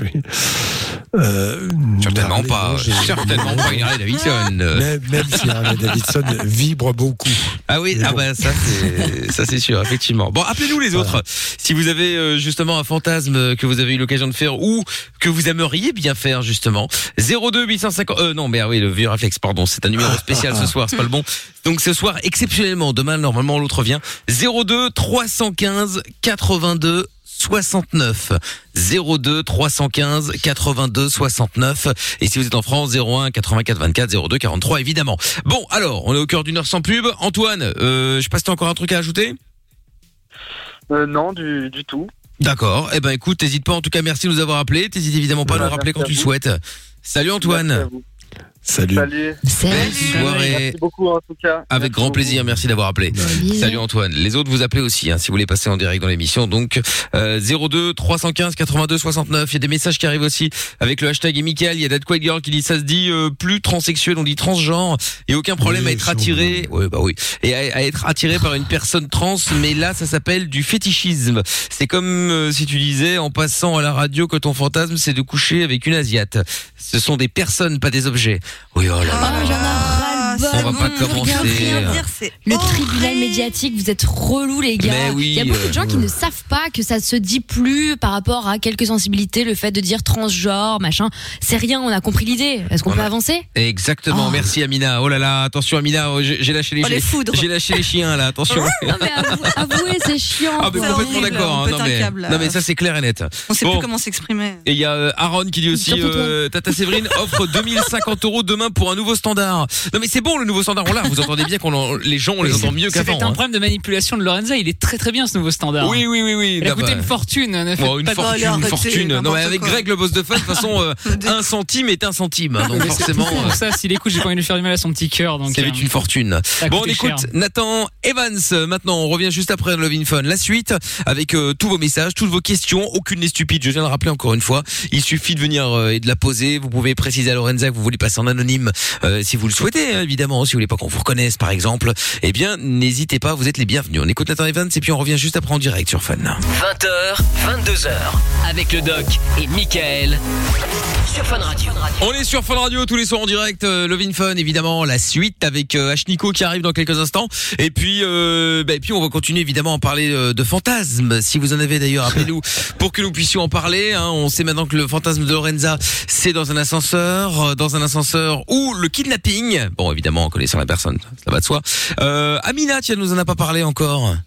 Speaker 4: Euh,
Speaker 2: Certainement
Speaker 4: Harley,
Speaker 2: pas.
Speaker 4: non, j'ai-
Speaker 2: Certainement pas une Harley Davidson. euh.
Speaker 4: Même, même si Harley Davidson vibre beaucoup.
Speaker 2: Ah oui, ah bah ça c'est ça c'est sûr effectivement. Bon, appelez-nous les autres. Si vous avez euh, justement un fantasme que vous avez eu l'occasion de faire ou que vous aimeriez bien faire justement 02 850 euh non mais ah oui, le vieux réflexe pardon, c'est un numéro spécial ce soir, c'est pas le bon. Donc ce soir exceptionnellement, demain normalement l'autre vient 02 315 82 69 02 315 82 69 et si vous êtes en France 01 84 24 02 43 évidemment. Bon alors, on est au cœur d'une heure sans pub. Antoine, euh, je passe t'as encore un truc à ajouter
Speaker 13: Euh, non, du, du tout.
Speaker 2: D'accord. Eh ben écoute, t'hésites pas en tout cas, merci de nous avoir appelés. T'hésites évidemment pas à nous
Speaker 13: Voilà,
Speaker 2: rappeler
Speaker 13: Bah, merci
Speaker 2: quand
Speaker 13: à
Speaker 2: tu
Speaker 13: vous.
Speaker 2: le souhaites.
Speaker 13: Merci
Speaker 2: Salut
Speaker 13: à
Speaker 2: Antoine.
Speaker 13: vous.
Speaker 4: Salut.
Speaker 13: Salut.
Speaker 2: Belle soirée.
Speaker 13: Merci beaucoup en tout cas.
Speaker 2: Avec grand plaisir, merci d'avoir appelé. Salut Antoine. Les autres vous appelez aussi hein, si vous voulez passer en direct dans l'émission. Donc euh, 02 315 82 69. Il y a des messages qui arrivent aussi avec le hashtag et Michael. Il y a That Quiet Girl qui dit ça se dit euh, plus transsexuel, on dit transgenre. Et aucun problème à être attiré. Ouais, bah oui. Et à, à être attiré par une personne trans, mais là ça s'appelle du fétichisme. C'est comme euh, si tu disais en passant à la radio que ton fantasme c'est de coucher avec une asiate. Ce sont des personnes, pas des objets. Oui oh là là. On va pas commencer. euh.
Speaker 8: Le tribunal médiatique, vous êtes relous les gars.
Speaker 2: Mais oui,
Speaker 8: Il y a beaucoup
Speaker 2: euh,
Speaker 8: de gens qui
Speaker 2: ouais.
Speaker 8: ne savent pas que ça se dit plus par rapport à quelques sensibilités, le fait de dire transgenre, machin. C'est rien, on a compris l'idée. Est-ce qu'on peut avancer
Speaker 2: Exactement, merci Amina. Oh là là, attention Amina, oh, j'ai j'ai lâché les,
Speaker 8: Oh, les
Speaker 2: j'ai-
Speaker 8: foudres.
Speaker 2: j'ai lâché les chiens là, attention.
Speaker 8: Avouez, c'est chiant.
Speaker 2: Ah mais
Speaker 5: euh, C'est
Speaker 2: complètement
Speaker 5: horrible,
Speaker 2: d'accord.
Speaker 5: on
Speaker 2: hein,
Speaker 5: pète
Speaker 2: Non
Speaker 5: un
Speaker 2: mais,
Speaker 5: câble, là.
Speaker 2: non mais ça c'est clair et net.
Speaker 5: On sait
Speaker 2: Bon,
Speaker 5: plus comment s'exprimer.
Speaker 2: Et il y a euh, Aaron qui dit aussi,
Speaker 5: Surtout toi.
Speaker 2: euh, Tata Séverine offre 2050 euros demain pour un nouveau standard. Non mais c'est bon le nouveau standard, on l'a. Vous entendez bien qu'on en- les gens on les entend mieux qu'avant.
Speaker 6: C'était un
Speaker 2: hein.
Speaker 6: problème de manipulation de Lorenza. Il est très très bien ce nouveau standard.
Speaker 2: Oui, oui, oui, oui.
Speaker 6: Il a
Speaker 2: Bah,
Speaker 6: coûté
Speaker 2: bah.
Speaker 6: une fortune. hein, Ne faites
Speaker 2: Bon, une
Speaker 6: pas de-
Speaker 2: fortune, une fortune. Non mais avec
Speaker 6: quoi.
Speaker 2: Greg le boss de fun, de toute façon euh, un centime est un centime. hein, Donc
Speaker 6: Mais c'est
Speaker 2: forcément.
Speaker 6: pour
Speaker 2: euh,
Speaker 6: ça, s'il écoute, j'ai pas envie de lui faire du mal à son petit cœur. donc,
Speaker 2: Ça va
Speaker 6: euh,
Speaker 2: être une fortune.
Speaker 6: ça a
Speaker 2: Bon, on
Speaker 6: coûté
Speaker 2: écoute
Speaker 6: cher.
Speaker 2: Nathan Evans. euh, Maintenant, on revient juste après Love in Fun. La suite avec euh, tous vos messages, toutes vos questions. Aucune n'est stupide. Je viens de le rappeler encore une fois. Il suffit de venir euh, et de la poser. Vous pouvez préciser à Lorenza que vous voulez passer en anonyme euh, si vous le souhaitez, hein, évidemment. Si vous voulez pas qu'on vous reconnaisse, par exemple, eh bien, n'hésitez pas. Vous êtes les bienvenus. On écoute Nathan Evans et puis on revient juste après en direct sur Fun.
Speaker 1: 20h, 22h, avec le doc et Michael sur Fun Radio.
Speaker 2: On est sur Fun Radio tous les soirs en direct, euh, Love in Fun évidemment, la suite avec euh, H. Nico qui arrive dans quelques instants. Et puis, euh, bah, et puis on va continuer évidemment à en parler euh, de fantasmes. Si vous en avez d'ailleurs, appelez-nous pour que nous puissions en parler. hein. On sait maintenant que le fantasme de Lorenza, c'est dans un ascenseur, euh, dans un ascenseur ou le kidnapping. Bon, évidemment, en connaissant la personne, ça va de soi. Euh, Amina, tiens, nous en a pas parlé encore.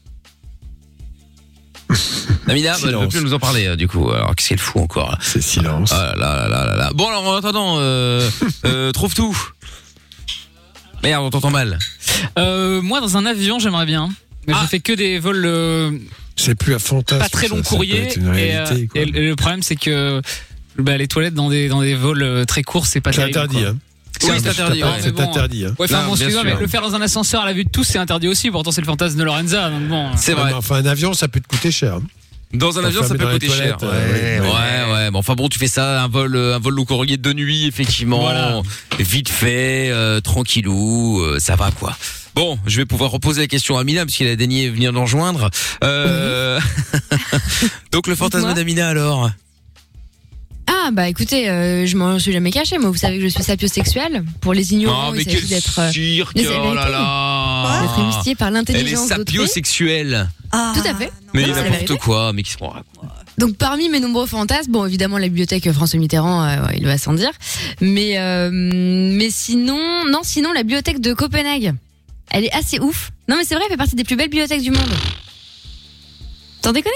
Speaker 2: Amina, bah, elle veut
Speaker 4: Silence.
Speaker 2: plus nous en parler euh, du coup. Alors qu'est-ce qu'elle fout encore
Speaker 4: C'est silence.
Speaker 2: Ah là là là là là. Bon alors en attendant, euh, euh, trouve tout. Merde, on t'entend mal.
Speaker 6: Euh, moi, dans un avion, j'aimerais bien. Mais
Speaker 2: Ah.
Speaker 6: je fais que des vols euh,
Speaker 4: C'est plus un fantasme.
Speaker 6: pas très
Speaker 4: ça,
Speaker 6: long
Speaker 4: ça
Speaker 6: courrier.
Speaker 4: peut être une
Speaker 6: et, euh,
Speaker 4: réalité, quoi.
Speaker 6: et le problème, c'est que bah, les toilettes dans des, dans des vols euh, très courts, c'est pas
Speaker 4: C'est
Speaker 6: terrible,
Speaker 4: interdit,
Speaker 6: quoi.
Speaker 4: hein.
Speaker 6: Oui,
Speaker 4: Ouais, mais
Speaker 6: c'est
Speaker 4: je
Speaker 6: interdit.
Speaker 4: t'appelle,
Speaker 6: ouais,
Speaker 4: c'est
Speaker 6: mais bon,
Speaker 4: interdit, hein.
Speaker 6: Ouais, enfin,
Speaker 4: Non,
Speaker 6: bon,
Speaker 4: bien
Speaker 6: excuse-moi,
Speaker 4: sûr.
Speaker 6: mais le faire dans un ascenseur à la vue de tous, c'est interdit aussi. Pourtant, c'est le fantasme de Lorenza. donc bon. euh.
Speaker 4: Ouais, mais Enfin, un avion, ça peut te coûter cher. hein.
Speaker 2: Dans un avion, ça
Speaker 4: Enfermé
Speaker 2: peut
Speaker 4: dans les
Speaker 2: coûter cher.
Speaker 4: toilettes,
Speaker 2: Ouais,
Speaker 4: euh,
Speaker 2: ouais,
Speaker 4: oui, oui.
Speaker 2: ouais. Bon, enfin bon, tu fais ça, un vol, euh, un vol au courrier de nuit, effectivement.
Speaker 6: Voilà.
Speaker 2: Vite fait, euh, tranquillou, euh, ça va quoi. Bon, je vais pouvoir reposer la question à Amina parce qu'elle a daigné venir nous rejoindre. Euh, Donc le fantasme d'Amina alors.
Speaker 8: Ah, Ah bah écoutez, euh, je m'en suis jamais cachée. Moi, vous savez que je suis sapiosexuelle. Pour les ignorants,
Speaker 2: Oh, mais
Speaker 8: il s'agit
Speaker 2: quel
Speaker 8: d'être euh,
Speaker 2: cirque,
Speaker 8: mais c'est la
Speaker 2: oh là
Speaker 8: vérité.
Speaker 2: là.
Speaker 8: d'être émoustillé par
Speaker 2: Elle est
Speaker 8: l'intelligence d'autrui.
Speaker 2: sapiosexuelle.
Speaker 8: Tout à fait.
Speaker 2: Mais
Speaker 8: Non, c'est la
Speaker 2: n'importe
Speaker 8: vérité.
Speaker 2: quoi, mais qui se prend
Speaker 8: Donc parmi mes nombreux fantasmes, bon évidemment la bibliothèque François Mitterrand, euh, ouais, il va sans dire, mais euh, mais sinon non sinon la bibliothèque de Copenhague, elle est assez ouf. Non mais c'est vrai, elle fait partie des plus belles bibliothèques du monde. T'en déconnes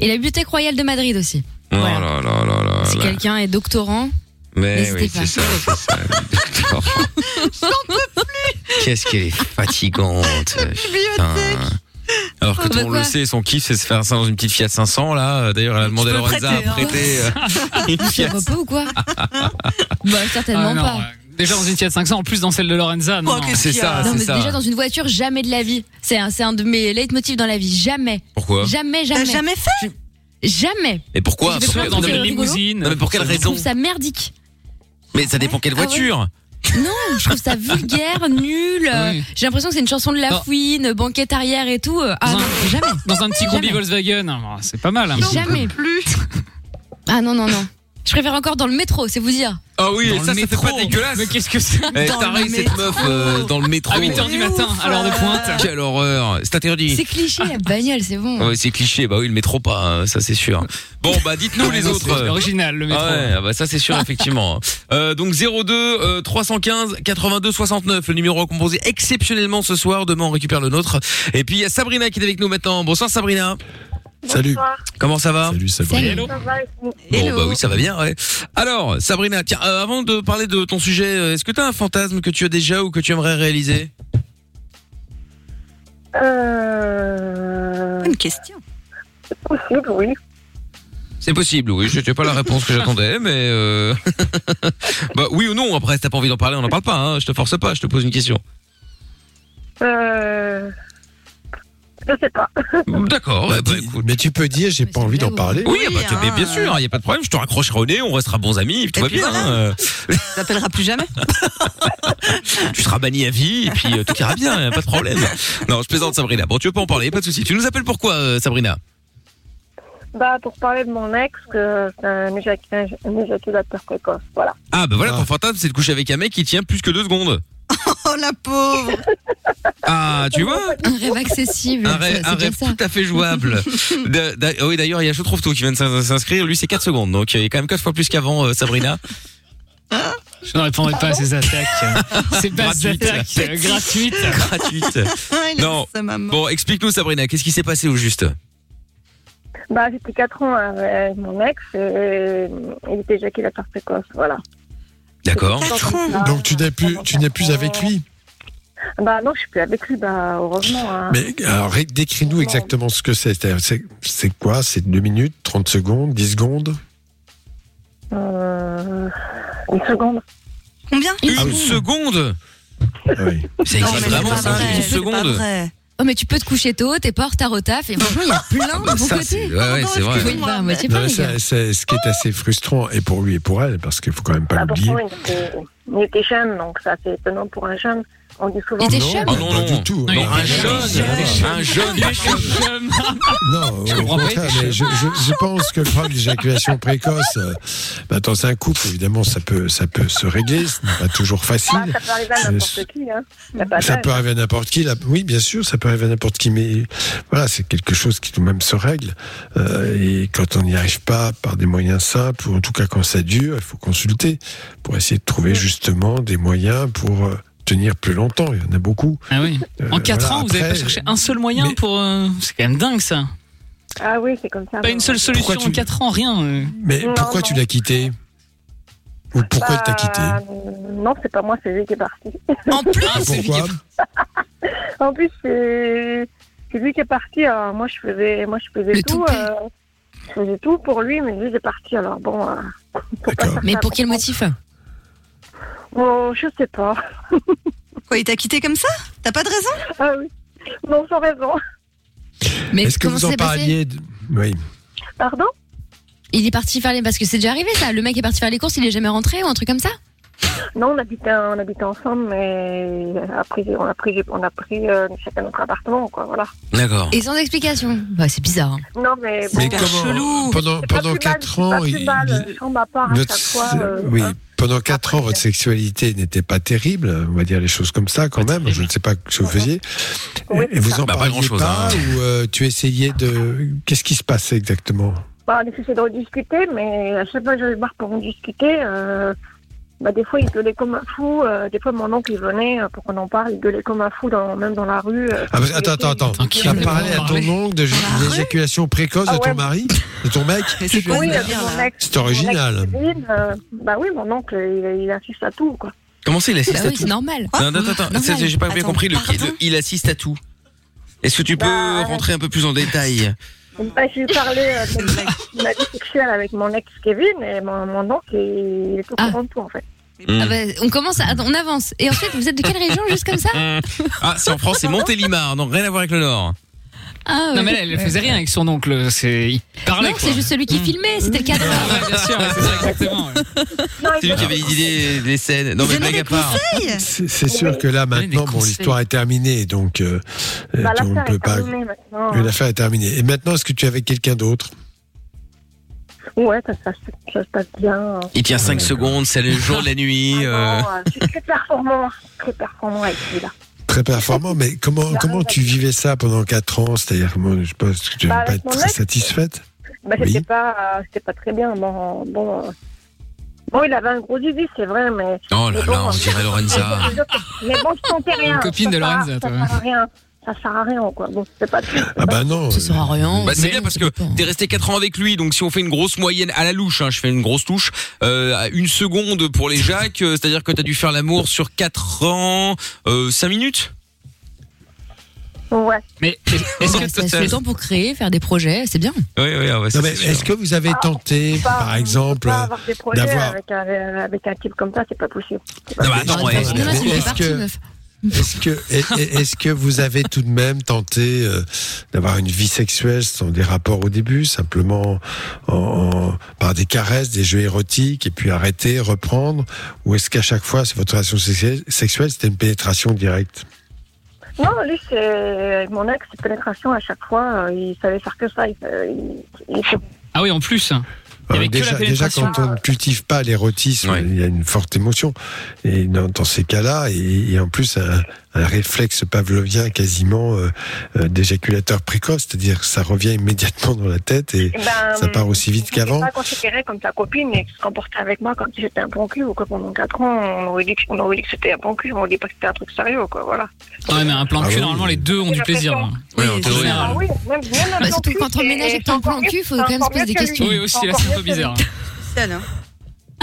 Speaker 8: Et la bibliothèque royale de Madrid aussi.
Speaker 2: Oh là là là là
Speaker 8: Si
Speaker 2: là.
Speaker 8: quelqu'un est doctorant,
Speaker 2: Mais
Speaker 8: n'hésitez
Speaker 2: oui,
Speaker 8: pas.
Speaker 2: c'est ça, c'est ça. D'accord. Qu'est-ce qu'elle est fatigante. putain. Alors que
Speaker 8: Oh,
Speaker 2: tout
Speaker 8: bah
Speaker 2: le monde le
Speaker 8: quoi.
Speaker 2: sait, son kiff, c'est de se faire ça dans une petite Fiat 500, là. D'ailleurs, elle a demandé à
Speaker 8: peux
Speaker 2: Lorenza à
Speaker 8: prêter, hein.
Speaker 2: prêter euh, une
Speaker 8: c'est
Speaker 2: Fiat.
Speaker 8: repos ou quoi Bah certainement
Speaker 6: Ah non,
Speaker 8: pas.
Speaker 6: euh, Déjà dans une Fiat 500, en plus dans celle de Lorenza.
Speaker 2: Oh,
Speaker 6: Ah,
Speaker 5: Oh,
Speaker 6: Non, non.
Speaker 2: C'est ça,
Speaker 8: non,
Speaker 2: c'est
Speaker 8: mais
Speaker 2: ça.
Speaker 8: déjà dans une voiture, jamais de la vie. C'est un, c'est un de mes leitmotifs dans la vie. Jamais.
Speaker 2: Pourquoi
Speaker 8: Jamais, jamais.
Speaker 5: T'as jamais
Speaker 8: fait Jamais.
Speaker 2: Mais pourquoi
Speaker 8: Je vais prendre
Speaker 2: Non, mais-
Speaker 8: une limousine.
Speaker 2: Non, mais pour quelle
Speaker 8: Je
Speaker 2: raison
Speaker 8: trouve ça merdique.
Speaker 2: Mais ça dépend quelle
Speaker 8: Ah ouais.
Speaker 2: voiture.
Speaker 8: Non, je trouve ça vulgaire, nul. euh,
Speaker 6: Oui.
Speaker 8: J'ai l'impression que c'est une chanson de la
Speaker 6: Non.
Speaker 8: fouine, banquette arrière et tout. euh, Ah non, jamais.
Speaker 6: Dans un petit combi
Speaker 8: Jamais.
Speaker 6: Volkswagen, Ah, c'est pas mal. hein.
Speaker 8: jamais.
Speaker 5: Plus.
Speaker 8: Ah non, non, non. Je préfère encore dans le métro, c'est vous dire.
Speaker 2: Ah oui,
Speaker 6: Dans
Speaker 2: et
Speaker 6: le
Speaker 2: ça, c'est
Speaker 6: métro.
Speaker 2: pas dégueulasse.
Speaker 6: Mais qu'est-ce que c'est
Speaker 2: Eh,
Speaker 5: Dans
Speaker 2: T'arrêtes
Speaker 5: le
Speaker 2: cette meuf euh, dans le métro.
Speaker 8: Ah
Speaker 6: À 8h du matin, à l'heure de pointe.
Speaker 2: Quelle horreur. C'est interdit.
Speaker 8: C'est cliché, la bagnole, c'est bon.
Speaker 2: Ouais, c'est cliché, bah oui, le métro pas, hein, ça c'est sûr. Bon, bah dites-nous les autres.
Speaker 6: C'est original, le métro.
Speaker 2: Ah ouais, ah bah ça c'est sûr effectivement. Euh, donc 02 euh, 315 82 69 le numéro composé exceptionnellement ce soir. Demain on récupère le nôtre. Et puis il y a Sabrina qui est avec nous maintenant. Bonsoir Sabrina.
Speaker 4: Salut.
Speaker 2: Comment ça va
Speaker 4: Salut, Sabrina.
Speaker 8: Salut.
Speaker 15: Ça va et vous
Speaker 2: Bah, Bon bah oui ça va bien. Ouais. Alors Sabrina, tiens euh, avant de parler de ton sujet, euh, est-ce que t'as un fantasme que tu as déjà ou que tu aimerais réaliser
Speaker 15: Euh,
Speaker 5: Une question.
Speaker 15: C'est possible, oui.
Speaker 2: C'est possible, oui. Je n'ai pas la réponse que j'attendais, mais euh... bah oui ou non. Après, si t'as pas envie d'en parler, on n'en parle pas. Hein. Je te force pas. Je te pose une question.
Speaker 15: Euh... Je sais pas.
Speaker 2: D'accord.
Speaker 4: Bah,
Speaker 2: eh ben,
Speaker 4: dis-
Speaker 2: écoute.
Speaker 4: mais tu peux dire, j'ai
Speaker 8: Mais
Speaker 4: pas
Speaker 8: c'est
Speaker 4: envie
Speaker 8: vrai,
Speaker 4: d'en
Speaker 8: vous-
Speaker 4: parler.
Speaker 2: Oui,
Speaker 5: Oui,
Speaker 2: bah, tu- mais
Speaker 5: hein.
Speaker 2: bien sûr, il n'y a pas de problème, je te raccrocherai au nez, on restera bons amis, tout
Speaker 5: Et
Speaker 2: va
Speaker 5: puis
Speaker 2: bien. hein.
Speaker 5: T'appelleras plus jamais.
Speaker 2: Tu seras banni à vie, et puis euh, tout ira bien, y a pas de problème. Non, je plaisante Sabrina. Bon, tu veux pas en parler, pas de souci. Tu nous appelles pourquoi, euh, Sabrina
Speaker 15: Bah, pour parler de mon ex, que c'est un, éjac... un éjaculateur précoce, voilà.
Speaker 2: Ah, bah voilà,
Speaker 4: Ah.
Speaker 2: ton fantasme, c'est de coucher avec un mec qui tient plus que deux secondes.
Speaker 5: Oh la pauvre. Euh,
Speaker 2: Ah, tu vois
Speaker 8: Un rêve accessible.
Speaker 2: un rêve,
Speaker 8: c'est-
Speaker 2: un
Speaker 8: c'est bien
Speaker 2: rêve
Speaker 8: ça.
Speaker 2: tout à fait jouable. Da- da- oui, d'ailleurs, il y a Chotrouve-Tout qui vient de s'in- s'inscrire. Lui, c'est 4 secondes. Donc, euh, il est quand même 4 fois plus qu'avant, euh, Sabrina.
Speaker 6: Je ne répondrai pas à ces attaques. Ces basses
Speaker 2: Gratuites.
Speaker 6: attaques euh, gratuites.
Speaker 2: Gratuite.
Speaker 5: Il a
Speaker 2: Non.
Speaker 5: sa maman.
Speaker 2: Bon, explique-nous, Sabrina, qu'est-ce qui s'est passé au juste
Speaker 15: Bah, j'étais 4 ans avec mon ex et euh, il était éjaculateur précoce, voilà.
Speaker 2: D'accord.
Speaker 5: Quatre ans.
Speaker 4: Donc tu n'es plus, tu n'es plus avec lui.
Speaker 15: Bah, non, je suis plus avec lui, bah, heureusement. Hein.
Speaker 4: Mais alors, ré- décris-nous exactement ce que c'est. C'est-à-dire, C'est c'est quoi C'est 2 minutes, 30 secondes, 10 secondes
Speaker 15: Euh... Une seconde.
Speaker 5: Combien
Speaker 2: Une
Speaker 4: Ah oui.
Speaker 2: seconde
Speaker 4: Ah oui.
Speaker 2: Ça
Speaker 5: Non, mais
Speaker 2: existe
Speaker 5: c'est
Speaker 2: vraiment,
Speaker 5: pas
Speaker 2: ça
Speaker 5: vrai,
Speaker 2: Une
Speaker 5: c'est pas
Speaker 2: seconde
Speaker 5: vrai.
Speaker 8: Oh, mais tu peux te coucher tôt, t'es pas en retard au taf, et franchement, il y a
Speaker 6: Ah,
Speaker 8: plein de bons
Speaker 2: Ça,
Speaker 8: côtés.
Speaker 2: c'est- ouais, ouais,
Speaker 5: Pardon,
Speaker 2: c'est vrai.
Speaker 8: Faut y voir à moitié
Speaker 4: Non,
Speaker 8: pareil.
Speaker 4: mais c'est- c'est ce qui est assez frustrant et pour lui et pour elle parce qu'il faut quand même pas
Speaker 15: Bah,
Speaker 4: l'oublier.
Speaker 15: pourtant, il était, il était jeune, donc ça, c'est étonnant pour un jeune. On dit souvent.
Speaker 8: Il était
Speaker 4: non,
Speaker 8: chum
Speaker 2: Ah non,
Speaker 4: pas
Speaker 2: non.
Speaker 4: du tout. hein.
Speaker 6: Non,
Speaker 2: Non,
Speaker 6: il
Speaker 2: un
Speaker 6: est
Speaker 2: jeune,
Speaker 6: jeune.
Speaker 2: un jeune,
Speaker 6: Il est chum.
Speaker 4: Non, au
Speaker 2: comprends pas,
Speaker 4: contraire,
Speaker 2: il est
Speaker 4: mais je, je- je pense que le problème d'éjaculation précoce, euh, bah, dans un couple, évidemment, ça peut, ça peut se régler, ce n'est pas toujours
Speaker 15: Ah,
Speaker 4: facile.
Speaker 15: ça peut arriver à
Speaker 4: Euh,
Speaker 15: n'importe qui, hein. Y a pas
Speaker 4: Ça
Speaker 15: d'âge.
Speaker 4: peut arriver à n'importe qui. Là. Oui, bien sûr, ça peut arriver à n'importe qui, mais voilà, c'est quelque chose qui tout de même se règle. Euh, et quand on n'y arrive pas par des moyens simples, ou en tout cas quand ça dure, il faut consulter pour essayer de
Speaker 15: Mm.
Speaker 4: trouver justement des moyens pour euh, tenir plus longtemps. Il y en a beaucoup.
Speaker 6: Ah oui.
Speaker 4: Euh,
Speaker 6: En 4
Speaker 4: voilà,
Speaker 6: ans, vous n'avez pas
Speaker 4: après,
Speaker 6: cherché un seul moyen
Speaker 4: mais-
Speaker 6: pour. euh, C'est quand même dingue ça.
Speaker 15: Ah oui, c'est comme ça.
Speaker 6: Pas une seule solution
Speaker 4: Pourquoi
Speaker 6: en
Speaker 4: tu-
Speaker 6: 4 ans, rien. euh.
Speaker 4: Mais
Speaker 15: Non,
Speaker 4: pourquoi
Speaker 15: non.
Speaker 4: tu l'as quitté Ou pourquoi il t'a
Speaker 15: Bah,
Speaker 4: quitté
Speaker 15: quitté Non, c'est pas moi, c'est lui qui est parti.
Speaker 5: En plus,
Speaker 6: Ah, c'est
Speaker 4: Pourquoi
Speaker 15: En plus, c'est c'est lui qui est parti. Alors, moi, je faisais, moi, je faisais
Speaker 8: Le
Speaker 15: tout.
Speaker 8: toupet.
Speaker 15: euh, je faisais tout pour lui, mais lui, il est parti. Alors, bon, euh,
Speaker 4: D'accord.
Speaker 8: Mais pour quel motif
Speaker 15: bon, je sais pas.
Speaker 5: quoi, il t'a quitté comme ça T'as pas de raison
Speaker 15: Ah oui. Non, sans raison.
Speaker 8: Mais
Speaker 4: Est-ce que
Speaker 8: comment
Speaker 4: vous
Speaker 8: ça
Speaker 4: en
Speaker 8: s'est passé
Speaker 4: parliez de- Oui.
Speaker 15: Pardon
Speaker 8: Il est parti faire les. Parce que c'est déjà arrivé ça, le mec est parti faire les courses, il est jamais rentré ou un truc comme ça
Speaker 15: Non, on habitait, on habitait ensemble, mais après, on a pris, on a pris euh, chacun notre appartement, quoi, voilà.
Speaker 2: D'accord.
Speaker 8: Et sans explication. Bah, c'est bizarre. hein.
Speaker 15: Non, mais bon,
Speaker 4: Mais comment Pendant, pendant 4
Speaker 15: pas
Speaker 4: ans,
Speaker 15: plus
Speaker 4: il-
Speaker 15: mal,
Speaker 4: il-
Speaker 15: je euh, chambre à part à
Speaker 4: votre-
Speaker 15: chaque fois. euh,
Speaker 4: oui, pendant 4 ans, votre sexualité n'était pas terrible, on va dire les choses comme ça quand même. Je ne sais pas ce que vous faisiez. Et vous en
Speaker 2: Bah, pas
Speaker 4: parliez
Speaker 2: grand-chose,
Speaker 4: pas,
Speaker 2: hein.
Speaker 4: ou euh, tu essayais de. Qu'est-ce qui se passait exactement
Speaker 15: bah, on essayait de rediscuter, mais à chaque fois que j'allais le voir pour en discuter, euh, bah, des fois il gueulait comme un fou. euh, des fois mon oncle il venait euh, pour qu'on en parle, il gueulait comme un fou, dans, même dans la rue. euh,
Speaker 4: Ah, parce- Attends, attends, attends.
Speaker 6: Tranquille,
Speaker 4: Tu as
Speaker 6: mais
Speaker 4: parlé
Speaker 6: bon,
Speaker 4: à ton
Speaker 6: parler.
Speaker 4: oncle de l'éjaculation précoce
Speaker 15: Ah
Speaker 4: de ton
Speaker 15: ouais.
Speaker 4: mari, de ton mec
Speaker 9: Mais c'est quoi
Speaker 15: oui,
Speaker 9: ce
Speaker 15: euh,
Speaker 9: délire,
Speaker 15: mon
Speaker 9: là
Speaker 15: ex-
Speaker 4: C'est original.
Speaker 15: mon ex-cousine, euh, bah oui, mon oncle il, il assiste à tout, quoi.
Speaker 2: Comment ça, il
Speaker 8: Bah
Speaker 2: assiste à
Speaker 8: oui,
Speaker 2: tout
Speaker 8: c'est normal.
Speaker 2: Non, attends, attends,
Speaker 9: Normal.
Speaker 2: c'est- j'ai pas bien
Speaker 9: Attends,
Speaker 2: compris le,
Speaker 9: pardon
Speaker 2: le- il assiste à tout. Est-ce que tu peux
Speaker 15: Bah,
Speaker 2: rentrer un peu plus en détail
Speaker 15: Bah, je lui parlais euh, de ma- ma vie sexuelle avec mon ex Kevin et mon, mon oncle, il, il est au
Speaker 8: Ah.
Speaker 15: courant de tout en fait.
Speaker 8: Ah bah, on commence, à- on avance. Et ensuite, vous êtes de quelle région, juste comme ça
Speaker 2: Ah, c'est en France, c'est Montélimar, donc rien à voir avec le Nord.
Speaker 8: ah, ouais.
Speaker 6: Non, mais là, elle faisait rien avec son oncle. C'est, il parlait,
Speaker 8: Non,
Speaker 6: quoi.
Speaker 8: c'est juste celui qui filmait, c'était le cadre.
Speaker 6: Ah ouais, bien sûr, ouais, c'est ça, exactement. ouais.
Speaker 15: Non, il
Speaker 2: C'est lui
Speaker 15: venait-
Speaker 2: qui avait l'idée des scènes. Non, mais blague à part.
Speaker 9: conseils
Speaker 4: C'est c'est sûr que là,
Speaker 6: Donnez des
Speaker 4: maintenant, bon,
Speaker 6: conseils.
Speaker 4: l'histoire est terminée, donc euh, euh,
Speaker 15: bah,
Speaker 4: tu- on ne
Speaker 15: l'affaire
Speaker 4: peut
Speaker 15: est
Speaker 4: pas.
Speaker 15: terminée maintenant.
Speaker 4: Oui, L'affaire est terminée. Et maintenant, est-ce que tu es avec quelqu'un d'autre
Speaker 15: Ouais, ça, ça, ça se passe bien.
Speaker 2: Il tient 5 secondes, c'est le jour, la nuit. euh.
Speaker 15: Ah non, euh, je suis très performant, très performant avec lui là.
Speaker 4: Très performant, mais comment,
Speaker 15: Bah,
Speaker 4: comment
Speaker 15: bah,
Speaker 4: tu vivais ça pendant 4 ans C'est-à-dire, moi, je pense que tu
Speaker 15: Bah,
Speaker 4: n'as pas
Speaker 15: avec
Speaker 4: être
Speaker 15: mon
Speaker 4: très
Speaker 15: ex.
Speaker 4: satisfaite.
Speaker 15: Bah,
Speaker 4: Oui.
Speaker 15: c'était pas, euh, c'était pas très bien. Bon, bon, euh, bon, il avait un gros zizi, c'est vrai, mais.
Speaker 2: Oh
Speaker 15: mais
Speaker 2: là
Speaker 15: bon,
Speaker 2: là, on
Speaker 15: euh,
Speaker 2: dirait Lorenza.
Speaker 15: Mais bon, je sentais rien.
Speaker 6: copine
Speaker 15: Ça
Speaker 6: de
Speaker 15: sert à-
Speaker 6: Lorenza,
Speaker 15: ça
Speaker 6: toi.
Speaker 15: sert à rien. Ça sert à rien, quoi. Bon, c'est pas tout.
Speaker 4: Ah bah non.
Speaker 8: Ça sert à rien.
Speaker 2: Bah, c'est
Speaker 8: Mais
Speaker 2: bien
Speaker 8: non,
Speaker 2: parce
Speaker 8: ça
Speaker 2: que
Speaker 8: dépend.
Speaker 2: t'es resté 4 ans avec lui, donc si on fait une grosse moyenne à la louche, hein, je fais une grosse touche, euh, à une seconde pour les Jacques, euh, c'est-à-dire que t'as dû faire l'amour sur 4 ans, euh, 5 minutes
Speaker 15: Ouais.
Speaker 6: Mais est-ce que
Speaker 8: Ouais, ça se fait le temps pour créer, faire des projets, c'est bien.
Speaker 2: Oui, oui, ah ouais,
Speaker 4: Non,
Speaker 2: ça,
Speaker 4: mais
Speaker 2: c'est sûr.
Speaker 4: est-ce que vous avez
Speaker 15: Ah,
Speaker 4: tenté,
Speaker 15: Pas-
Speaker 4: par exemple,
Speaker 15: pas avoir des projets
Speaker 4: d'avoir-
Speaker 15: avec un, euh, avec un type comme ça, c'est pas possible.
Speaker 2: Non, mais attends,
Speaker 8: Bah,
Speaker 2: ouais,
Speaker 8: non, là, ça me fait
Speaker 4: est-ce
Speaker 8: partie,
Speaker 4: que-
Speaker 8: meuf.
Speaker 4: Est-ce que, est- est- est-ce que vous avez tout de même tenté euh, d'avoir une vie sexuelle sans des rapports au début, simplement en, en- par des caresses, des jeux érotiques, et puis arrêter, reprendre Ou est-ce qu'à chaque fois, c'est votre relation sexuelle, sexuelle, c'était une pénétration directe
Speaker 15: Non, lui, c'est avec mon ex, c'est pénétration à chaque fois. euh, il savait faire que ça. Il, il, il se
Speaker 6: Ah oui, en plus. Il y avait que la
Speaker 4: Euh, déjà, déjà,
Speaker 6: pénétration.
Speaker 4: quand on ne cultive pas l'érotisme,
Speaker 2: Ouais.
Speaker 4: il y a une forte émotion. Et dans, dans ces cas-là, et, et en plus un, un réflexe pavlovien quasiment euh, euh, d'éjaculateur précoce, c'est-à-dire ça revient immédiatement dans la tête et,
Speaker 15: Eh ben,
Speaker 4: Ça part aussi vite
Speaker 15: je ne
Speaker 2: Ah
Speaker 4: qu'avant.
Speaker 15: pas considéré comme sa copine et qui se comportait avec moi comme si j'étais un bon cul ou que pendant 4 ans, on aurait dit que, on aurait dit que c'était un bon cul, on dit pas que c'était un truc sérieux, quoi, voilà.
Speaker 6: Ouais, mais un plan
Speaker 4: Ah
Speaker 6: de cul,
Speaker 4: oui.
Speaker 6: normalement, les deux ont
Speaker 15: Oui,
Speaker 6: du plaisir.
Speaker 15: l'impression.
Speaker 6: hein.
Speaker 2: Ouais, en
Speaker 6: Oui,
Speaker 2: théorie,
Speaker 6: c'est ça.
Speaker 2: hein.
Speaker 15: Ah oui, même, même un
Speaker 8: Bah,
Speaker 15: plan
Speaker 8: surtout
Speaker 15: cul,
Speaker 8: quand on
Speaker 15: c'est-
Speaker 8: ménage avec
Speaker 15: c'est
Speaker 8: ton
Speaker 15: encore
Speaker 8: plan
Speaker 15: mieux-
Speaker 8: cul, faut quand même se
Speaker 15: encore
Speaker 8: poser des
Speaker 15: mieux que
Speaker 8: questions.
Speaker 15: lui.
Speaker 6: Oui, aussi, là, c'est un peu bizarre. hein.
Speaker 9: Social, hein.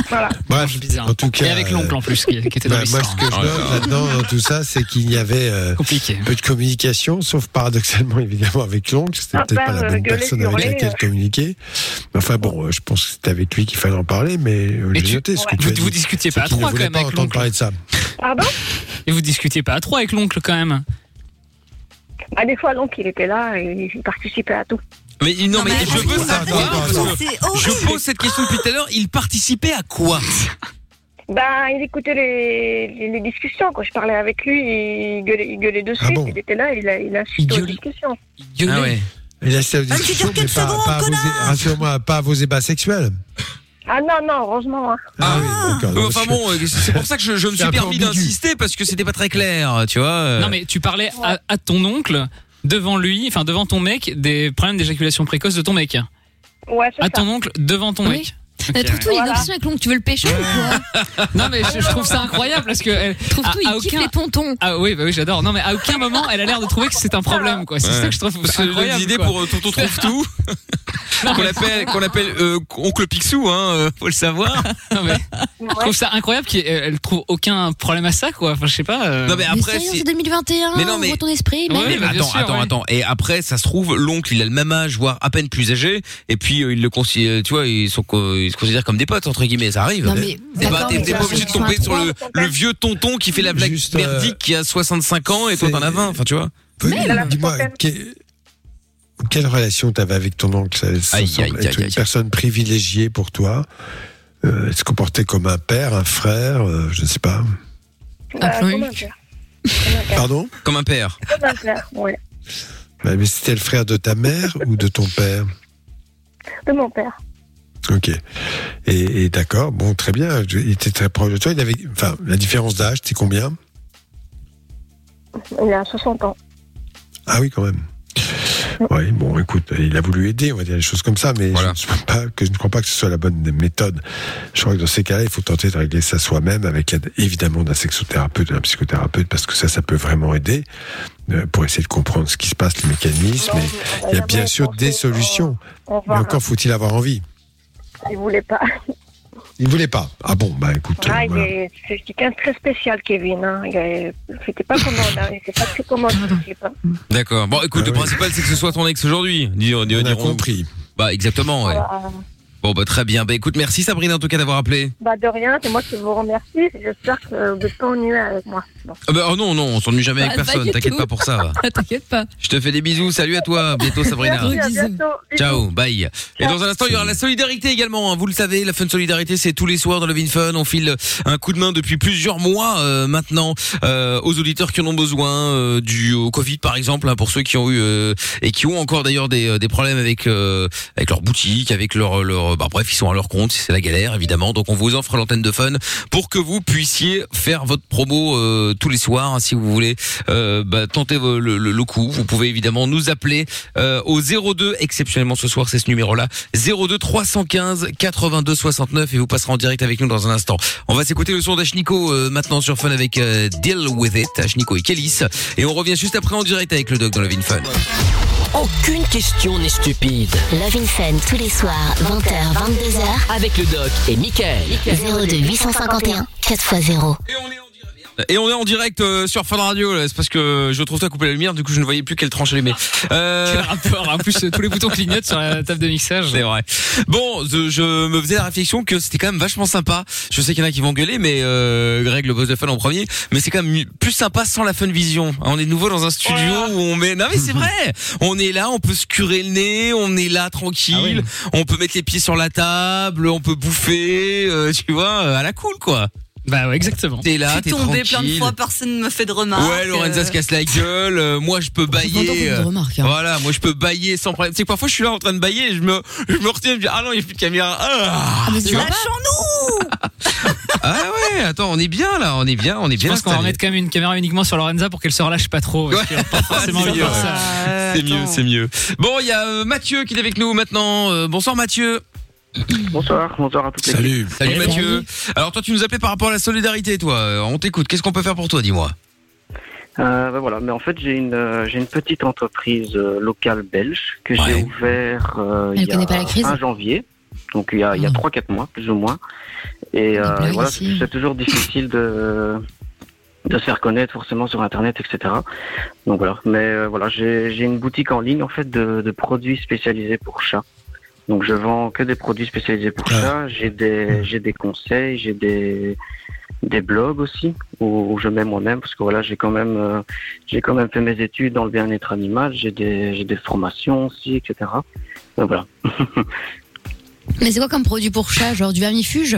Speaker 15: Voilà.
Speaker 4: Bref,
Speaker 6: Bizarre.
Speaker 4: En tout cas,
Speaker 6: hein. Et avec l'oncle, en plus, qui, qui était dans
Speaker 4: Bah, moi,
Speaker 6: l'histoire.
Speaker 4: ce que je
Speaker 2: Oh là
Speaker 4: note
Speaker 2: là.
Speaker 4: là-dedans, dans tout ça, c'est qu'il y avait euh,
Speaker 6: Compliqué.
Speaker 4: peu de communication, sauf paradoxalement, évidemment, avec l'oncle. C'était
Speaker 15: Ah,
Speaker 4: peut-être
Speaker 15: bah,
Speaker 4: pas la
Speaker 15: euh,
Speaker 4: bonne
Speaker 15: gueuler,
Speaker 4: personne avec
Speaker 15: hurler,
Speaker 4: laquelle communiquer. Mais Enfin bon, euh, je pense que c'était avec lui qu'il fallait en parler, mais euh,
Speaker 6: Mais
Speaker 4: j'ai
Speaker 6: tu-
Speaker 4: noté ce que
Speaker 15: ouais.
Speaker 4: tu as
Speaker 6: Vous, vous
Speaker 4: dit.
Speaker 6: discutiez
Speaker 4: C'est
Speaker 6: pas à
Speaker 4: qu'il ne
Speaker 6: trois, quand
Speaker 4: voulait
Speaker 6: même,
Speaker 4: pas
Speaker 6: avec
Speaker 4: entendre
Speaker 6: l'oncle.
Speaker 4: parler de ça.
Speaker 15: Pardon
Speaker 6: Et vous discutiez pas à trois avec l'oncle, quand même.
Speaker 9: Ah,
Speaker 15: bah, Des fois, donc, il était là et il participait à tout.
Speaker 2: Mais il- non,
Speaker 9: Non,
Speaker 2: mais,
Speaker 9: mais
Speaker 2: je
Speaker 9: attends,
Speaker 2: veux
Speaker 4: attends,
Speaker 2: savoir,
Speaker 4: attends,
Speaker 2: parce
Speaker 4: attends.
Speaker 2: que
Speaker 9: C'est
Speaker 2: je
Speaker 9: horrible.
Speaker 2: pose cette question depuis tout à l'heure, il participait à quoi
Speaker 9: Ben,
Speaker 15: Bah, il écoutait les, les, les discussions. Quand je parlais avec lui, il gueulait, il gueulait dessus.
Speaker 4: bon
Speaker 15: Il était là, il, a- il assistait
Speaker 6: Il
Speaker 15: aux
Speaker 6: gueulait.
Speaker 15: discussions.
Speaker 6: Il gueulait.
Speaker 2: Ah ouais.
Speaker 4: Il a cette
Speaker 9: tu
Speaker 4: discussion,
Speaker 9: dures
Speaker 4: mais
Speaker 9: quatre
Speaker 4: pas,
Speaker 9: secondes,
Speaker 4: pas à vos,
Speaker 9: connard
Speaker 4: rassure-moi, pas à vos ébats sexuels.
Speaker 15: Ah non, non, heureusement. hein.
Speaker 2: Ah,
Speaker 4: d'accord.
Speaker 2: Euh,
Speaker 4: Non,
Speaker 2: Enfin
Speaker 4: parce Oh, que-
Speaker 2: bon, euh, c'est pour ça que je, je me
Speaker 4: C'est un
Speaker 2: suis
Speaker 4: peu
Speaker 2: permis
Speaker 4: ambigu.
Speaker 2: d'insister parce que c'était pas très clair, tu vois. euh.
Speaker 6: Non, mais tu parlais à, à ton oncle, devant lui, enfin, devant ton mec, des problèmes d'éjaculation précoce de ton mec.
Speaker 15: Ouais, c'est
Speaker 6: À
Speaker 15: ça.
Speaker 6: ton oncle, devant ton
Speaker 8: Oui.
Speaker 6: mec.
Speaker 8: Mais
Speaker 6: Ok,
Speaker 8: Trouve-tout, il est
Speaker 15: Voilà.
Speaker 8: obstiné avec l'oncle, tu veux le pécho ou quoi
Speaker 6: Non mais je, je trouve ça incroyable parce que elle- à-
Speaker 8: Trouve-tout,
Speaker 6: à,
Speaker 8: il kiffe
Speaker 6: aucun
Speaker 8: les tontons.
Speaker 6: ah oui bah oui j'adore non mais à aucun moment elle a l'air de trouver que c'est un problème quoi c'est
Speaker 2: Ouais.
Speaker 6: ça que je trouve
Speaker 2: Parce que
Speaker 6: incroyable
Speaker 2: les idées
Speaker 6: quoi.
Speaker 2: pour euh, Tonton trouve tout, qu'on appelle, qu'on appelle euh, oncle Picsou, hein, euh, faut le savoir.
Speaker 6: Non, mais je
Speaker 15: Ouais.
Speaker 6: trouve ça incroyable qu'elle trouve aucun problème à ça quoi enfin je sais pas euh,
Speaker 2: Non mais
Speaker 8: Mais
Speaker 2: après,
Speaker 8: sérieux,
Speaker 2: c'est-
Speaker 8: c'est 2021,
Speaker 2: Mais non, mais-
Speaker 8: ouvre ton esprit,
Speaker 6: Ouais,
Speaker 8: mais
Speaker 6: mais- bien
Speaker 2: attends,
Speaker 6: sûr,
Speaker 2: attends,
Speaker 6: ouais.
Speaker 2: attends. Et après, ça se trouve, l'oncle, il a le même âge, voire à peine plus âgé. Et puis, euh, il le considère, tu vois, ils, sont, co- ils se considèrent comme des potes, entre guillemets. Ça arrive.
Speaker 8: Non, mais-
Speaker 2: T'es pas,
Speaker 8: d'accord,
Speaker 2: Bah, t'es-
Speaker 8: mais
Speaker 2: t'es pas
Speaker 8: ça,
Speaker 2: obligé de
Speaker 8: c'est
Speaker 2: tomber
Speaker 8: un
Speaker 2: sur le,
Speaker 15: trois.
Speaker 2: le vieux tonton qui fait la blague
Speaker 4: Juste, euh,
Speaker 2: merdique qui a 65 ans et toi
Speaker 4: c'est-
Speaker 2: t'en as 20. Enfin, tu vois.
Speaker 15: Même.
Speaker 4: Dis-moi, que- quelle relation tu avais avec ton oncle ça, ça
Speaker 2: Aïe,
Speaker 4: semble
Speaker 2: aïe,
Speaker 4: être
Speaker 2: aïe,
Speaker 4: une
Speaker 2: aïe.
Speaker 4: personne privilégiée pour toi. euh, elle se comportait comme un père, un frère, euh, je ne sais pas.
Speaker 9: Bah, comme un père. Comme un père.
Speaker 4: Pardon
Speaker 2: Comme un père.
Speaker 9: Comme un père, ouais.
Speaker 4: Ouais, Mais c'était le frère de ta mère ou de ton père
Speaker 9: De mon père.
Speaker 4: Ok. Et, et d'accord, bon, très bien. Il était très proche de toi. Il avait, enfin, la différence d'âge, c'est combien
Speaker 9: Il a 60 ans.
Speaker 4: Ah oui, quand même. Oui, bon, écoute, il a voulu aider, on va dire des choses comme ça, mais je, ne crois pas que, je ne crois pas que ce soit la bonne méthode. Je crois que dans ces cas-là, il faut tenter de régler ça soi-même avec l'aide évidemment d'un sexothérapeute, d'un psychothérapeute, parce que ça, ça peut vraiment aider euh, pour essayer de comprendre ce qui se passe, les mécanismes.
Speaker 9: Non,
Speaker 4: et
Speaker 9: mais
Speaker 4: il y a
Speaker 9: d'abord,
Speaker 4: bien sûr
Speaker 9: on
Speaker 4: des
Speaker 9: fait,
Speaker 4: solutions,
Speaker 9: On
Speaker 4: mais
Speaker 9: va.
Speaker 4: encore faut-il avoir envie.
Speaker 9: Il voulait pas.
Speaker 4: Il voulait pas. Ah bon, bah écoute,
Speaker 9: Ah, il
Speaker 4: voilà.
Speaker 9: est- c'est quelqu'un de très spécial, Kevin. Hein. Il est- C'était pas comment là. C'était pas très comment.
Speaker 2: D'accord. Bon, écoute, le principal, c'est que ce soit ton ex aujourd'hui. On a
Speaker 4: compris.
Speaker 2: Bah, exactement, ouais. Bon, bah, très bien. Bah, écoute, merci Sabrina, en tout cas, d'avoir appelé.
Speaker 9: Bah, de rien, c'est moi qui vous remercie. J'espère que vous n'êtes pas ennuyé avec moi. Bon.
Speaker 2: Ah bah, oh non, non, on s'ennuie jamais
Speaker 9: Bah,
Speaker 2: avec
Speaker 9: pas
Speaker 2: personne.
Speaker 9: du
Speaker 2: T'inquiète
Speaker 9: tout.
Speaker 2: pas pour ça.
Speaker 8: T'inquiète pas.
Speaker 2: Je te fais des bisous. Salut à toi. À bientôt, Sabrina.
Speaker 9: Merci, à bientôt.
Speaker 2: Ciao, bye. Et dans un instant, il y aura la solidarité également. hein. Vous le savez, la Fun Solidarité, c'est tous les soirs dans le Fun. On file un coup de main depuis plusieurs mois euh, maintenant euh, aux auditeurs qui en ont besoin, euh, du au Covid par exemple, hein, pour ceux qui ont eu euh, et qui ont encore d'ailleurs des, euh, des problèmes avec euh, avec leur boutique, avec leur leur bah, bref, ils sont à leur compte, c'est la galère évidemment. Donc on vous offre l'antenne de Fun pour que vous puissiez faire votre promo euh, tous les soirs hein, si vous voulez euh, bah, tenter vos- le, le- le coup. Vous pouvez évidemment nous appeler euh, au 02 exceptionnellement ce soir c'est ce numéro là 02 315 82 69 et vous passerez en direct avec nous dans un instant. On va s'écouter le son d'Achnico euh, maintenant sur Fun avec euh, Deal with it Achnico et Kélis et on revient juste après en direct avec le Doc dans le Vin Fun.
Speaker 1: Aucune question n'est stupide.
Speaker 3: Love in Fun tous les soirs, 20h, 22h.
Speaker 1: Avec le doc et Michael.
Speaker 3: 02 851 4x0.
Speaker 2: Et on est en direct euh, sur Fun Radio, là. c'est parce que je trouve t'as coupé la lumière, du coup je ne voyais plus quelle tranche allumée. Euh...
Speaker 6: Quel rapport, en plus tous les boutons clignotent sur la table de mixage.
Speaker 2: C'est vrai. Bon, je, je me faisais la réflexion que c'était quand même vachement sympa. Je sais qu'il y en a qui vont gueuler, mais euh, Greg, le boss de Fun en premier, mais c'est quand même plus sympa sans la Fun Vision. Hein, On est de nouveau dans un studio où on met. Non mais c'est vrai. On est là, on peut se curer le nez, on est là tranquille,
Speaker 6: Ah
Speaker 2: on peut mettre les pieds sur la table, on peut bouffer, euh, tu vois, euh, à la cool quoi.
Speaker 6: Bah ouais, exactement.
Speaker 2: T'es là,
Speaker 5: Je
Speaker 2: Ah, t'es
Speaker 5: suis tombée
Speaker 2: tranquille.
Speaker 5: plein de fois, personne ne me fait de remarques.
Speaker 2: Ouais, Lorenza
Speaker 5: euh,
Speaker 2: se casse la gueule. euh, moi, je peux bailler.
Speaker 5: entend
Speaker 2: euh,
Speaker 5: une remarque, hein.
Speaker 2: Voilà, moi, je peux bailler sans problème. Tu sais que parfois, je suis là en train de bailler, et je me, je me retiens, je me dis, ah non, il n'y a plus de caméra. Ah, tu vois
Speaker 5: Lâchons-nous
Speaker 2: ah ouais, attends, on est bien là, on est bien, on est
Speaker 6: Je
Speaker 2: bien.
Speaker 6: pense qu'on va
Speaker 2: installé.
Speaker 6: mettre quand même une caméra uniquement sur Lorenza pour qu'elle se relâche pas trop. Parce qu'elle a pas forcément
Speaker 2: C'est
Speaker 6: envie de
Speaker 2: mieux,
Speaker 6: faire ça.
Speaker 2: C'est mieux, c'est mieux. Bon, il y a euh, Mathieu qui est avec nous maintenant. Euh, bonsoir Mathieu.
Speaker 13: Bonsoir, bonsoir à toutes les
Speaker 2: Salut. Salut
Speaker 13: Salut.
Speaker 2: Mathieu. Alors toi, tu nous appelais par rapport à la solidarité, toi. Euh, On t'écoute. Qu'est-ce qu'on peut faire pour toi, dis-moi
Speaker 13: Euh, bah voilà, mais en fait j'ai une euh, j'ai une petite entreprise euh, locale belge que j'ai ouvert euh,
Speaker 8: Elle
Speaker 13: il y
Speaker 8: connaît pas la crise Hmm.
Speaker 13: a fin janvier, donc il y a il y a trois quatre mois plus ou moins. Et euh,
Speaker 8: pleut
Speaker 13: voilà,
Speaker 8: ici.
Speaker 13: c'est toujours difficile de de se faire connaître forcément sur internet, etc. Donc voilà, mais euh, voilà, j'ai j'ai une boutique en ligne en fait de, de produits spécialisés pour chats. Donc je vends que des produits spécialisés pour chats. J'ai des j'ai des conseils, j'ai des des blogs aussi où, où je mets moi-même parce que voilà j'ai quand même euh, j'ai quand même fait mes études dans le bien-être animal. J'ai des j'ai des formations aussi, etc. Donc voilà.
Speaker 8: Mais c'est quoi comme produit pour chat Genre du vermifuge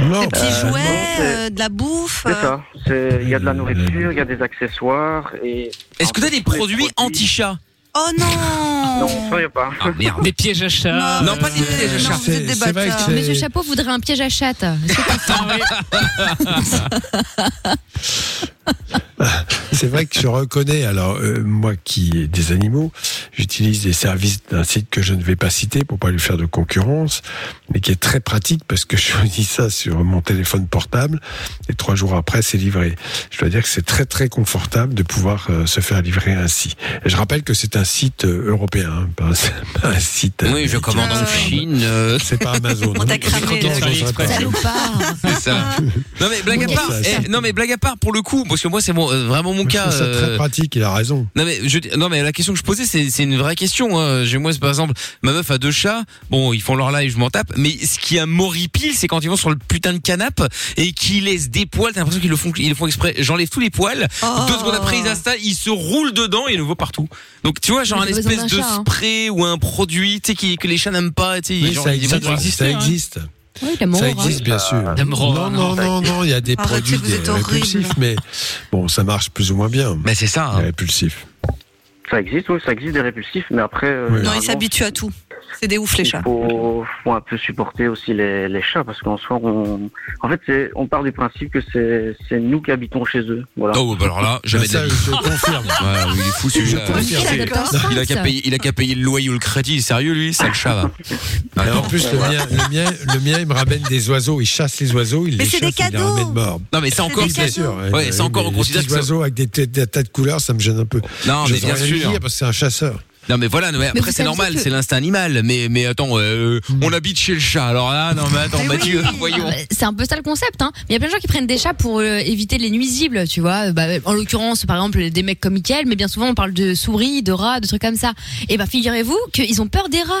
Speaker 4: Non.
Speaker 13: Euh, non, c'est-
Speaker 5: euh, de la bouffe.
Speaker 13: c'est ça. C'est- Il y a de la nourriture, il y a des accessoires et.
Speaker 2: Est-ce que t'as des produits anti-chats
Speaker 5: Oh non
Speaker 13: Non, ça y a pas.
Speaker 2: merde.
Speaker 6: Des pièges à chat.
Speaker 2: Non, pas des pièges à chat.
Speaker 4: C'est c'est vrai que
Speaker 8: Monsieur
Speaker 4: c'est-
Speaker 8: Chapeau voudrait un piège à chatte. Est-ce que
Speaker 4: c'est vrai que je reconnais, alors euh, moi qui ai des animaux, j'utilise des services d'un site que je ne vais pas citer pour pas lui faire de concurrence, mais qui est très pratique parce que je choisis ça sur mon téléphone portable et trois jours après c'est livré. Je dois dire que c'est très très confortable de pouvoir euh, se faire livrer ainsi. Et je rappelle que c'est un site euh, européen, hein, pas, un- pas un site.
Speaker 2: Oui, je commande en Chine. euh,
Speaker 4: C'est pas Amazon.
Speaker 5: On
Speaker 4: hein.
Speaker 5: t'a cramé.
Speaker 4: Non,
Speaker 5: là.
Speaker 4: je serais pas-
Speaker 8: ça nous parle
Speaker 2: C'est ça. Non mais blague à
Speaker 8: Oui,
Speaker 2: part,
Speaker 4: ça,
Speaker 2: eh, non mais blague à part pour le coup, parce que moi c'est mon- euh, vraiment mon
Speaker 4: Je
Speaker 2: cas.
Speaker 4: trouve ça très
Speaker 2: euh,
Speaker 4: pratique, il a raison.
Speaker 2: Non mais je, non mais la question que je posais c'est c'est une vraie question. Hein. J'ai moi c'est par exemple ma meuf a deux chats. Bon ils font leur live je m'en tape. Mais ce qui a m'horripile c'est quand ils vont sur le putain de canap et qu'ils laissent des poils. T'as l'impression qu'ils le font ils le font exprès. J'enlève tous les poils.
Speaker 5: Oh.
Speaker 2: Deux secondes après ils installent ils se roulent dedans et ils le voient partout. Donc tu vois genre un
Speaker 8: Mais t'as besoin
Speaker 2: espèce de
Speaker 8: d'un chat, hein.
Speaker 2: spray ou un produit tu sais qui- que les chats n'aiment pas. Tu sais,
Speaker 4: Oui,
Speaker 2: genre,
Speaker 4: ça
Speaker 2: ils-
Speaker 4: existe.
Speaker 6: exister,
Speaker 4: Ça
Speaker 6: hein.
Speaker 4: existe.
Speaker 8: Oui, l'amour.
Speaker 4: Ça existe
Speaker 2: Ah,
Speaker 4: bien sûr.
Speaker 2: hein.
Speaker 4: Non, non, non, non, il y a des
Speaker 8: Arrêtez,
Speaker 4: produits
Speaker 8: vous êtes
Speaker 4: des
Speaker 8: horrible.
Speaker 4: répulsifs, mais bon, ça marche plus ou moins bien.
Speaker 2: Mais c'est ça. hein.
Speaker 4: Répulsif.
Speaker 13: Ça existe, oui, ça existe des répulsifs, mais après. euh,
Speaker 5: Non,
Speaker 13: généralement,
Speaker 5: ils s'habituent à tout. C'est des ouf, les chats.
Speaker 13: faut, faut un peu supporter aussi les, les chats parce qu'en soi, on, en fait, c'est- on part du principe que c'est c'est nous qui habitons chez eux. Voilà.
Speaker 2: Oh, bah alors là, jamais
Speaker 13: Ça,
Speaker 2: de la vie.
Speaker 13: je confirme.
Speaker 2: Ouais, il est fou celui-là.
Speaker 13: Je confirme.
Speaker 2: Il a-
Speaker 8: hein.
Speaker 2: Il a qu'à payer, il a qu'à payer le loyer ou le crédit. Sérieux, lui, ça le chat, va.
Speaker 4: Et en plus, le mien, le, mien, le mien, il me ramène des oiseaux, il chasse les oiseaux, il
Speaker 2: Mais
Speaker 4: les
Speaker 2: c'est
Speaker 4: chasse,
Speaker 2: des
Speaker 4: il les
Speaker 2: cadeaux.
Speaker 4: ramène morts.
Speaker 2: Non, mais c'est encore-
Speaker 4: Oui, bien sûr.
Speaker 2: Ouais, c'est encore, on
Speaker 4: mais
Speaker 2: considère
Speaker 4: les
Speaker 2: que
Speaker 4: petits
Speaker 2: ça-
Speaker 4: oiseaux avec des, têtes- des tas de couleurs, ça me gêne un peu.
Speaker 2: Non,
Speaker 4: Je
Speaker 2: mais bien
Speaker 4: saurais
Speaker 2: sûr.
Speaker 4: le dire parce que c'est un chasseur.
Speaker 2: Non mais voilà, non, mais
Speaker 4: Mais
Speaker 2: après
Speaker 4: vous
Speaker 2: c'est
Speaker 4: savez
Speaker 2: normal,
Speaker 4: que-
Speaker 2: c'est l'instinct animal. Mais mais attends, euh, on habite chez le chat. Alors là, non mais attends, Mathieu, voyons.
Speaker 8: Ah, bah, C'est un peu ça le concept, hein. Mais il y a plein de gens qui prennent des chats pour euh, éviter les nuisibles, tu vois. Euh, Bah, en l'occurrence, par exemple, des mecs comme Mickaël, mais bien souvent on parle de souris, de rats, de trucs comme ça. Et bah, figurez-vous qu'ils ont peur des rats.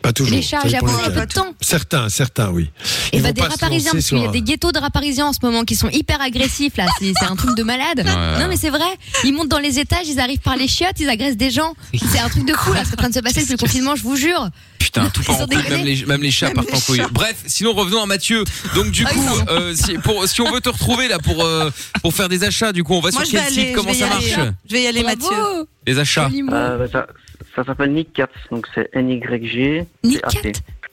Speaker 4: Pas toujours.
Speaker 8: Les chats,
Speaker 4: ça
Speaker 8: j'ai
Speaker 4: dépend
Speaker 8: appris
Speaker 4: lesquels.
Speaker 8: un peu de temps.
Speaker 4: Certains, certains, oui.
Speaker 8: Et
Speaker 4: Ils
Speaker 8: bah,
Speaker 4: vont
Speaker 8: des
Speaker 4: pas
Speaker 8: rats
Speaker 4: se
Speaker 8: parisiens,
Speaker 4: lancer
Speaker 8: parce qu'il y a
Speaker 4: sur euh, un-
Speaker 8: des ghettos de rats parisiens en ce moment qui sont hyper agressifs, là. C'est c'est un truc de malade.
Speaker 4: Ouais.
Speaker 8: Non, mais c'est vrai. Ils montent dans les étages, ils arrivent par les chiottes, ils agressent des gens. C'est un truc de fou, là, ce qui est en train de se passer depuis le confinement, je vous jure.
Speaker 2: Putain, tout part en
Speaker 8: sont
Speaker 2: couille, même
Speaker 8: dégueulés.
Speaker 2: les, même les chats
Speaker 8: Même
Speaker 2: partent
Speaker 8: les
Speaker 2: en couille.
Speaker 8: chats.
Speaker 2: Bref, sinon revenons à Mathieu. Donc du coup, euh, si, pour, si on veut te retrouver là pour euh, pour faire des achats, du coup, on va
Speaker 5: Moi,
Speaker 2: sur
Speaker 5: je vais
Speaker 2: quel
Speaker 5: aller.
Speaker 2: site
Speaker 5: je
Speaker 2: Comment
Speaker 5: vais y
Speaker 2: ça
Speaker 5: aller. hein.
Speaker 2: marche
Speaker 5: Je vais y aller, Mathieu.
Speaker 2: Les achats.
Speaker 13: Euh, bah, ça ça s'appelle Nick Katz, donc c'est N-Y-G. Nick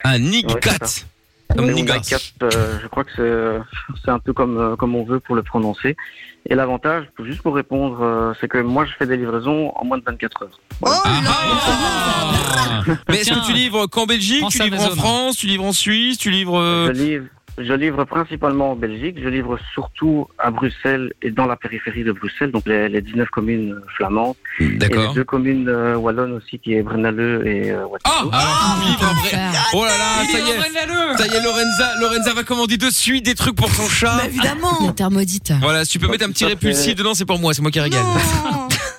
Speaker 2: Ah, Nick
Speaker 13: Katz
Speaker 2: Comme
Speaker 13: Mais on
Speaker 2: Nick
Speaker 13: a
Speaker 2: Katz.
Speaker 13: quatre, euh, je crois que c'est- c'est un peu comme, euh, comme on veut pour le prononcer. Et l'avantage, juste pour répondre, euh, c'est que moi je fais des livraisons en moins de 24 heures.
Speaker 2: Ah, Mais est-ce que tu livres qu'en Belgique, tu livres en France, tu livres en Suisse, tu livres. euh,
Speaker 13: Je livre, je livre principalement en Belgique, je livre surtout à Bruxelles et dans la périphérie de Bruxelles, donc les, les 19 communes flamandes.
Speaker 2: Hmm, D'accord.
Speaker 13: Et les deux communes euh, wallonnes aussi, qui est Brennaleux et euh,
Speaker 2: Ah,
Speaker 13: Waterloo.
Speaker 2: Oh là là, ça y est, ça y est, Lorenza, Lorenza va commander de suite des trucs pour son chat.
Speaker 8: La terre maudite.
Speaker 2: Voilà, si tu peux mettre un petit répulsif dedans, c'est pour moi, c'est moi qui régale.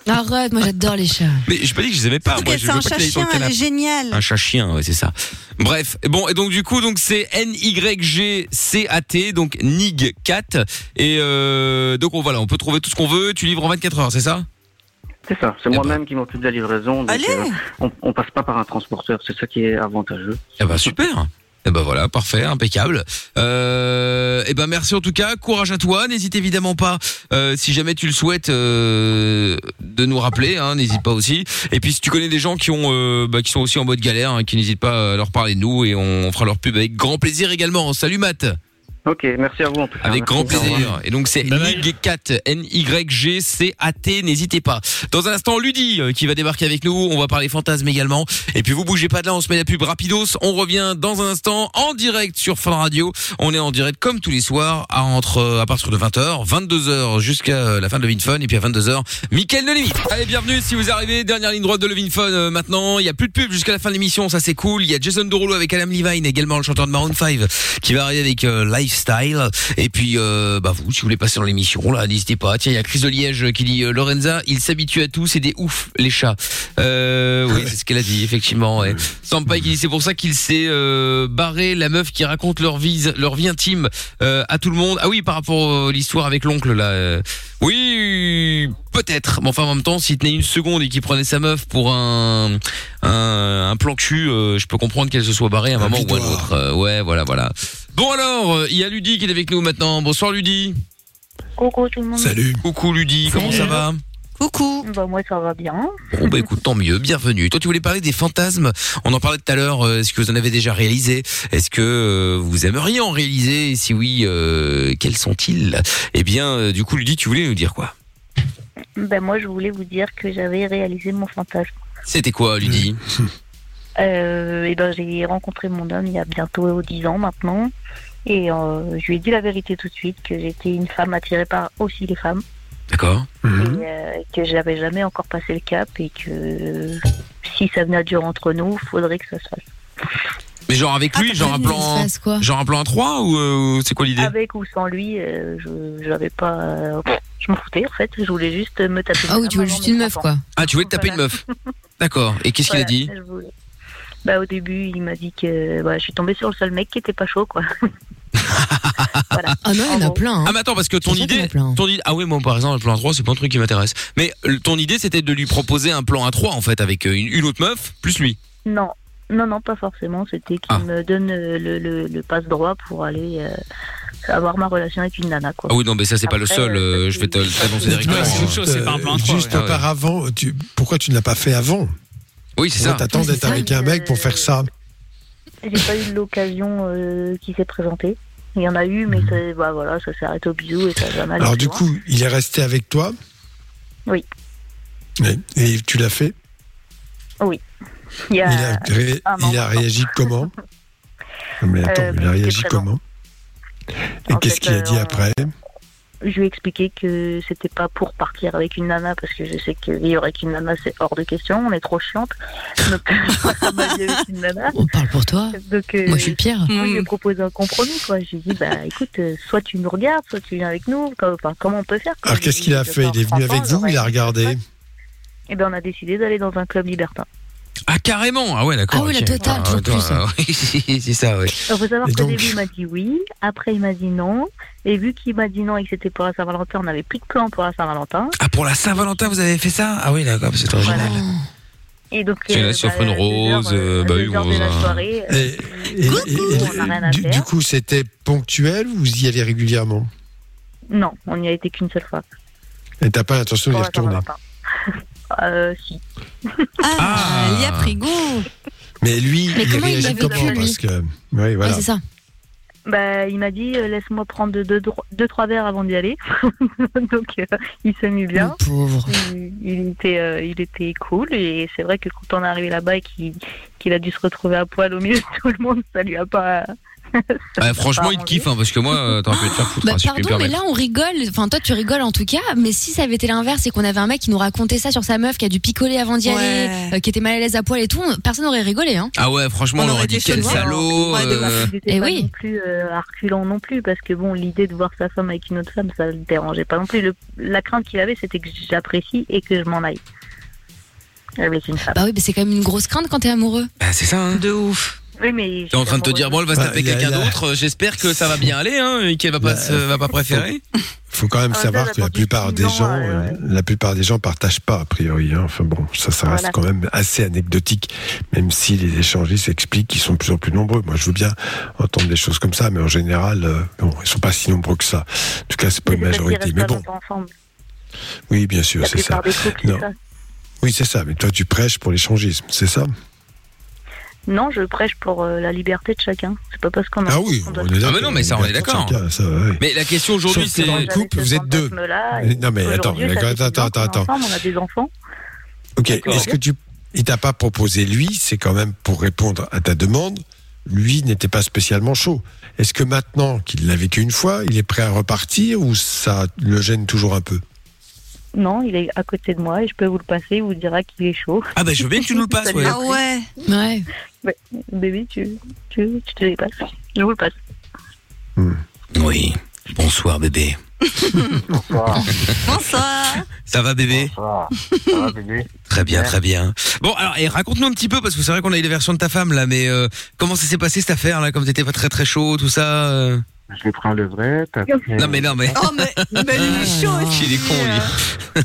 Speaker 8: Arrête, moi j'adore les chats.
Speaker 2: Mais j'ai pas dit que je les aimais pas.
Speaker 8: Surtout
Speaker 2: Ah, moi,
Speaker 8: qu'elle,
Speaker 2: je
Speaker 8: c'est
Speaker 2: veux
Speaker 8: un
Speaker 2: pas qu'elle aille dans le
Speaker 8: chat-chien, elle est
Speaker 2: canapé.
Speaker 5: géniale.
Speaker 2: Un chat chien, ouais, c'est ça. Bref, et bon, et donc du coup, donc c'est N Y G C A T, donc Nig Cat, et euh, donc on voilà, on peut trouver tout ce qu'on veut. Tu livres en 24 heures, c'est ça Ah
Speaker 13: C'est ça,
Speaker 2: Eh
Speaker 13: c'est
Speaker 2: ben.
Speaker 13: moi-même qui m'occupe de la livraison. Donc, euh, on, on passe pas par un transporteur, c'est ça qui est avantageux.
Speaker 2: Eh ben super. Eh ben voilà, parfait, impeccable. Euh, eh ben merci en tout cas, courage à toi. N'hésite évidemment pas, euh, si jamais tu le souhaites, euh, de nous rappeler. hein, N'hésite pas aussi. Et puis si tu connais des gens qui ont, euh, bah, qui sont aussi en mode galère, hein, qui n'hésitent pas à leur parler de nous et on fera leur pub avec grand plaisir également. Salut Matt.
Speaker 13: Ok, merci à vous en tout cas.
Speaker 2: Avec
Speaker 13: Merci,
Speaker 2: grand
Speaker 13: au revoir.
Speaker 2: plaisir. Et donc c'est Nygcat, N-Y-G-C-A-T, n'hésitez pas. Dans un instant, Ludie euh, qui va débarquer avec nous, on va parler fantasmes également. Et puis vous bougez pas de là, on se met la pub rapidos, on revient dans un instant en direct sur Fun Radio. On est en direct comme tous les soirs à, entre, euh, à partir de 20h, 22h jusqu'à euh, la fin de Levin Fun et puis à 22h, Mickaël de Limite. Allez, bienvenue si vous arrivez, dernière ligne droite de Levin Fun euh, maintenant. Il y a plus de pub jusqu'à la fin de l'émission, ça c'est cool. Il y a Jason Derulo avec Adam Levine, également le chanteur de Maroon 5 qui va arriver avec euh, Lifestyle. Et puis, euh, bah vous, si vous voulez passer dans l'émission, là, n'hésitez pas. Tiens, il y a Chris de Liège qui dit euh, Lorenza, il s'habitue à tout, c'est des ouf les chats. Euh, oui, c'est ce qu'elle a dit effectivement. Ouais. Sampai qui dit c'est pour ça qu'il s'est euh, barré la meuf qui raconte leur vie, leur vie intime euh, à tout le monde. Ah oui, par rapport à l'histoire avec l'oncle là. euh, oui, peut-être. Mais enfin, en même temps, s'il tenait une seconde et qu'il prenait sa meuf pour un un, un plan cul, euh, je peux comprendre qu'elle se soit barrée à un, moment ou à un autre. Euh, ouais, voilà, voilà. Bon alors, euh, il y a Ludie qui est avec nous maintenant. Bonsoir Ludie.
Speaker 14: Coucou tout le monde.
Speaker 2: Coucou Ludie, comment ça
Speaker 14: Salut.
Speaker 2: va
Speaker 14: Coucou. Bah moi ça va bien.
Speaker 2: Bon bah écoute, tant mieux, bienvenue. Toi tu voulais parler des fantasmes, on en parlait tout à l'heure, euh, est-ce que vous en avez déjà réalisé Est-ce que euh, vous aimeriez en réaliser Et Si oui, euh, quels sont-ils Eh bien, euh, du coup Ludie, tu voulais nous dire quoi
Speaker 14: Bah moi je voulais vous dire que j'avais réalisé mon fantasme.
Speaker 2: C'était quoi Ludie
Speaker 14: Euh, et ben j'ai rencontré mon homme il y a bientôt 10 ans maintenant et euh, je lui ai dit la vérité tout de suite que j'étais une femme attirée par aussi les femmes
Speaker 2: D'accord. Mhm.
Speaker 14: et euh, que je n'avais jamais encore passé le cap et que euh, si ça venait à durer entre nous, faudrait que ça se fasse.
Speaker 2: Mais genre avec lui, genre un plan genre un plan à 3 ou euh, c'est quoi l'idée
Speaker 14: Avec ou sans lui, euh, je j'avais pas euh, je m'en foutais en fait, je voulais juste me taper
Speaker 8: Ah oui, tu veux juste une meuf, quoi.
Speaker 2: Ah, tu voulais te taper une meuf. D'accord. Et qu'est-ce qu'il a
Speaker 14: Voilà,
Speaker 2: dit
Speaker 14: je voulais. bah, Au début, il m'a dit que bah, je suis tombée sur le seul mec qui était pas chaud, quoi.
Speaker 8: Ah non, il y en a plein. hein.
Speaker 2: Ah mais attends parce que ton idée, ton idée, ah oui moi par exemple le plan A3 c'est pas un truc qui m'intéresse. Mais euh, ton idée c'était de lui proposer un plan A3 en fait avec euh, une, une autre meuf plus lui.
Speaker 14: Non. Non, non, pas forcément. C'était qu'il me donne euh, le, le, le passe-droit pour aller euh, avoir ma relation avec une nana. Quoi.
Speaker 2: Ah oui, non, mais ça, c'est pas le
Speaker 14: Après,
Speaker 2: seul. euh, je vais te l'annoncer directement.
Speaker 4: Dites-moi,
Speaker 2: hein.
Speaker 4: Juste
Speaker 2: Ah ouais.
Speaker 4: auparavant, tu- pourquoi tu ne l'as pas fait avant
Speaker 2: Oui, c'est
Speaker 4: Pourquoi
Speaker 2: ça.
Speaker 4: T'attends
Speaker 2: Oui, c'est
Speaker 4: d'être
Speaker 2: ça.
Speaker 4: avec un mec pour faire
Speaker 14: euh,
Speaker 4: ça.
Speaker 14: J'ai pas eu l'occasion euh, qui s'est présentée. Il y en a eu, mais ça, bah, voilà, ça s'est arrêté au bisou et ça a jamais allé
Speaker 4: Alors
Speaker 14: plus
Speaker 4: du
Speaker 14: loin.
Speaker 4: coup, il est resté avec toi
Speaker 14: Oui.
Speaker 4: Et, et tu l'as fait
Speaker 14: Oui. Il y a,
Speaker 4: il, a ré-
Speaker 14: Euh, un an.
Speaker 4: il a réagi comment Non, Mais attends,
Speaker 14: Euh,
Speaker 4: il a
Speaker 14: j'étais
Speaker 4: réagi
Speaker 14: présente.
Speaker 4: comment Et qu'est-ce qu'il a
Speaker 14: euh,
Speaker 4: dit après
Speaker 14: Je lui ai expliqué que c'était pas pour partir avec une nana parce que je sais que vivre avec une nana c'est hors de question, on est trop chiante. Donc, on va vivre avec une nana.
Speaker 8: On parle pour toi.
Speaker 14: Donc, euh,
Speaker 8: Moi, je suis Pierre.
Speaker 14: Moi, je lui ai proposé un compromis, quoi. Je lui ai dit, bah, écoute, euh, soit tu nous regardes, soit tu viens avec nous. Quoi. Enfin, comment on peut faire quoi
Speaker 4: Alors qu'est-ce qu'il a fait Il est venu avec vous ou Il a regardé
Speaker 14: Et ben, on a décidé d'aller dans un club libertin.
Speaker 2: Ah, carrément Ah ouais, d'accord.
Speaker 14: Ah oui, la
Speaker 2: ok.
Speaker 14: totale,
Speaker 2: Ah,
Speaker 14: toujours
Speaker 2: attends,
Speaker 14: plus.
Speaker 8: hein.
Speaker 2: ah oui, c'est c'est ça, oui.
Speaker 14: Il faut savoir
Speaker 2: Et
Speaker 14: qu'au
Speaker 2: donc-
Speaker 14: début, il m'a dit oui. Après, il m'a dit non. Et vu qu'il m'a dit non et que c'était pour la Saint-Valentin, on n'avait plus de plan pour la Saint-Valentin.
Speaker 2: Ah, pour la Saint-Valentin, vous avez fait ça Ah oui, d'accord, c'est original.
Speaker 14: Et donc,
Speaker 2: Tu
Speaker 14: euh,
Speaker 2: as sur
Speaker 14: bah,
Speaker 2: une rose, euh, bah oui,
Speaker 14: lors de la
Speaker 2: bon,
Speaker 14: soirée,
Speaker 4: Et-
Speaker 14: euh,
Speaker 4: et- et-
Speaker 14: on n'a rien à
Speaker 4: du,
Speaker 14: faire.
Speaker 4: du coup, c'était ponctuel ou vous y allez régulièrement
Speaker 14: Non, on n'y a été qu'une seule fois.
Speaker 4: Et t'as pas l'intention d'y
Speaker 14: Pour la
Speaker 4: retourner
Speaker 14: Saint-Valentin. Euh, si.
Speaker 5: Ah,
Speaker 4: il y a pris
Speaker 14: goût
Speaker 4: Mais lui,
Speaker 14: Mais
Speaker 4: il
Speaker 14: comment il
Speaker 4: réagit
Speaker 14: l'avait
Speaker 4: comment
Speaker 14: dit,
Speaker 4: Parce
Speaker 14: lui Ah,
Speaker 4: que, oui, voilà.
Speaker 14: Bah, il m'a dit, euh, laisse-moi prendre deux, deux, dro- deux, trois verres avant d'y aller. Donc, euh, il s'est mis bien.
Speaker 8: pauvre.
Speaker 14: Il, il était, euh, il était cool. Et c'est vrai que quand on est arrivé là-bas et qu'il qu'il a dû se retrouver à poil au milieu de tout le monde, ça lui a pas.
Speaker 2: Ah, franchement, il te kiffe, hein, parce que moi, euh, t'aurais pu te faire foutre,
Speaker 8: Bah,
Speaker 2: hein, si je puis me
Speaker 8: pardon, mais
Speaker 2: permettre.
Speaker 8: là on rigole. Enfin, toi tu rigoles en tout cas. Mais si ça avait été l'inverse et qu'on avait un mec qui nous racontait ça sur sa meuf qui a dû picoler avant d'y aller, euh, qui était mal à l'aise à poil et tout, on- personne n'aurait rigolé. Hein.
Speaker 2: Ah ouais, franchement, on, aurait dit quel salaud. euh,
Speaker 14: Il était pas non plus euh, arculant non plus parce que bon l'idée de voir sa femme avec une autre femme ça le dérangeait pas non plus. Le- la crainte qu'il avait c'était que j'apprécie et que je m'en aille. Avec une femme.
Speaker 8: Bah oui, mais c'est quand même une grosse crainte quand t'es amoureux.
Speaker 2: Bah, c'est ça. Hein.
Speaker 8: De ouf.
Speaker 14: Oui, mais.
Speaker 2: T'es en train de te dire, bon, elle
Speaker 4: Bah,
Speaker 2: va se taper quelqu'un d'autre. euh, J'espère que ça va bien aller, hein, et qu'elle va pas, se- va pas préférer.
Speaker 4: faut quand même
Speaker 2: Ah, ça,
Speaker 4: savoir
Speaker 2: la
Speaker 4: que la plupart des gens, euh, la plupart des gens partagent pas a priori. hein. Enfin bon, ça, ça reste
Speaker 14: Voilà.
Speaker 4: quand même assez anecdotique, même si les échangistes expliquent qu'ils sont de plus en plus nombreux. Moi, je veux bien entendre des choses comme ça, mais en général, euh, bon, ils sont pas si nombreux que ça. En tout cas, c'est pas une majorité. Mais bon,
Speaker 14: ensemble.
Speaker 4: oui, bien sûr,
Speaker 14: La
Speaker 4: c'est ça.
Speaker 14: plupart des couples,
Speaker 4: Non.
Speaker 14: c'est ça.
Speaker 4: Oui, c'est ça. Mais toi, tu prêches pour l'échangisme, c'est ça
Speaker 14: Non, je prêche pour euh, la liberté de chacun. C'est pas parce qu'on a.
Speaker 4: Ah oui,
Speaker 14: on
Speaker 4: on
Speaker 14: doit-
Speaker 4: est d'accord.
Speaker 2: mais non, mais ça, on est d'accord.
Speaker 4: Chacun, ça, oui.
Speaker 2: Mais la question aujourd'hui,
Speaker 4: Sauf que
Speaker 2: c'est-
Speaker 4: dans le couple, vous êtes deux.
Speaker 14: fantasme-là,
Speaker 4: Mais- Non, mais attends,
Speaker 14: Aujourd'hui, ça
Speaker 4: d'accord,
Speaker 14: fait
Speaker 4: attends,
Speaker 14: dix ans
Speaker 4: attends,
Speaker 14: qu'on est
Speaker 4: attends.
Speaker 14: ensemble, On a des enfants.
Speaker 4: Ok, est-ce que tu. Il t'a pas proposé, lui, c'est quand même pour répondre à ta demande, lui n'était pas spécialement chaud. Est-ce que maintenant qu'il l'a vécu une fois, il est prêt à repartir ou ça le gêne toujours un peu
Speaker 14: Non, il est à côté de moi et je peux vous le passer. Il vous dira qu'il est chaud.
Speaker 2: Ah bah, je veux bien que tu nous le passes,
Speaker 14: Ça lui
Speaker 2: ouais.
Speaker 14: a plu.
Speaker 5: Ouais.
Speaker 8: Ouais.
Speaker 14: Ouais, Bébé, tu, tu, tu te les passes. Je vous le passe.
Speaker 2: Oui. Bonsoir, bébé.
Speaker 5: Bonsoir.
Speaker 2: Ça va, bébé Très bien, très bien. Bon, alors, et raconte-nous un petit peu, parce que c'est vrai qu'on a eu les versions de ta femme, là, mais euh, comment ça s'est passé cette affaire, là, comme t'étais pas très très chaud, tout ça euh
Speaker 16: Je vais prendre le vrai.
Speaker 2: Non, mais non, mais.
Speaker 5: Oh, mais, mais il est chaud aussi.
Speaker 2: Il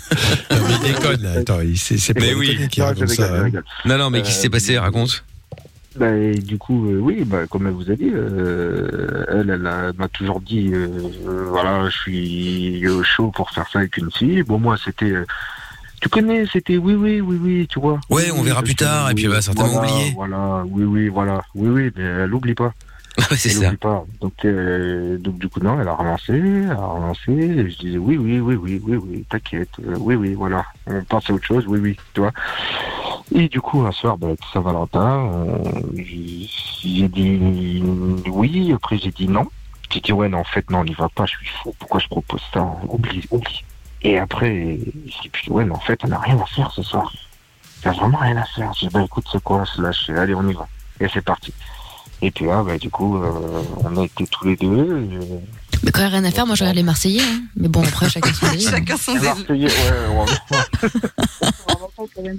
Speaker 2: Ah, est con, lui.
Speaker 4: Il déconne, là. Attends, il s'est c'est pas
Speaker 2: Mais
Speaker 4: déconné
Speaker 2: oui.
Speaker 4: qu'il raconte ça. hein.
Speaker 2: Non, non, mais qu'est-ce qui
Speaker 16: Euh,
Speaker 2: s'est passé Raconte.
Speaker 16: Bah, et du coup, euh, oui, bah, comme elle vous a dit, euh, elle, elle, a- m'a toujours dit, euh, euh, voilà, je suis euh, chaud pour faire ça avec une fille. Bon, moi, c'était, euh, tu connais, c'était Eh oui, oui, oui, oui, tu vois.
Speaker 2: Ouais, on verra plus tard, et puis elle va certainement
Speaker 16: voilà,
Speaker 2: oublier.
Speaker 16: Voilà, oui, oui, voilà, oui, oui, mais elle oublie pas.
Speaker 2: c'est
Speaker 16: elle
Speaker 2: ça.
Speaker 16: oublie pas. Donc, euh, donc, du coup, non, elle a relancé, elle a relancé. et je disais oui, oui, oui, oui, oui, oui, t'inquiète, euh, oui, oui, voilà. On pense à autre chose, oui, oui, tu vois. Et du coup, un soir, bah, pour Saint-Valentin, euh, j'ai j'ai dit oui, après j'ai dit non. J'ai dit ouais, non, en fait, non, on n'y va pas, je suis fou, pourquoi je propose ça Oublie, oublie. Et après, j'ai dit putain, ouais, mais en fait, on n'a rien à faire ce soir. On n'a vraiment rien à faire. J'ai dit bah écoute, c'est quoi, on se lâche, allez, on y va. Et c'est parti. Et puis là, bah, du coup, euh, on a été tous les deux. euh,
Speaker 8: Mais quand il y a rien à faire, moi je regarde les Marseillais. hein. Mais bon, après chacun son délire. hein.
Speaker 16: les Marseillais, ouais, ouais, ouais.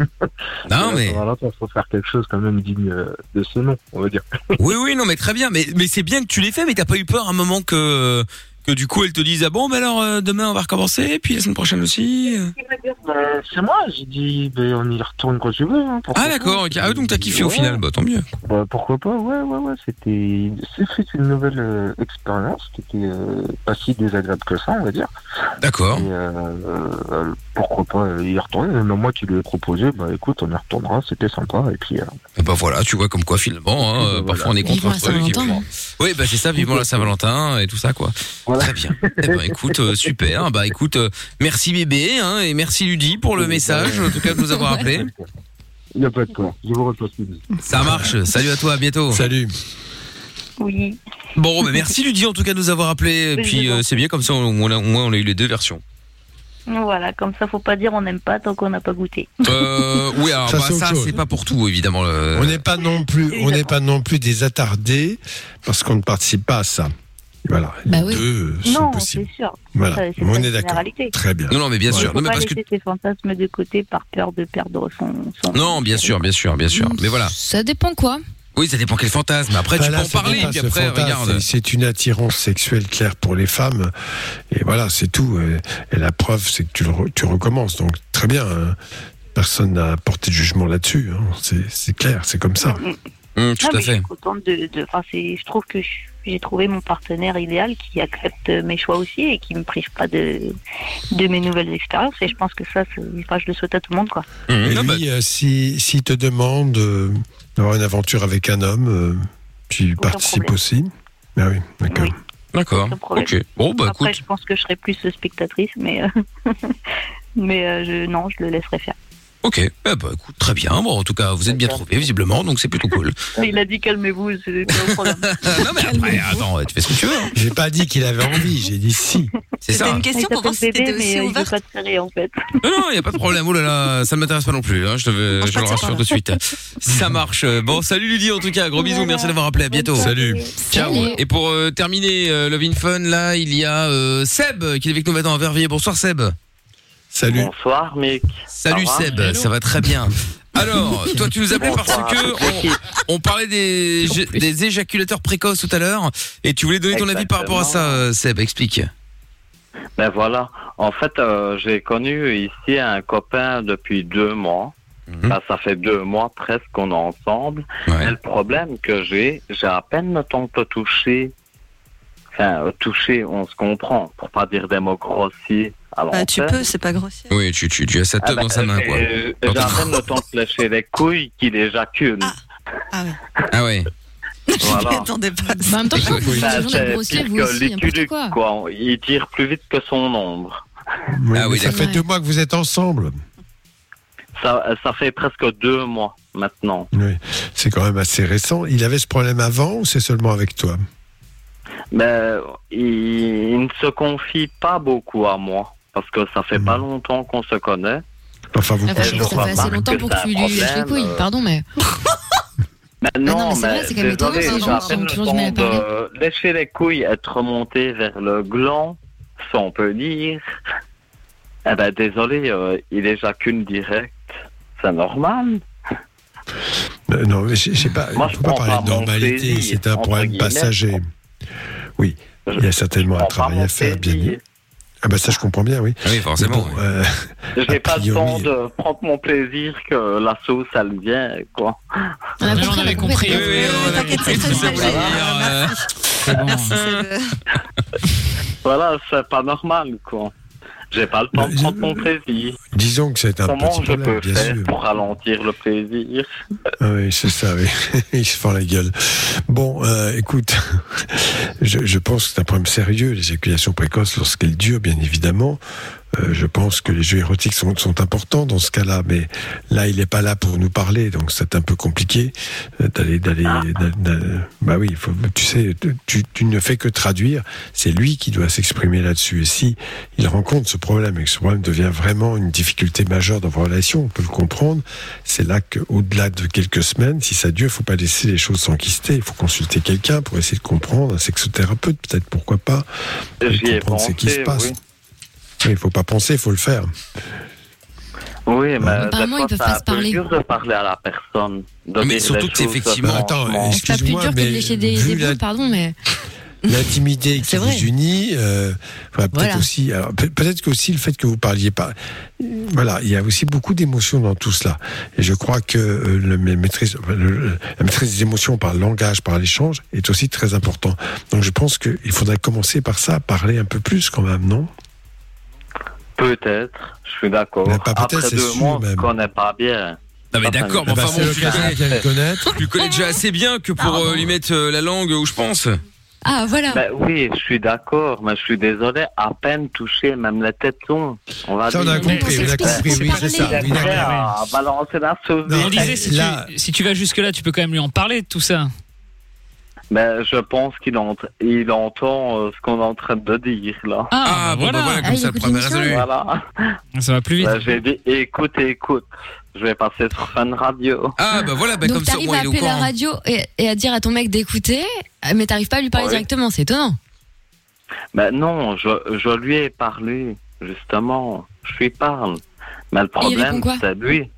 Speaker 2: Non, mais.
Speaker 16: Saint-Valentin, faut faire quelque chose quand même digne euh, de ce nom, on va dire.
Speaker 2: Oui, oui, non, mais très bien. Mais, mais c'est bien que tu l'aies fait, mais t'as pas eu peur à un moment que, que du coup, elle te dise, ah bon, mais alors, euh, demain, on va recommencer, et puis la semaine prochaine aussi. euh.
Speaker 16: Euh, c'est moi, j'ai dit, ben, on y retourne quand tu veux. hein, pourquoi
Speaker 2: Ah, d'accord,
Speaker 16: pas.
Speaker 2: ok. Ah, donc t'as kiffé au
Speaker 16: Ouais.
Speaker 2: final, bah, tant mieux.
Speaker 16: Bah, pourquoi pas, ouais, ouais, ouais. C'était c'est une nouvelle euh, expérience qui était euh, pas si désagréable que ça, on va dire. euh,
Speaker 2: D'accord.
Speaker 16: pourquoi pas euh, y retourner Même moi qui lui ai proposé, bah écoute, on y retournera, c'était sympa. Et puis, euh,
Speaker 2: Bah voilà, tu vois comme quoi finalement, hein, euh, parfois on est contre
Speaker 16: Vivement
Speaker 2: un
Speaker 16: la
Speaker 2: truc. et puis-
Speaker 16: Saint-Valentin.
Speaker 2: Oui, bah c'est ça, vivement la Saint-Valentin et tout ça quoi. Très bien. Eh ben écoute, euh, super. Bah écoute, euh, merci bébé hein, et merci Ludie pour le message, en tout cas de nous avoir appelé.
Speaker 16: il n'y a pas de quoi. Je vous repose plus.
Speaker 2: Ça marche. Salut à toi, à bientôt.
Speaker 4: Salut.
Speaker 9: Oui.
Speaker 2: Bon, bah merci Ludie en tout cas de nous avoir appelé. Et puis euh, c'est bien comme ça, on, on a- au moins on a eu les deux versions.
Speaker 14: Voilà, comme ça, faut pas dire on n'aime pas tant qu'on n'a pas goûté.
Speaker 2: Euh, oui, alors
Speaker 4: Ça,
Speaker 2: bah,
Speaker 4: c'est autre
Speaker 2: ça
Speaker 4: chose.
Speaker 2: c'est pas pour tout évidemment. le-
Speaker 4: On n'est pas non plus, on n'est pas non plus des attardés parce qu'on ne participe pas à ça. Voilà. Les
Speaker 14: Bah oui.
Speaker 4: deux sont
Speaker 14: Non,
Speaker 4: possibles.
Speaker 14: c'est sûr.
Speaker 4: Voilà.
Speaker 14: Ça, c'est
Speaker 4: On
Speaker 14: pas
Speaker 4: est
Speaker 14: une
Speaker 4: d'accord.
Speaker 14: généralité.
Speaker 4: Très bien.
Speaker 2: Non, non, mais bien
Speaker 14: Il
Speaker 2: sûr.
Speaker 14: faut
Speaker 2: Non, mais
Speaker 14: pas
Speaker 2: parce que
Speaker 14: laisser ses fantasmes de côté par peur de perdre son. son...
Speaker 2: non, bien sûr, bien sûr, bien sûr. Mais voilà.
Speaker 8: Ça dépend quoi
Speaker 2: Oui, ça dépend quel fantasme. Après,
Speaker 4: Bah
Speaker 2: tu
Speaker 4: là,
Speaker 2: peux en
Speaker 4: ça
Speaker 2: parler.
Speaker 4: dépend,
Speaker 2: Puis
Speaker 4: ce
Speaker 2: après,
Speaker 4: fantasme,
Speaker 2: regarde.
Speaker 4: c'est- C'est une attirance sexuelle claire pour les femmes. Et voilà, c'est tout. Et- Et la preuve, c'est que tu, le re- tu recommences. Donc, très bien. hein. Personne n'a porté de jugement là-dessus. hein. C'est- C'est clair, c'est comme ça.
Speaker 2: Mm,
Speaker 14: Ah, mais Je suis contente de. de- enfin, c'est- je trouve que je- j'ai trouvé mon partenaire idéal qui accepte mes choix aussi et qui me prive pas de, de mes nouvelles expériences. Et je pense que ça, c'est- enfin, je le souhaite à tout le monde, quoi.
Speaker 2: Mm.
Speaker 4: Et lui, euh, si, s'il te demande euh, d'avoir une aventure avec un homme, euh, tu y participes aussi. Ah oui, d'accord.
Speaker 2: D'accord. Ok. Bon, bah
Speaker 14: Après,
Speaker 2: écoute.
Speaker 14: je pense que je serais plus spectatrice, mais euh, mais euh, je, non, je le laisserai faire.
Speaker 2: Ok, Eh bah, écoute, très bien. Bon, en tout cas, vous êtes bien trouvés, visiblement, donc c'est plutôt cool. Ah,
Speaker 14: Mais il a dit calmez-vous, c'est pas au problème.
Speaker 2: non mais après, attends, tu fais ce que tu veux. hein.
Speaker 4: J'ai pas dit qu'il avait envie, j'ai dit si.
Speaker 2: C'est ça. hein.
Speaker 14: question pour voir si bébé, mais euh, il veut pas te serrer en fait.
Speaker 2: Non, non, il n'y a pas de problème. Oh là là, ça ne m'intéresse pas non plus. hein. Je, te veux- je le rassure tout de suite. Ça marche. Bon, salut Ludie en tout cas. Gros bisous. Merci d'avoir appelé. À bientôt. Salut. Ciao.
Speaker 17: Salut.
Speaker 2: Et pour euh, terminer euh, Love in Fun, là, il y a euh, Seb qui est avec nous maintenant à Verviers. Bonsoir Seb. Salut.
Speaker 17: Bonsoir mec.
Speaker 2: Salut
Speaker 17: Ça va
Speaker 2: Seb. Ça va très bien. Alors, toi, tu nous appelais parce
Speaker 17: Bonsoir.
Speaker 2: que on, on parlait des, gé- des éjaculateurs précoces tout à l'heure et tu voulais donner ton avis par rapport à ça, euh, Seb. Explique.
Speaker 17: Ben voilà. En fait, euh, j'ai connu ici un copain depuis deux mois.
Speaker 4: Mhm.
Speaker 17: Ben, ça fait deux mois presque qu'on est ensemble. Mais le problème que j'ai, j'ai à peine le temps de te toucher. Enfin, euh, toucher, on se comprend, pour pas dire des mots grossiers.
Speaker 15: Ah,
Speaker 17: Alors,
Speaker 5: Bah, tu
Speaker 17: en fait,
Speaker 5: peux, c'est pas grossier.
Speaker 2: Oui, tu, tu, tu as sa
Speaker 17: ah
Speaker 2: teub
Speaker 17: ben,
Speaker 2: dans sa main, quoi.
Speaker 17: euh, J'ai à peine le temps de lâcher les couilles qu'il éjacule.
Speaker 2: Ah ouais.
Speaker 17: Voilà.
Speaker 8: Bah, en même temps, je
Speaker 17: Ça,
Speaker 8: pense que vous êtes toujours dans le
Speaker 17: C'est
Speaker 8: grossier,
Speaker 17: pire
Speaker 8: vous
Speaker 17: que
Speaker 8: aussi, hein, n'importe
Speaker 17: l'étude,
Speaker 8: quoi.
Speaker 17: quoi. Il tire plus vite que son ombre. Ah
Speaker 4: Oui, mais ça
Speaker 17: d'accord.
Speaker 4: fait deux mois que vous êtes ensemble.
Speaker 17: Ça, ça fait presque deux mois maintenant.
Speaker 4: Oui. C'est quand même assez récent. Il avait ce problème avant ou c'est seulement avec toi
Speaker 17: Mais Ben, il, il ne se confie pas beaucoup à moi parce que ça fait pas longtemps qu'on se connaît.
Speaker 4: Hmm. Enfin, vous
Speaker 8: Enfin, Ah, ça fait assez longtemps pour que tu lui lâches les couilles,
Speaker 17: euh.
Speaker 8: pardon, mais.
Speaker 17: Bah non,
Speaker 8: non, mais c'est vrai, c'est quand même étonnant, ces
Speaker 17: désolé,
Speaker 8: gens
Speaker 17: j'ai à
Speaker 8: qui
Speaker 17: peine
Speaker 8: ont
Speaker 17: le
Speaker 8: toujours du mal à
Speaker 17: temps de lécher euh, les couilles, être remonté vers le gland, si on peut dire. Eh ben, désolé, euh, il éjacule direct. C'est normal.
Speaker 4: Euh, Non, mais je je sais pas.
Speaker 17: Moi,
Speaker 4: on
Speaker 17: je
Speaker 4: peut pas
Speaker 17: prends
Speaker 4: parler
Speaker 17: pas
Speaker 4: de
Speaker 17: mon
Speaker 4: normalité.
Speaker 17: plaisir,
Speaker 4: C'est un
Speaker 17: entre
Speaker 4: problème
Speaker 17: guillemets.
Speaker 4: passager. Oui, il y a certainement un travail à faire, bien sûr. Ah bah ça, je comprends bien, oui. euh,
Speaker 2: Oui, forcément.
Speaker 17: J'ai pas le
Speaker 4: priori,
Speaker 17: temps de prendre mon plaisir que la sauce, elle vient, quoi.
Speaker 8: On a compris, on a compris.
Speaker 11: hein.
Speaker 8: Euh,
Speaker 17: Voilà, c'est pas normal, quoi. J'ai pas le temps de prendre mon plaisir.
Speaker 4: Disons que c'est un
Speaker 17: Comment
Speaker 4: petit
Speaker 17: je
Speaker 4: problème,
Speaker 17: peux
Speaker 4: bien
Speaker 17: faire
Speaker 4: sûr.
Speaker 17: pour ralentir le plaisir
Speaker 4: Ah oui, c'est ça, oui. Ils se font la gueule. Bon, euh, écoute, je, je pense que c'est un problème sérieux, l'éjaculation précoce, lorsqu'elle dure, bien évidemment. Euh, je pense que les jeux érotiques sont, sont importants dans ce cas-là, mais là, il n'est pas là pour nous parler, donc c'est un peu compliqué euh, d'aller, d'aller, d'a- d'a- bah oui, il faut, tu sais, tu, tu ne fais que traduire, c'est lui qui doit s'exprimer là-dessus. Et si il rencontre ce problème et que ce problème devient vraiment une difficulté majeure dans vos relations, on peut le comprendre, c'est là qu'au-delà de quelques semaines, si ça dure, il faut pas laisser les choses s'enquister, il faut consulter quelqu'un pour essayer de comprendre, un sexothérapeute peut-être, pourquoi pas, pour
Speaker 17: J'y ai
Speaker 4: comprendre ce qui se
Speaker 17: pensé,
Speaker 4: passe.
Speaker 17: oui.
Speaker 4: Il faut pas penser, il faut le faire.
Speaker 17: Oui, mais
Speaker 8: Apparemment, ils peuvent pas se parler.
Speaker 17: C'est dur de parler à la personne. de
Speaker 2: Mais
Speaker 17: dire
Speaker 2: surtout
Speaker 17: les
Speaker 2: que c'est
Speaker 17: choses
Speaker 2: effectivement-
Speaker 17: franchement.
Speaker 4: Attends, euh,
Speaker 8: C'est pas plus dur que de lécher des, des boules, pardon, mais.
Speaker 4: l'intimité qui vous unit. euh, voilà, peut-être
Speaker 18: Voilà.
Speaker 4: aussi, alors, peut- peut-être qu'aussi le fait que vous parliez pas. Voilà, il y a aussi beaucoup d'émotions dans tout cela. Et je crois que euh, le ma- maîtrise, enfin, le- la maîtrise des émotions par le langage, par l'échange, est aussi très important. Donc je pense qu'il faudrait commencer par ça, parler un peu plus quand même, non
Speaker 17: Peut-être, je suis d'accord.
Speaker 4: Mais Ah, pas peut-être,
Speaker 17: Après
Speaker 4: c'est
Speaker 17: deux
Speaker 4: sûr,
Speaker 17: mois,
Speaker 4: même.
Speaker 17: on connaît pas bien.
Speaker 2: Non mais d'accord, mais
Speaker 17: Enfin,
Speaker 2: enfin
Speaker 17: Ah, bah, c'est
Speaker 2: bon,
Speaker 17: le
Speaker 2: tu
Speaker 17: cas.
Speaker 2: connais-
Speaker 17: de
Speaker 2: tu le connais déjà assez bien que
Speaker 4: Ah,
Speaker 2: pour euh, lui mettre euh, la langue où je pense.
Speaker 8: Ah, voilà.
Speaker 17: Ben oui, je suis d'accord, mais je suis désolé, à peine touché, même la tête tombe. On va
Speaker 4: Ça, on a compris, on a compris, oui, c'est ça. Oui, d'accord,
Speaker 17: Ah,
Speaker 4: oui.
Speaker 17: balancer la sauce.
Speaker 6: on disait, si, tu, si tu vas jusque-là, tu peux quand même lui en parler de tout ça.
Speaker 17: Ben, je pense qu'il ent- il entend euh, ce qu'on est en train de dire, là.
Speaker 6: Ah, Ah, ben bon, voilà. ben voilà, comme Ah, il ça, le écoute problème est l'émission. résolu.
Speaker 17: Voilà.
Speaker 6: Ça va plus
Speaker 17: vite. J'ai dit, écoute, écoute, je vais passer sur Fun Radio.
Speaker 2: Ah, ben voilà,
Speaker 17: bah,
Speaker 8: Donc t'arrives à appeler la radio et, et à dire à ton mec d'écouter, mais t'arrives pas à lui parler
Speaker 17: Ouais.
Speaker 8: directement, c'est étonnant.
Speaker 17: Ben non, je, je lui ai parlé, justement. Je lui parle. Mais le
Speaker 8: Et il
Speaker 17: problème,
Speaker 8: répond quoi
Speaker 17: c'est lui.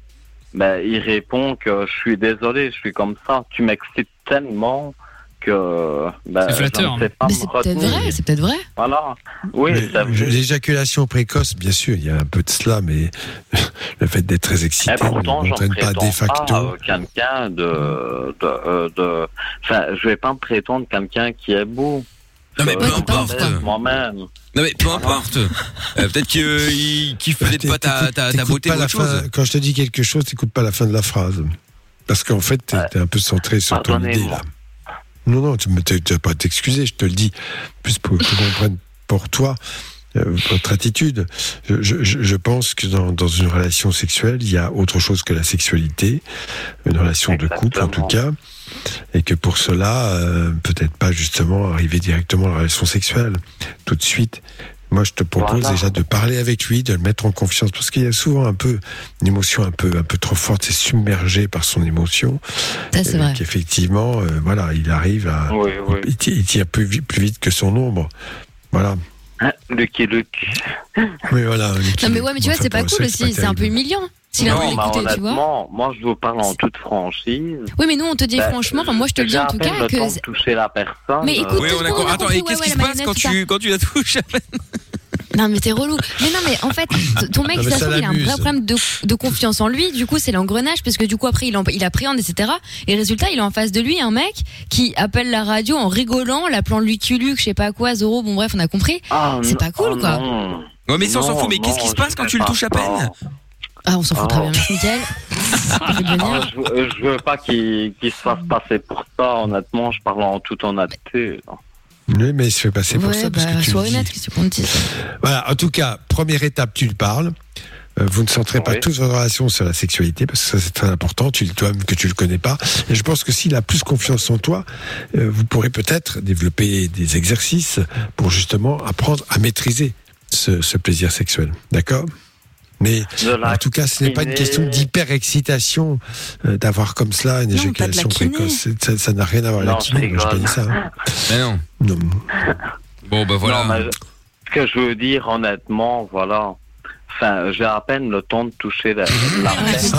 Speaker 17: Ben, il répond que je suis désolé, je suis comme ça. Tu m'excites tellement que ben,
Speaker 8: C'est flatteur.
Speaker 17: je ne sais pas
Speaker 8: Mais
Speaker 17: me
Speaker 8: c'est peut-être
Speaker 17: retenir.
Speaker 8: vrai, c'est peut-être vrai.
Speaker 17: Voilà. Oui,
Speaker 4: Mais
Speaker 17: ça-
Speaker 4: je- L'éjaculation précoce, bien sûr, il y a un peu de cela, mais le fait d'être très excité
Speaker 17: Eh, pourtant,
Speaker 4: ne
Speaker 17: j'en
Speaker 4: n'entraîne pas
Speaker 17: prétends
Speaker 4: de facto.
Speaker 17: pas, euh, quelqu'un de, de, euh, de- Enfin, je vais pas me prétendre quelqu'un qui est beau.
Speaker 2: Non, mais
Speaker 17: Euh,
Speaker 2: peu
Speaker 17: je
Speaker 2: importe.
Speaker 17: m'embête Moi-même.
Speaker 2: Non mais peu importe. Euh, Peut-être qu'il euh, il kiffe peut-être pas ta, ta, ta
Speaker 4: T'écoutes
Speaker 2: beauté
Speaker 4: pas
Speaker 2: ou
Speaker 4: la
Speaker 2: autre chose.
Speaker 4: fin- quand je te dis quelque chose, t'écoutes pas la fin de la phrase. Parce qu'en fait, t'es t'es un peu centré sur ton idée, là. Non, non, tu n'as pas à t'excuser, je te le dis. Plus pour que tu comprennes pour toi, euh, votre attitude. Je, je- je- je pense que dans, dans une relation sexuelle, il y a autre chose que la sexualité, une relation de couple en tout cas, et que pour cela, euh, peut-être pas justement arriver directement à la relation sexuelle tout de suite. Moi, je te propose
Speaker 17: Voilà.
Speaker 4: déjà de parler avec lui, de le mettre en confiance, parce qu'il y a souvent un peu une émotion un peu un peu trop forte, c'est submergé par son émotion.
Speaker 8: Ça, c'est
Speaker 4: Et
Speaker 8: vrai.
Speaker 4: qu'effectivement, euh, voilà, il arrive à, il ti- il tire plus vite, plus vite que son ombre. Voilà.
Speaker 17: Hein, Lucky Luke.
Speaker 4: Oui, voilà.
Speaker 8: Non mais Bah, ouais, mais tu vois, c'est pas cool aussi, c'est un peu humiliant. S'il a envie
Speaker 17: bah,
Speaker 8: d'écouter, tu vois.
Speaker 17: honnêtement, moi je vous parle en toute franchise.
Speaker 8: Oui, mais nous, on te dit
Speaker 17: Ben,
Speaker 8: franchement, enfin, moi, je te le dis
Speaker 17: j'ai
Speaker 8: en
Speaker 17: à
Speaker 8: tout
Speaker 17: peine
Speaker 8: cas
Speaker 17: le
Speaker 8: que
Speaker 17: temps de
Speaker 8: c'est-
Speaker 17: toucher la personne.
Speaker 8: Mais écoute,
Speaker 2: Oui,
Speaker 8: tout
Speaker 2: on
Speaker 8: ce
Speaker 2: est
Speaker 8: qu'on
Speaker 2: d'accord.
Speaker 8: a
Speaker 2: Attends, et
Speaker 8: compris,
Speaker 2: qu'est-ce
Speaker 8: ouais,
Speaker 2: qui
Speaker 8: ouais,
Speaker 2: se
Speaker 8: la
Speaker 2: passe quand
Speaker 8: marionnette,
Speaker 2: tu, quand tu la touches
Speaker 8: Non mais t'es relou. Mais non mais en fait t- ton mec
Speaker 2: Non, mais
Speaker 8: ça se
Speaker 2: ça
Speaker 8: trouve, il a un vrai
Speaker 2: l'amuse.
Speaker 8: problème de, de confiance en lui. Du coup c'est l'engrenage parce que du coup après il, en- il appréhende etc. Et résultat il est en face de lui un mec qui appelle la radio en rigolant, l'appelant Lucky Luke, je sais pas quoi, Zoro. Bon bref on a compris.
Speaker 2: Ah,
Speaker 8: c'est pas cool quoi.
Speaker 2: Ouais, mais ça, on s'en
Speaker 17: Non,
Speaker 2: fout. Mais qu'est-ce qui
Speaker 17: non,
Speaker 2: se passe
Speaker 17: je
Speaker 2: quand
Speaker 17: vais
Speaker 2: tu le
Speaker 17: pas.
Speaker 2: touches à peine
Speaker 8: Ah on s'en fout très bien, merci Mickaël.
Speaker 17: Ah, je, veux- je veux pas qu'il qu'il se fasse passer pour ça. Honnêtement, je parle en toute honnêteté.
Speaker 4: Oui, mais il se fait passer pour
Speaker 8: Ouais,
Speaker 4: ça.
Speaker 8: bah,
Speaker 4: parce que tu
Speaker 8: sois
Speaker 4: le dis.
Speaker 8: honnête, qu'est-ce qu'on te dit
Speaker 4: Voilà, en tout cas, première étape, tu le parles. Euh, Vous ne centrez pas
Speaker 17: Oui.
Speaker 4: toute votre relation sur la sexualité parce que ça c'est très important. Tu le- toi-même que tu le connais pas. Et je pense que s'il a plus confiance en toi, euh, vous pourrez peut-être développer des exercices pour justement apprendre à maîtriser ce, ce plaisir sexuel. D'accord Mais en tout cas, ce n'est pas une question d'hyper excitation d'avoir comme cela une
Speaker 17: Non, pas de
Speaker 4: éjaculation
Speaker 17: la kiné.
Speaker 4: précoce. Ça- Ça n'a rien à voir.
Speaker 17: Non,
Speaker 4: La kiné,
Speaker 17: je
Speaker 4: moi, je connais
Speaker 17: rigole.
Speaker 4: ça. hein.
Speaker 2: Mais non. Bon, ben voilà.
Speaker 17: Non, mais je- ce que je veux dire, honnêtement, voilà. Enfin, j'ai à peine le temps de toucher la, la tête.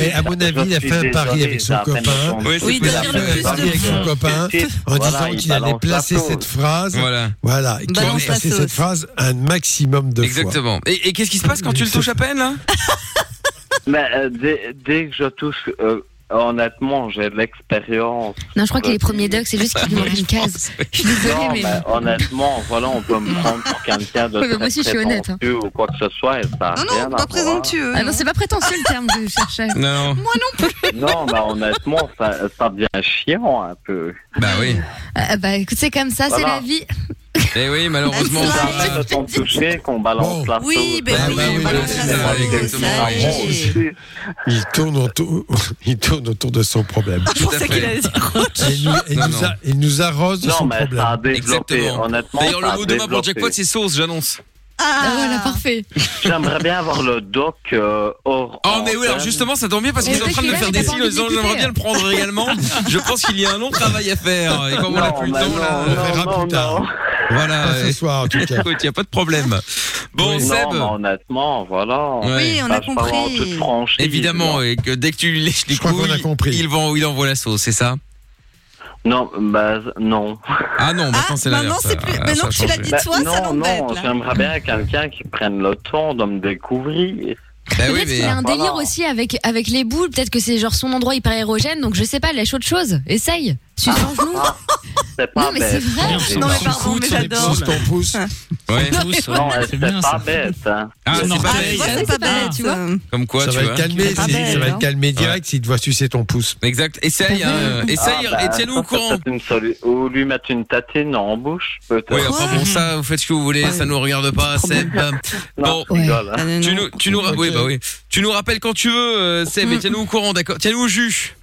Speaker 4: Et à mon avis, il a
Speaker 17: suis
Speaker 4: fait un pari
Speaker 17: désolé,
Speaker 4: avec son
Speaker 17: j'ai à peine
Speaker 4: copain.
Speaker 17: le temps de
Speaker 4: Oui,
Speaker 17: toucher
Speaker 4: c'est
Speaker 17: la
Speaker 4: ça.
Speaker 17: tête.
Speaker 4: Il a fait un pari avec son copain en
Speaker 17: Voilà,
Speaker 4: disant
Speaker 17: il
Speaker 4: qu'il allait
Speaker 17: balance la
Speaker 4: placer
Speaker 17: sauce.
Speaker 4: cette phrase.
Speaker 2: Voilà.
Speaker 4: Voilà. Et qu'il allait
Speaker 2: Balance la
Speaker 4: placer
Speaker 2: sauce.
Speaker 4: cette phrase un maximum de
Speaker 2: Exactement.
Speaker 4: fois.
Speaker 2: Et, et qu'est-ce qui se passe quand tu le touches à peine là
Speaker 17: Mais euh, dès, dès que je touche, euh, honnêtement, j'ai de l'expérience.
Speaker 8: Non je crois que les premiers docs c'est juste qu'il lui manque une case. Je suis désolée
Speaker 17: Non,
Speaker 8: mais
Speaker 17: mais honnêtement, voilà, on peut me prendre pour quelqu'un de
Speaker 8: Oui, mais
Speaker 17: très
Speaker 8: moi aussi, je suis honnête, hein.
Speaker 17: prétentieux ou quoi que ce soit. Et ça non, non, pas
Speaker 8: présomptueux. Ah non c'est pas prétentieux le terme que je cherchais. Moi
Speaker 2: Non.
Speaker 8: non plus.
Speaker 17: Non, mais honnêtement, ça, ça devient chiant un peu.
Speaker 2: Bah oui.
Speaker 8: Ah, bah écoute c'est comme ça, c'est
Speaker 17: Voilà.
Speaker 8: la vie.
Speaker 2: Eh oui, malheureusement. Oh.
Speaker 17: C'est arrête de t'en toucher qu'on balance la
Speaker 8: Oui,
Speaker 17: ben
Speaker 2: Bah
Speaker 4: oui, on balance la sauce, ça y est. Il tourne, autour, il tourne autour de son problème.
Speaker 17: C'est pour ça qu'il allait dire autre
Speaker 4: Et il nous- et
Speaker 17: Non,
Speaker 4: il nous
Speaker 17: non.
Speaker 4: a- Il nous arrose de
Speaker 17: Non,
Speaker 4: son
Speaker 17: mais ça a
Speaker 4: problème.
Speaker 17: développé, Exactement. honnêtement,
Speaker 2: D'ailleurs,
Speaker 17: ça
Speaker 2: le
Speaker 17: a
Speaker 2: mot demain pour
Speaker 17: développé.
Speaker 2: jackpot, c'est sauce, j'annonce.
Speaker 8: Ah, voilà, parfait.
Speaker 17: J'aimerais bien avoir le doc euh, hors.
Speaker 2: Oh, mais oui, alors justement, ça tombe bien parce
Speaker 17: Mais
Speaker 2: qu'ils sont en
Speaker 17: le
Speaker 2: train de
Speaker 17: mec
Speaker 2: me faire
Speaker 17: est là, il a
Speaker 2: des
Speaker 17: pas
Speaker 2: signes.
Speaker 17: envie de
Speaker 2: J'aimerais bien le prendre également. Je pense qu'il y a un long travail à faire. Et comme on n'a
Speaker 17: Non,
Speaker 2: plus le
Speaker 17: bah
Speaker 2: temps, là,
Speaker 17: non,
Speaker 2: on verra
Speaker 17: non,
Speaker 2: plus tard. Voilà.
Speaker 4: Pas ce soir, en tout cas.
Speaker 2: Écoute, il n'y a pas de problème. Bon,
Speaker 17: Oui, non,
Speaker 2: Seb.
Speaker 17: mais honnêtement, voilà.
Speaker 2: Ouais.
Speaker 17: Bah, je parle en toute franchise.
Speaker 2: Évidemment, et que dès que tu lui lèches les couilles, il, va- il envoie la sauce, c'est ça
Speaker 17: Non, bah non.
Speaker 2: Ah non, maintenant c'est
Speaker 17: la
Speaker 2: l'inverse, maintenant, c'est ça. plus- Ah, maintenant, ça a tu l'as changé. dit, toi, ça
Speaker 17: Bah, non,
Speaker 2: l'embête,
Speaker 17: Non,
Speaker 2: là.
Speaker 17: j'aimerais bien quelqu'un qui prenne le temps de me découvrir.
Speaker 2: Bah
Speaker 8: Peut-être qu'il y a un délire aussi avec, avec les boules. Peut-être que c'est genre son endroit hyper érogène. Donc je sais pas, lâche autre chose. Essaye. Suis sans genou.
Speaker 17: C'est pas
Speaker 8: Non, mais c'est
Speaker 17: bête.
Speaker 8: vrai.
Speaker 5: Non, mais pardon, mais j'adore.
Speaker 4: pouce.
Speaker 2: Ouais.
Speaker 17: Non, elle, c'est pas bête. Hein.
Speaker 2: Ah, non,
Speaker 5: Ah, tu vois, c'est pas bête, tu vois.
Speaker 2: Comme quoi,
Speaker 4: ça
Speaker 2: tu
Speaker 4: va
Speaker 2: vois.
Speaker 4: être calmé,
Speaker 5: Pas
Speaker 4: c'est-
Speaker 5: belle,
Speaker 4: ça va
Speaker 5: hein.
Speaker 4: être calmé direct s'il te voit sucer ton pouce.
Speaker 2: Exact. Essaye, hein, essaye
Speaker 17: Ah, bah,
Speaker 2: et tiens-nous
Speaker 17: ça,
Speaker 2: au
Speaker 17: c'est
Speaker 2: courant.
Speaker 17: peut-être une solu- Ou lui mettre une tatine en bouche, peut-être.
Speaker 2: Oui, enfin bon, ça, vous faites ce que vous voulez, ça nous regarde pas, Seb. Bon,
Speaker 17: je rigole, hein.
Speaker 2: tu nous, tu nous, ra- oui, bah oui. Tu nous rappelles quand tu veux, euh, Seb, et tiens-nous au courant, d'accord Tiens-nous au jus.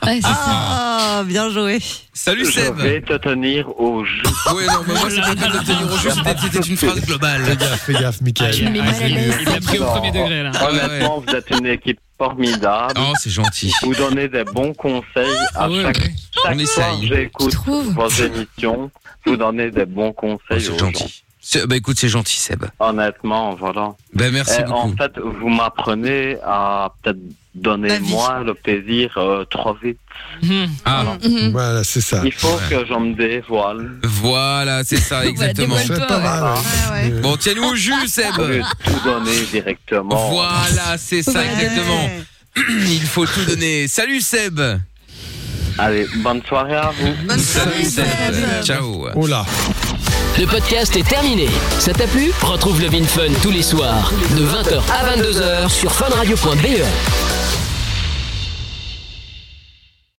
Speaker 5: Ah, bien joué.
Speaker 2: Salut
Speaker 17: Je
Speaker 2: Seb.
Speaker 17: vais te tenir au jeu.
Speaker 2: Oui, non, mais moi, c'est pas de tenir au jeu, c'était- c'était une phrase globale.
Speaker 4: Fais gaffe, fais gaffe, Michael.
Speaker 2: Ah, il me met mal à l'aise.
Speaker 6: Il l'a pris au premier degré, là.
Speaker 17: Honnêtement, vous êtes une équipe formidable.
Speaker 2: Ah Oh, c'est gentil. Ah
Speaker 17: Vous donnez des bons conseils à
Speaker 2: Ouais,
Speaker 17: chaque,
Speaker 2: ouais. On
Speaker 17: chaque fois
Speaker 2: essaye.
Speaker 17: que j'écoute vos émissions. Vous donnez des bons
Speaker 2: Oh,
Speaker 17: conseils aux gens.
Speaker 2: C'est- Bah écoute, c'est gentil, Seb.
Speaker 17: Honnêtement, voilà.
Speaker 2: Ben, merci
Speaker 17: Et En
Speaker 2: beaucoup.
Speaker 17: fait, vous m'apprenez à peut-être donner moi le plaisir euh, trop vite.
Speaker 2: Ah.
Speaker 4: Voilà, c'est ça.
Speaker 17: Il faut que j'en me dévoile.
Speaker 2: Voilà, c'est ça, exactement.
Speaker 17: hein.
Speaker 2: Bon, tiens-nous au jus, Seb.
Speaker 17: Au lieu de tout donner directement.
Speaker 2: Voilà, c'est ça, exactement. Il faut tout donner. Salut, Seb.
Speaker 17: Allez, bonne soirée à vous.
Speaker 2: Salut, Seb. Ciao.
Speaker 4: Oh là.
Speaker 1: Le podcast est terminé. Ça t'a plu Retrouve Love in Fun tous les soirs de 20h à 22h sur funradio.be.